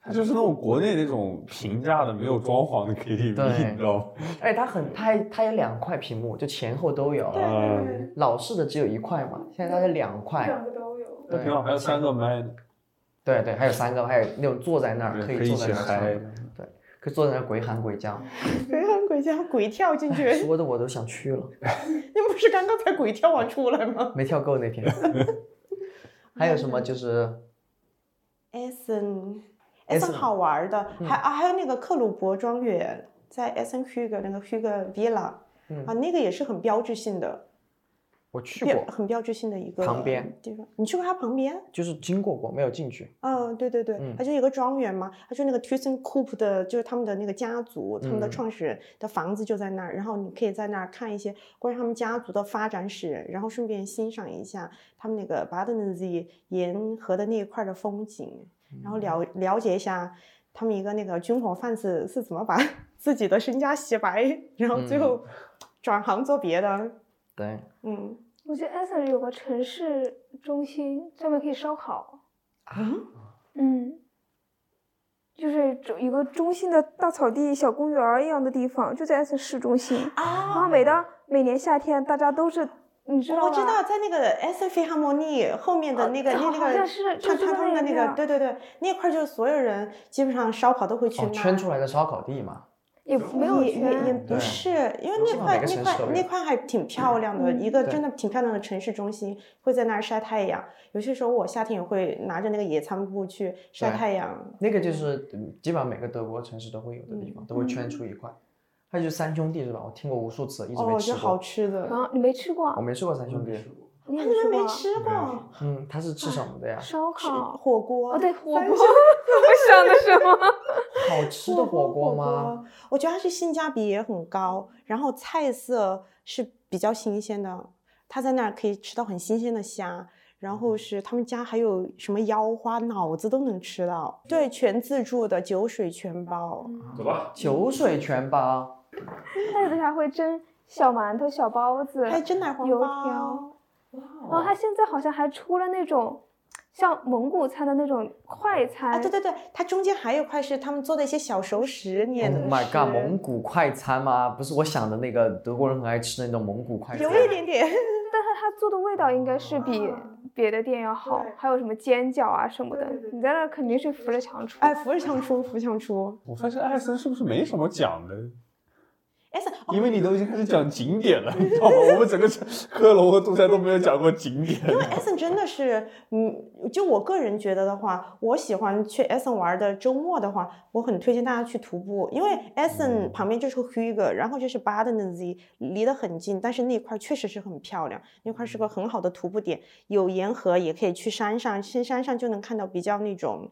Speaker 5: 它就是那种国内那种平价的没有装潢的 KTV，
Speaker 3: 对
Speaker 5: 你知道吗？
Speaker 3: 而且它很，它还它有两块屏幕，就前后都有。
Speaker 6: 对啊对对
Speaker 3: 老式的只有一块嘛，现在它是两块
Speaker 7: 两。个都有。
Speaker 5: 那
Speaker 3: 对
Speaker 5: 挺好，还有三个麦呢，
Speaker 3: 对对，还有三个，还有那种坐在那儿可
Speaker 5: 可
Speaker 3: 以
Speaker 5: 以一
Speaker 3: 坐在
Speaker 5: 起
Speaker 3: 那儿唱
Speaker 5: 嗨。
Speaker 3: 可以坐在那儿鬼喊鬼叫，
Speaker 6: 鬼喊啊鬼叫，鬼跳进去，
Speaker 3: 说的我都想去了，
Speaker 6: 那不是刚刚才鬼跳完出来吗
Speaker 3: 没跳够那 天。还有什么就是
Speaker 6: ？Essen
Speaker 3: Essen
Speaker 6: Essen 好玩儿的，
Speaker 3: 嗯
Speaker 6: 还啊还有那个克鲁伯庄园，在 Essen Hügel 那个 Hügel Villa
Speaker 3: 嗯
Speaker 6: 啊，那个也是很标志性的，
Speaker 3: 我去
Speaker 6: 标
Speaker 3: 过，
Speaker 6: 很标志性的一个
Speaker 3: 旁边
Speaker 6: 地方。你去过它旁边？
Speaker 3: 就是经过过，没有进去。
Speaker 6: 嗯，对对对，
Speaker 3: 嗯
Speaker 6: 它就有个庄园嘛，它就那个 ThyssenKrupp 的，就是他们的那个家族，他们的
Speaker 3: 嗯
Speaker 6: 创始人的房子就在那儿，然后你可以在那儿看一些关于他们家族的发展史，然后顺便欣赏一下他们那个 Badensee 沿河的那一块儿的风景，然
Speaker 3: 嗯
Speaker 6: 后了了解一下他们一个那个军火贩子是怎么把 自己的身家洗白，然后最
Speaker 3: 嗯
Speaker 6: 后 转行做别的，
Speaker 3: 对，
Speaker 6: 嗯
Speaker 4: 我记得 Essen 有个城市中心，专门可以烧烤。
Speaker 6: 啊，
Speaker 4: 嗯，就是中一个中心的大草地、小公园儿一样的地方，就在艾森市中心。
Speaker 6: 啊
Speaker 4: 然后每当每年夏天，大家都是，你知道
Speaker 6: 哦我知
Speaker 4: 吧
Speaker 6: 道，在那个 S F 哈莫尼后面的那个、那
Speaker 4: 好
Speaker 6: 那
Speaker 4: 好
Speaker 6: 个
Speaker 4: 像是就
Speaker 6: 他
Speaker 4: 是
Speaker 6: 他他
Speaker 4: 那
Speaker 6: 们的
Speaker 4: 一
Speaker 6: 那
Speaker 4: 片
Speaker 6: 个
Speaker 4: 儿，
Speaker 6: 对对对，那块儿就是所有人基本上烧烤都会去
Speaker 3: 哦，
Speaker 6: 那
Speaker 3: 圈
Speaker 6: 儿。
Speaker 3: 出来的烧烤地嘛，
Speaker 4: 也没有
Speaker 6: 也也也
Speaker 4: 圈。
Speaker 6: 不
Speaker 3: 对
Speaker 6: 是，因为
Speaker 3: 基本上
Speaker 6: 那块
Speaker 3: 每个
Speaker 6: 那
Speaker 3: 城
Speaker 6: 块
Speaker 3: 市都
Speaker 6: 那
Speaker 3: 有
Speaker 6: 块还挺漂亮
Speaker 4: 嗯
Speaker 6: 的，一个
Speaker 3: 对
Speaker 6: 真的挺漂亮的城市中心，会在那儿晒太阳。有些时候我夏天也会拿着那个野餐布去晒
Speaker 3: 对
Speaker 6: 太阳。
Speaker 3: 那个就是嗯基本上每个德国城市都会有的地
Speaker 6: 嗯
Speaker 3: 方，都会圈出一块。它就是三兄弟是吧？我听过无数次，一直
Speaker 6: 哦
Speaker 3: 没，吃
Speaker 6: 这
Speaker 3: 过。
Speaker 6: 好吃的，
Speaker 4: 啊，你没吃过
Speaker 3: 我
Speaker 4: 啊？
Speaker 3: 没吃过三兄弟，
Speaker 4: 你也
Speaker 6: 啊
Speaker 4: 没
Speaker 6: 你
Speaker 4: 吃过
Speaker 6: 们没
Speaker 4: 啊？
Speaker 6: 吃过
Speaker 3: 嗯，他是吃
Speaker 6: 哎
Speaker 3: 什么的呀？
Speaker 4: 烧
Speaker 6: 吃
Speaker 4: 烤
Speaker 6: 火锅
Speaker 4: 哦，对，火
Speaker 6: 三
Speaker 4: 锅。
Speaker 6: 兄
Speaker 4: 我想的什么？
Speaker 3: 好吃的火锅吗？？
Speaker 6: 我觉得它是性价比也很高，然后菜色是比较新鲜的，他在那儿可以吃到很新鲜的虾。然
Speaker 3: 嗯
Speaker 6: 后是他们家还有什么腰花、脑子都能吃到，对，全自助的，酒水全包。
Speaker 3: 嗯
Speaker 5: 走吧。
Speaker 3: 酒水全包，
Speaker 4: 但是他会蒸小馒头、小包子，
Speaker 6: 还有真奶黄
Speaker 4: 油
Speaker 6: 包
Speaker 4: 条，然
Speaker 6: 哦
Speaker 4: 后他现在好像还出了那种像蒙古餐的那种快餐。
Speaker 6: 啊，对对对，它中间还有一块是他们做的一些小熟食，你也
Speaker 3: Oh
Speaker 6: 能
Speaker 3: my
Speaker 6: 吃
Speaker 3: god，蒙古快餐吗？不是我想的那个德国人很爱吃的那种蒙古快餐
Speaker 6: 有。一点点，
Speaker 4: 但是它做的味道应该是比
Speaker 6: 啊
Speaker 4: 别的店要好
Speaker 6: 对，
Speaker 4: 还有什么煎饺啊什么的
Speaker 6: 对对，对
Speaker 4: 你在那儿肯定是扶着墙出。
Speaker 6: 哎，扶着墙出，扶着墙出。
Speaker 5: 我发现艾森是不是没什么讲的？
Speaker 6: 哎，是哦
Speaker 5: 因为你都已经开始讲景点了，你知道吗？我们整个科隆和杜塞都没有讲过景点。 啊
Speaker 6: 因为 Essen 真的是，嗯，就我个人觉得的话，我喜欢去 Essen 玩的周末的话，我很推荐大家去徒步，因为 Essen 旁边就是 Hüge，然后就是 Baden 的 Z，离得很近，但是那一块确实是很漂亮，那块是个很好的徒步点，有沿河，也可以去山上，去山上就能看到比较那种。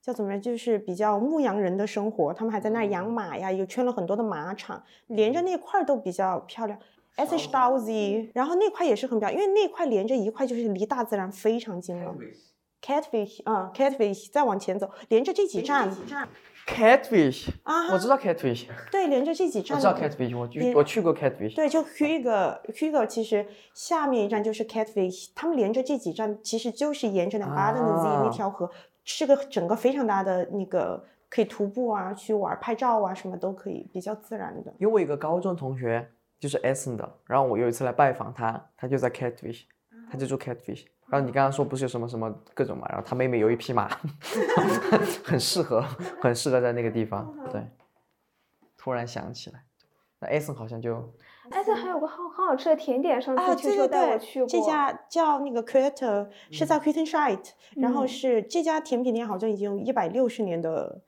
Speaker 6: 叫怎么着，就是比较牧羊人的生活，他们还在那儿养马呀，又圈了很多的马场，连着那块儿都比较漂亮。S H d o w z 然后那块也是很漂亮，因为那块连着一块就是离大自然非常近了。Catfish，啊 c a t f i s h 再往前走，连着这几站
Speaker 3: Catfish，
Speaker 6: 啊哈，
Speaker 3: 我知道 Catfish，
Speaker 6: 对，连着这几
Speaker 3: 我
Speaker 6: 站
Speaker 3: 知
Speaker 6: 的
Speaker 3: 道 Catfish，我去
Speaker 6: 你
Speaker 3: 我去过 Catfish。
Speaker 6: 对，就 Hugo Hugo，其实下面一站就是 Catfish，他们连着这几站其实就是沿着那巴登的 Z
Speaker 3: 啊
Speaker 6: 那条河，是个整个非常大的那个可以徒步啊、去玩、拍照啊什么都可以，比较自然的。
Speaker 3: 因为我有一个高中同学就是 Essen 的，然后我有一次来拜访他，他就在 Catfish，他
Speaker 6: 啊
Speaker 3: 就住 Catfish。然后你刚刚说不是有什么什么各种嘛，然后他妹妹有一 匹马，很适合，很适合在那个地 方。对，突然想起来，那 Essen 好像就
Speaker 4: 哎，这还有个很很好吃的甜点，上
Speaker 6: 啊，
Speaker 4: 次听
Speaker 6: 对
Speaker 4: 说
Speaker 6: 对
Speaker 4: 带我
Speaker 6: 对，
Speaker 4: 去过。
Speaker 6: 这家叫那个 Creator，是
Speaker 3: 嗯
Speaker 6: 在 q u i t t e n s h i t 然后
Speaker 4: 嗯
Speaker 6: 是这家甜品店好像已经有一百六十年的，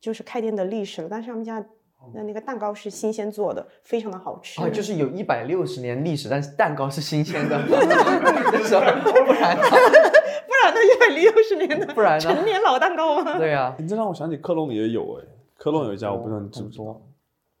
Speaker 6: 就是开店的历史了，但是他们家的那个蛋糕是新鲜做的，非常的好吃。
Speaker 3: 哦，就是有一百六十年历史，但是蛋糕是新鲜的， 就是不然呢
Speaker 6: 不然呢，一百六十年的
Speaker 3: 不然
Speaker 6: 陈
Speaker 3: 呢？
Speaker 6: 年老蛋糕吗？
Speaker 3: 对啊呀、
Speaker 5: 你这让我想起科隆也有哎，科隆有一家我不知道你知不知道
Speaker 3: 嗯多。
Speaker 5: 科隆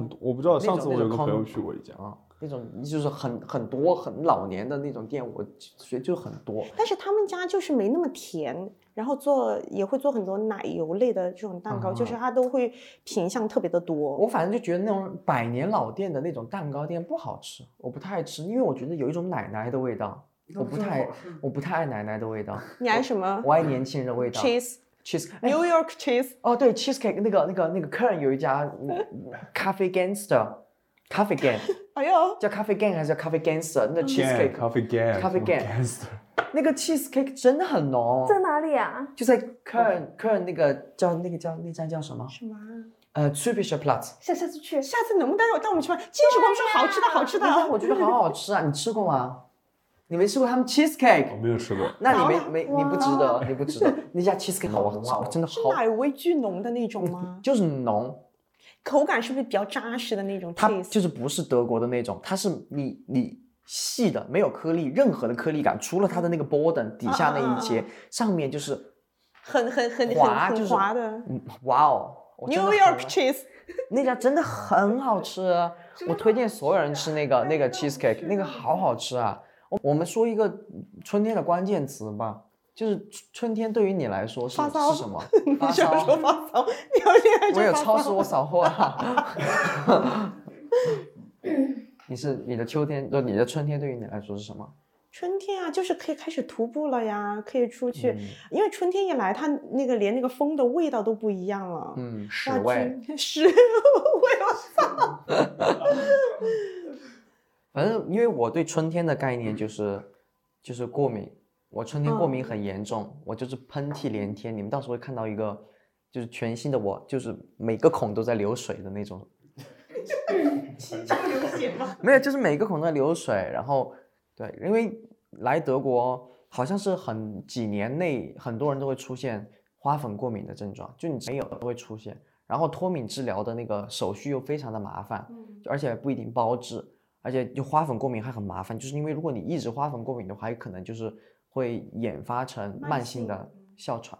Speaker 5: 很多我不知道，
Speaker 3: 那种
Speaker 5: 上次我有个朋
Speaker 3: 那
Speaker 5: 友
Speaker 3: 种
Speaker 5: 去过一家
Speaker 3: 啊、，那种就是很很多很老年的那种店，我觉得就很多。
Speaker 6: 但是他们家就是没那么甜，然后做也会做很多奶油类的这种蛋糕，就是它都会品相特别的多。
Speaker 3: 啊我反正就觉得那种百年老店的那种蛋糕店不好吃，我不太爱吃，因为我觉得有一种奶奶的味道，我不太我不太爱奶奶的味道，
Speaker 6: 你爱什么
Speaker 3: 我爱年轻人的味道。
Speaker 6: ？Cheese
Speaker 3: cheese，哎，
Speaker 6: New York cheese
Speaker 3: 哦对，cheesecake 那个那个那个客人有一家嗯咖啡 gangster，咖啡 gang
Speaker 6: 哎呦，
Speaker 3: 叫咖啡 gang 还是叫咖啡 gangster？那
Speaker 5: Gan，
Speaker 3: cheesecake
Speaker 5: 咖啡 gan，
Speaker 3: 嗯咖啡 Gan
Speaker 5: gangster
Speaker 3: 那个 cheesecake 真的很浓，
Speaker 4: 在哪里啊？
Speaker 3: 就在客人客人那个叫那个叫那站叫什么？
Speaker 6: 什么啊？
Speaker 3: 呃 t r i p i s h Platz。
Speaker 4: 下下次去。
Speaker 6: 下次能不能带我带我们去玩？坚持跟我们说好 吃的好吃的。啊
Speaker 3: 那家我觉得好好吃啊，你吃过吗？你没吃过他们 cheesecake？
Speaker 5: 我没有吃过。
Speaker 3: 那你
Speaker 6: 糟
Speaker 3: 没
Speaker 6: 了
Speaker 3: 没你不值得，你不值 得。那家 cheesecake 好啊好吃，啊真的
Speaker 6: 是
Speaker 3: 好，
Speaker 6: 奶味巨浓的那种吗？
Speaker 3: 就是浓，
Speaker 6: 口感是不是比较扎实的那种
Speaker 3: 它
Speaker 6: cheese？
Speaker 3: 就是不是德国的那种，它是你你细的，没有颗粒，任何的颗粒感，除了它的那个 border 底下那一节，上面就是
Speaker 6: 很很很很
Speaker 3: 滑就
Speaker 6: 很
Speaker 3: 是
Speaker 6: 滑的。
Speaker 3: 嗯哇哦我真的
Speaker 6: New
Speaker 3: 很
Speaker 6: York cheese，
Speaker 3: 那家真的很好 吃，我推荐所有人
Speaker 6: 啊
Speaker 3: 吃那个那个 cheesecake，那个好好吃啊。我我们说一个春天的关键词吧，就是春春天对于你来说是
Speaker 6: 发烧
Speaker 3: 是什 么？
Speaker 6: 你
Speaker 3: 发
Speaker 6: 什么时
Speaker 3: 烧
Speaker 6: 候。发骚？ 你有恋爱就
Speaker 3: 我有
Speaker 6: 发
Speaker 3: 超
Speaker 6: 骚
Speaker 3: 时我扫货啊。 你是你的秋天，就你的春天，对于你来说是什么？
Speaker 6: 春天啊，就是可以开始徒步了呀，可以出去，
Speaker 3: 嗯
Speaker 6: 因为春天一来，它那个连那个风的味道都不一样了。
Speaker 3: 嗯，屎
Speaker 6: 哇
Speaker 3: 味。，
Speaker 6: 真屎味啊！
Speaker 3: 反正因为我对春天的概念就是就是过敏，我春天过敏很严重，我就是喷嚏连天。你们到时候会看到一个就是全新的我，就是每个孔都在流水的那 种。
Speaker 6: 这么流血吗？
Speaker 3: 没有，就是每个孔都在流水，然后对，因为来德国好像是很几年内很多人都会出现花粉过敏的症状，就你没有都会出现，然后脱敏治疗的那个手续又非常的麻烦，
Speaker 6: 嗯
Speaker 3: 就而且不一定包治，而且就花粉过敏还很麻烦，就是因为如果你一直花粉过敏的话，有可能就是会演发成
Speaker 6: 慢
Speaker 3: 慢性
Speaker 6: 性嗯
Speaker 3: 的哮喘，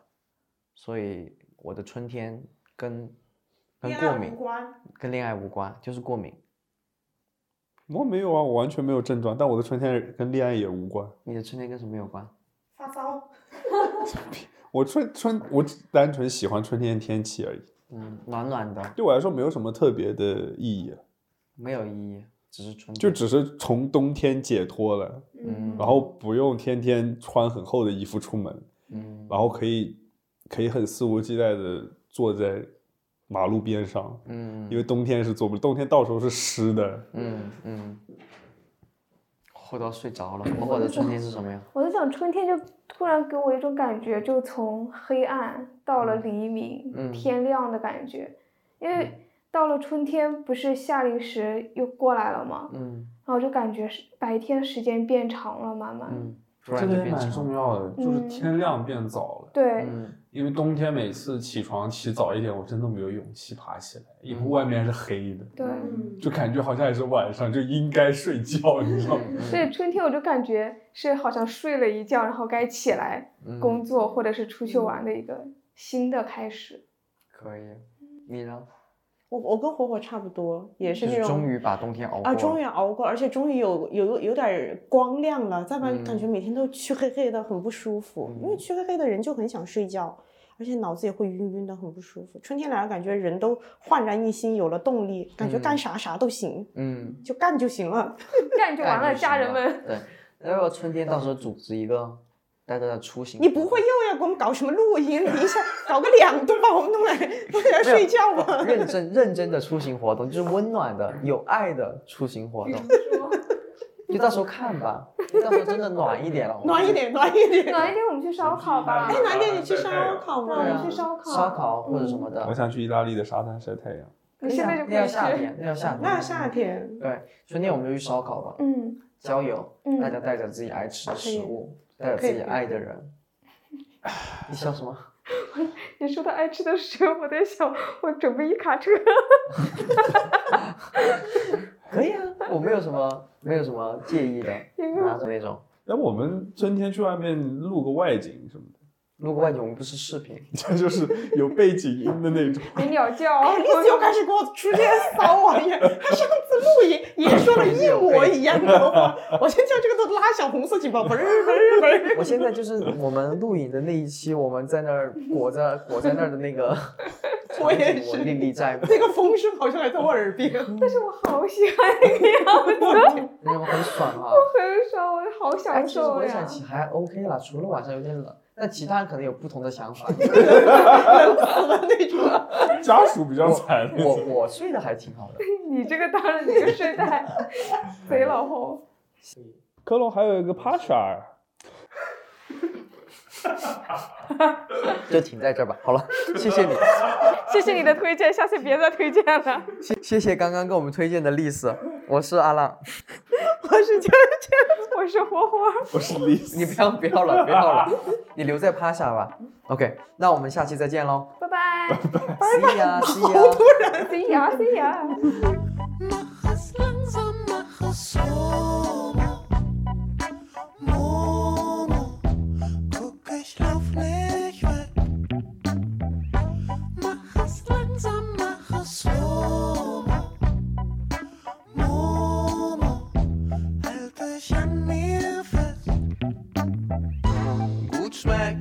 Speaker 3: 所以我的春天跟跟
Speaker 6: 恋爱
Speaker 3: 过
Speaker 6: 无
Speaker 3: 敏
Speaker 6: 关
Speaker 3: 跟恋爱无关，就是过敏。
Speaker 5: 我没有啊，我完全没有症状，但我的春天跟恋爱也无关。
Speaker 3: 你的春天跟什么有关？
Speaker 6: 发骚，
Speaker 5: 我春春，我只单纯喜欢春天的天气而已。
Speaker 3: 嗯，暖暖的，
Speaker 5: 对我来说，没有什么特别的意义，
Speaker 3: 没有意义，只是春
Speaker 5: 就
Speaker 3: 天。
Speaker 5: 只是从冬天解脱了，
Speaker 3: 嗯
Speaker 5: 然后不用天天穿很厚的衣服出门，
Speaker 3: 嗯
Speaker 5: 然后可以可以很肆无忌惮的坐在马路边上，因
Speaker 3: 嗯
Speaker 5: 为冬天是坐不，冬天到时候是湿的。
Speaker 3: 嗯嗯，厚到睡着了。我我的春天是什么呀？
Speaker 4: 我在想，春天就突然给我一种感觉，就从黑暗到了黎明、
Speaker 3: 嗯
Speaker 4: 天亮的感觉。因为到了春天，不是夏令时又过来了吗？
Speaker 3: 嗯
Speaker 4: 然后就感觉是白天时间变长了，慢慢。
Speaker 3: 嗯，突
Speaker 5: 这
Speaker 3: 然
Speaker 5: 个
Speaker 3: 就
Speaker 5: 也
Speaker 3: 变
Speaker 5: 蛮
Speaker 3: 成
Speaker 5: 重
Speaker 3: 了
Speaker 5: 要的，就是
Speaker 4: 嗯
Speaker 5: 天亮变早了。
Speaker 4: 对，
Speaker 3: 嗯
Speaker 5: 因为冬天每次起床起早一点，我真的没有勇气爬起来，因为外面是黑的，
Speaker 4: 嗯对。
Speaker 6: 嗯
Speaker 5: 就感觉好像也是晚上，就应该睡觉，你知道吗？
Speaker 3: 嗯
Speaker 4: 所以春天我就感觉是好像睡了一觉，然后该起来
Speaker 3: 嗯，
Speaker 4: 工作或者是出去玩的一个新的开始。
Speaker 3: 可以。你呢？
Speaker 6: 我我跟火火差不多，也
Speaker 3: 就
Speaker 6: 是那
Speaker 3: 是
Speaker 6: 种
Speaker 3: 终于把冬天熬过
Speaker 6: 啊，终于
Speaker 3: 了
Speaker 6: 熬过，而且终于有有有点儿光亮了，再不然感觉每天都黢黑黑的，很不舒服。因为
Speaker 3: 嗯
Speaker 6: 黢黑黑的人就很想睡觉，而且脑子也会晕晕的，很不舒服。春天来了，感觉人都焕然一新，有了动力，感觉干
Speaker 3: 嗯
Speaker 6: 啥啥都行，
Speaker 3: 嗯。
Speaker 6: 就干就行了。
Speaker 4: 干就完
Speaker 3: 干
Speaker 4: 了，
Speaker 3: 就
Speaker 4: 家
Speaker 3: 行
Speaker 4: 人
Speaker 3: 了
Speaker 4: 们。
Speaker 3: 对，要不要春天到时候组织一个大家的出行？
Speaker 6: 你不会又要给我们搞什么露营？你一下 搞个两顿把我们弄来 弄来睡觉吧？
Speaker 3: 认真认真的出行活动，就是温暖的、有爱的出行活
Speaker 4: 嗯
Speaker 3: 动，就到时候看吧，就到时候真的暖一点了，我们
Speaker 6: 暖一点，暖一 点。
Speaker 4: 哪一天我们去烧烤吧
Speaker 6: 哎，？哪天你去烧烤
Speaker 4: 啊对啊
Speaker 6: 吗？
Speaker 4: 我们去烧烤
Speaker 3: 烧烤或者什么
Speaker 4: 嗯
Speaker 3: 的。
Speaker 5: 我想去意大利的沙滩晒太阳。
Speaker 4: 你现在就
Speaker 3: 那要夏
Speaker 4: 可以啊
Speaker 3: 天，
Speaker 4: 去。
Speaker 3: 那要夏天，
Speaker 6: 那夏天
Speaker 3: 对，春天我们就去烧烤吧，
Speaker 4: 嗯
Speaker 3: 郊游，
Speaker 4: 嗯
Speaker 3: 大家带着自己爱吃的食物，带着
Speaker 6: 可以
Speaker 3: 自己爱的人。你笑什么？
Speaker 4: 你说到爱吃的食物，我在想，我准备一卡 车。
Speaker 3: 可以啊，我没有什么，没有什么介意的，拿着那种。
Speaker 5: 那哎我们春天去外面录个外景什么的，
Speaker 3: 如果外景我们不是视频，
Speaker 5: 这就是有背景音的那种。
Speaker 4: 有鸟叫。
Speaker 6: 哎，栗子又开始给我出现骚玩意儿。 他上次露营也说了一模一样的话，我现在这个都拉小红色警报，不是不是不是。
Speaker 3: 我现在就是我们录影的那一期，我们在那儿裹在裹在那儿的那个场景，
Speaker 6: 我也
Speaker 3: 我
Speaker 6: 是
Speaker 3: 历历在目，
Speaker 6: 那个风声好像还在我耳边，
Speaker 4: 但是我好喜欢那个样子，
Speaker 3: 那种很爽啊。
Speaker 4: 很爽，我好
Speaker 3: 哎，
Speaker 4: 享
Speaker 3: 其实
Speaker 4: 受
Speaker 3: 回
Speaker 4: 呀
Speaker 3: 想。起还 OK 啦，除了晚上有点冷，但其他人可能有不同的想法。
Speaker 6: 那种
Speaker 5: 家属比较惨，
Speaker 3: 我 我睡得还挺好的，
Speaker 4: 你这个当然，你这个睡袋贼老 厚。
Speaker 5: 科隆还有一个帕沙尔，
Speaker 3: 就停在这儿吧。好了，谢谢你，
Speaker 4: 谢谢你的推荐，下次别再推荐了。
Speaker 3: 谢谢谢刚刚给我们推荐的丽丝，我是阿浪，
Speaker 4: 我是秋秋，我是火火。
Speaker 5: 我是丽丝。
Speaker 3: 你不要不要了不要了，你留在趴下吧。OK，那我们下期再见喽
Speaker 4: 拜拜。
Speaker 3: ，See ya，See ya。
Speaker 4: See ya, see ya.
Speaker 2: Mach es langsam, mach es so.
Speaker 1: Momo, guck, ich lauf nicht weg.
Speaker 2: Mach es langsam, mach es so.
Speaker 1: Momo, halt dich an mir fest. Gut schmeckt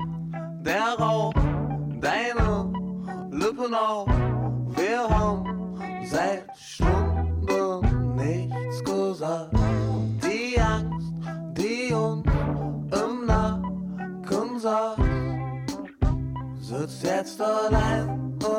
Speaker 1: der Rauch, deine Lippen auf. Wir haben seit Stunden nichts gesagt. Die Angst, die uns im Nacken sagt, sitzt jetzt allein halt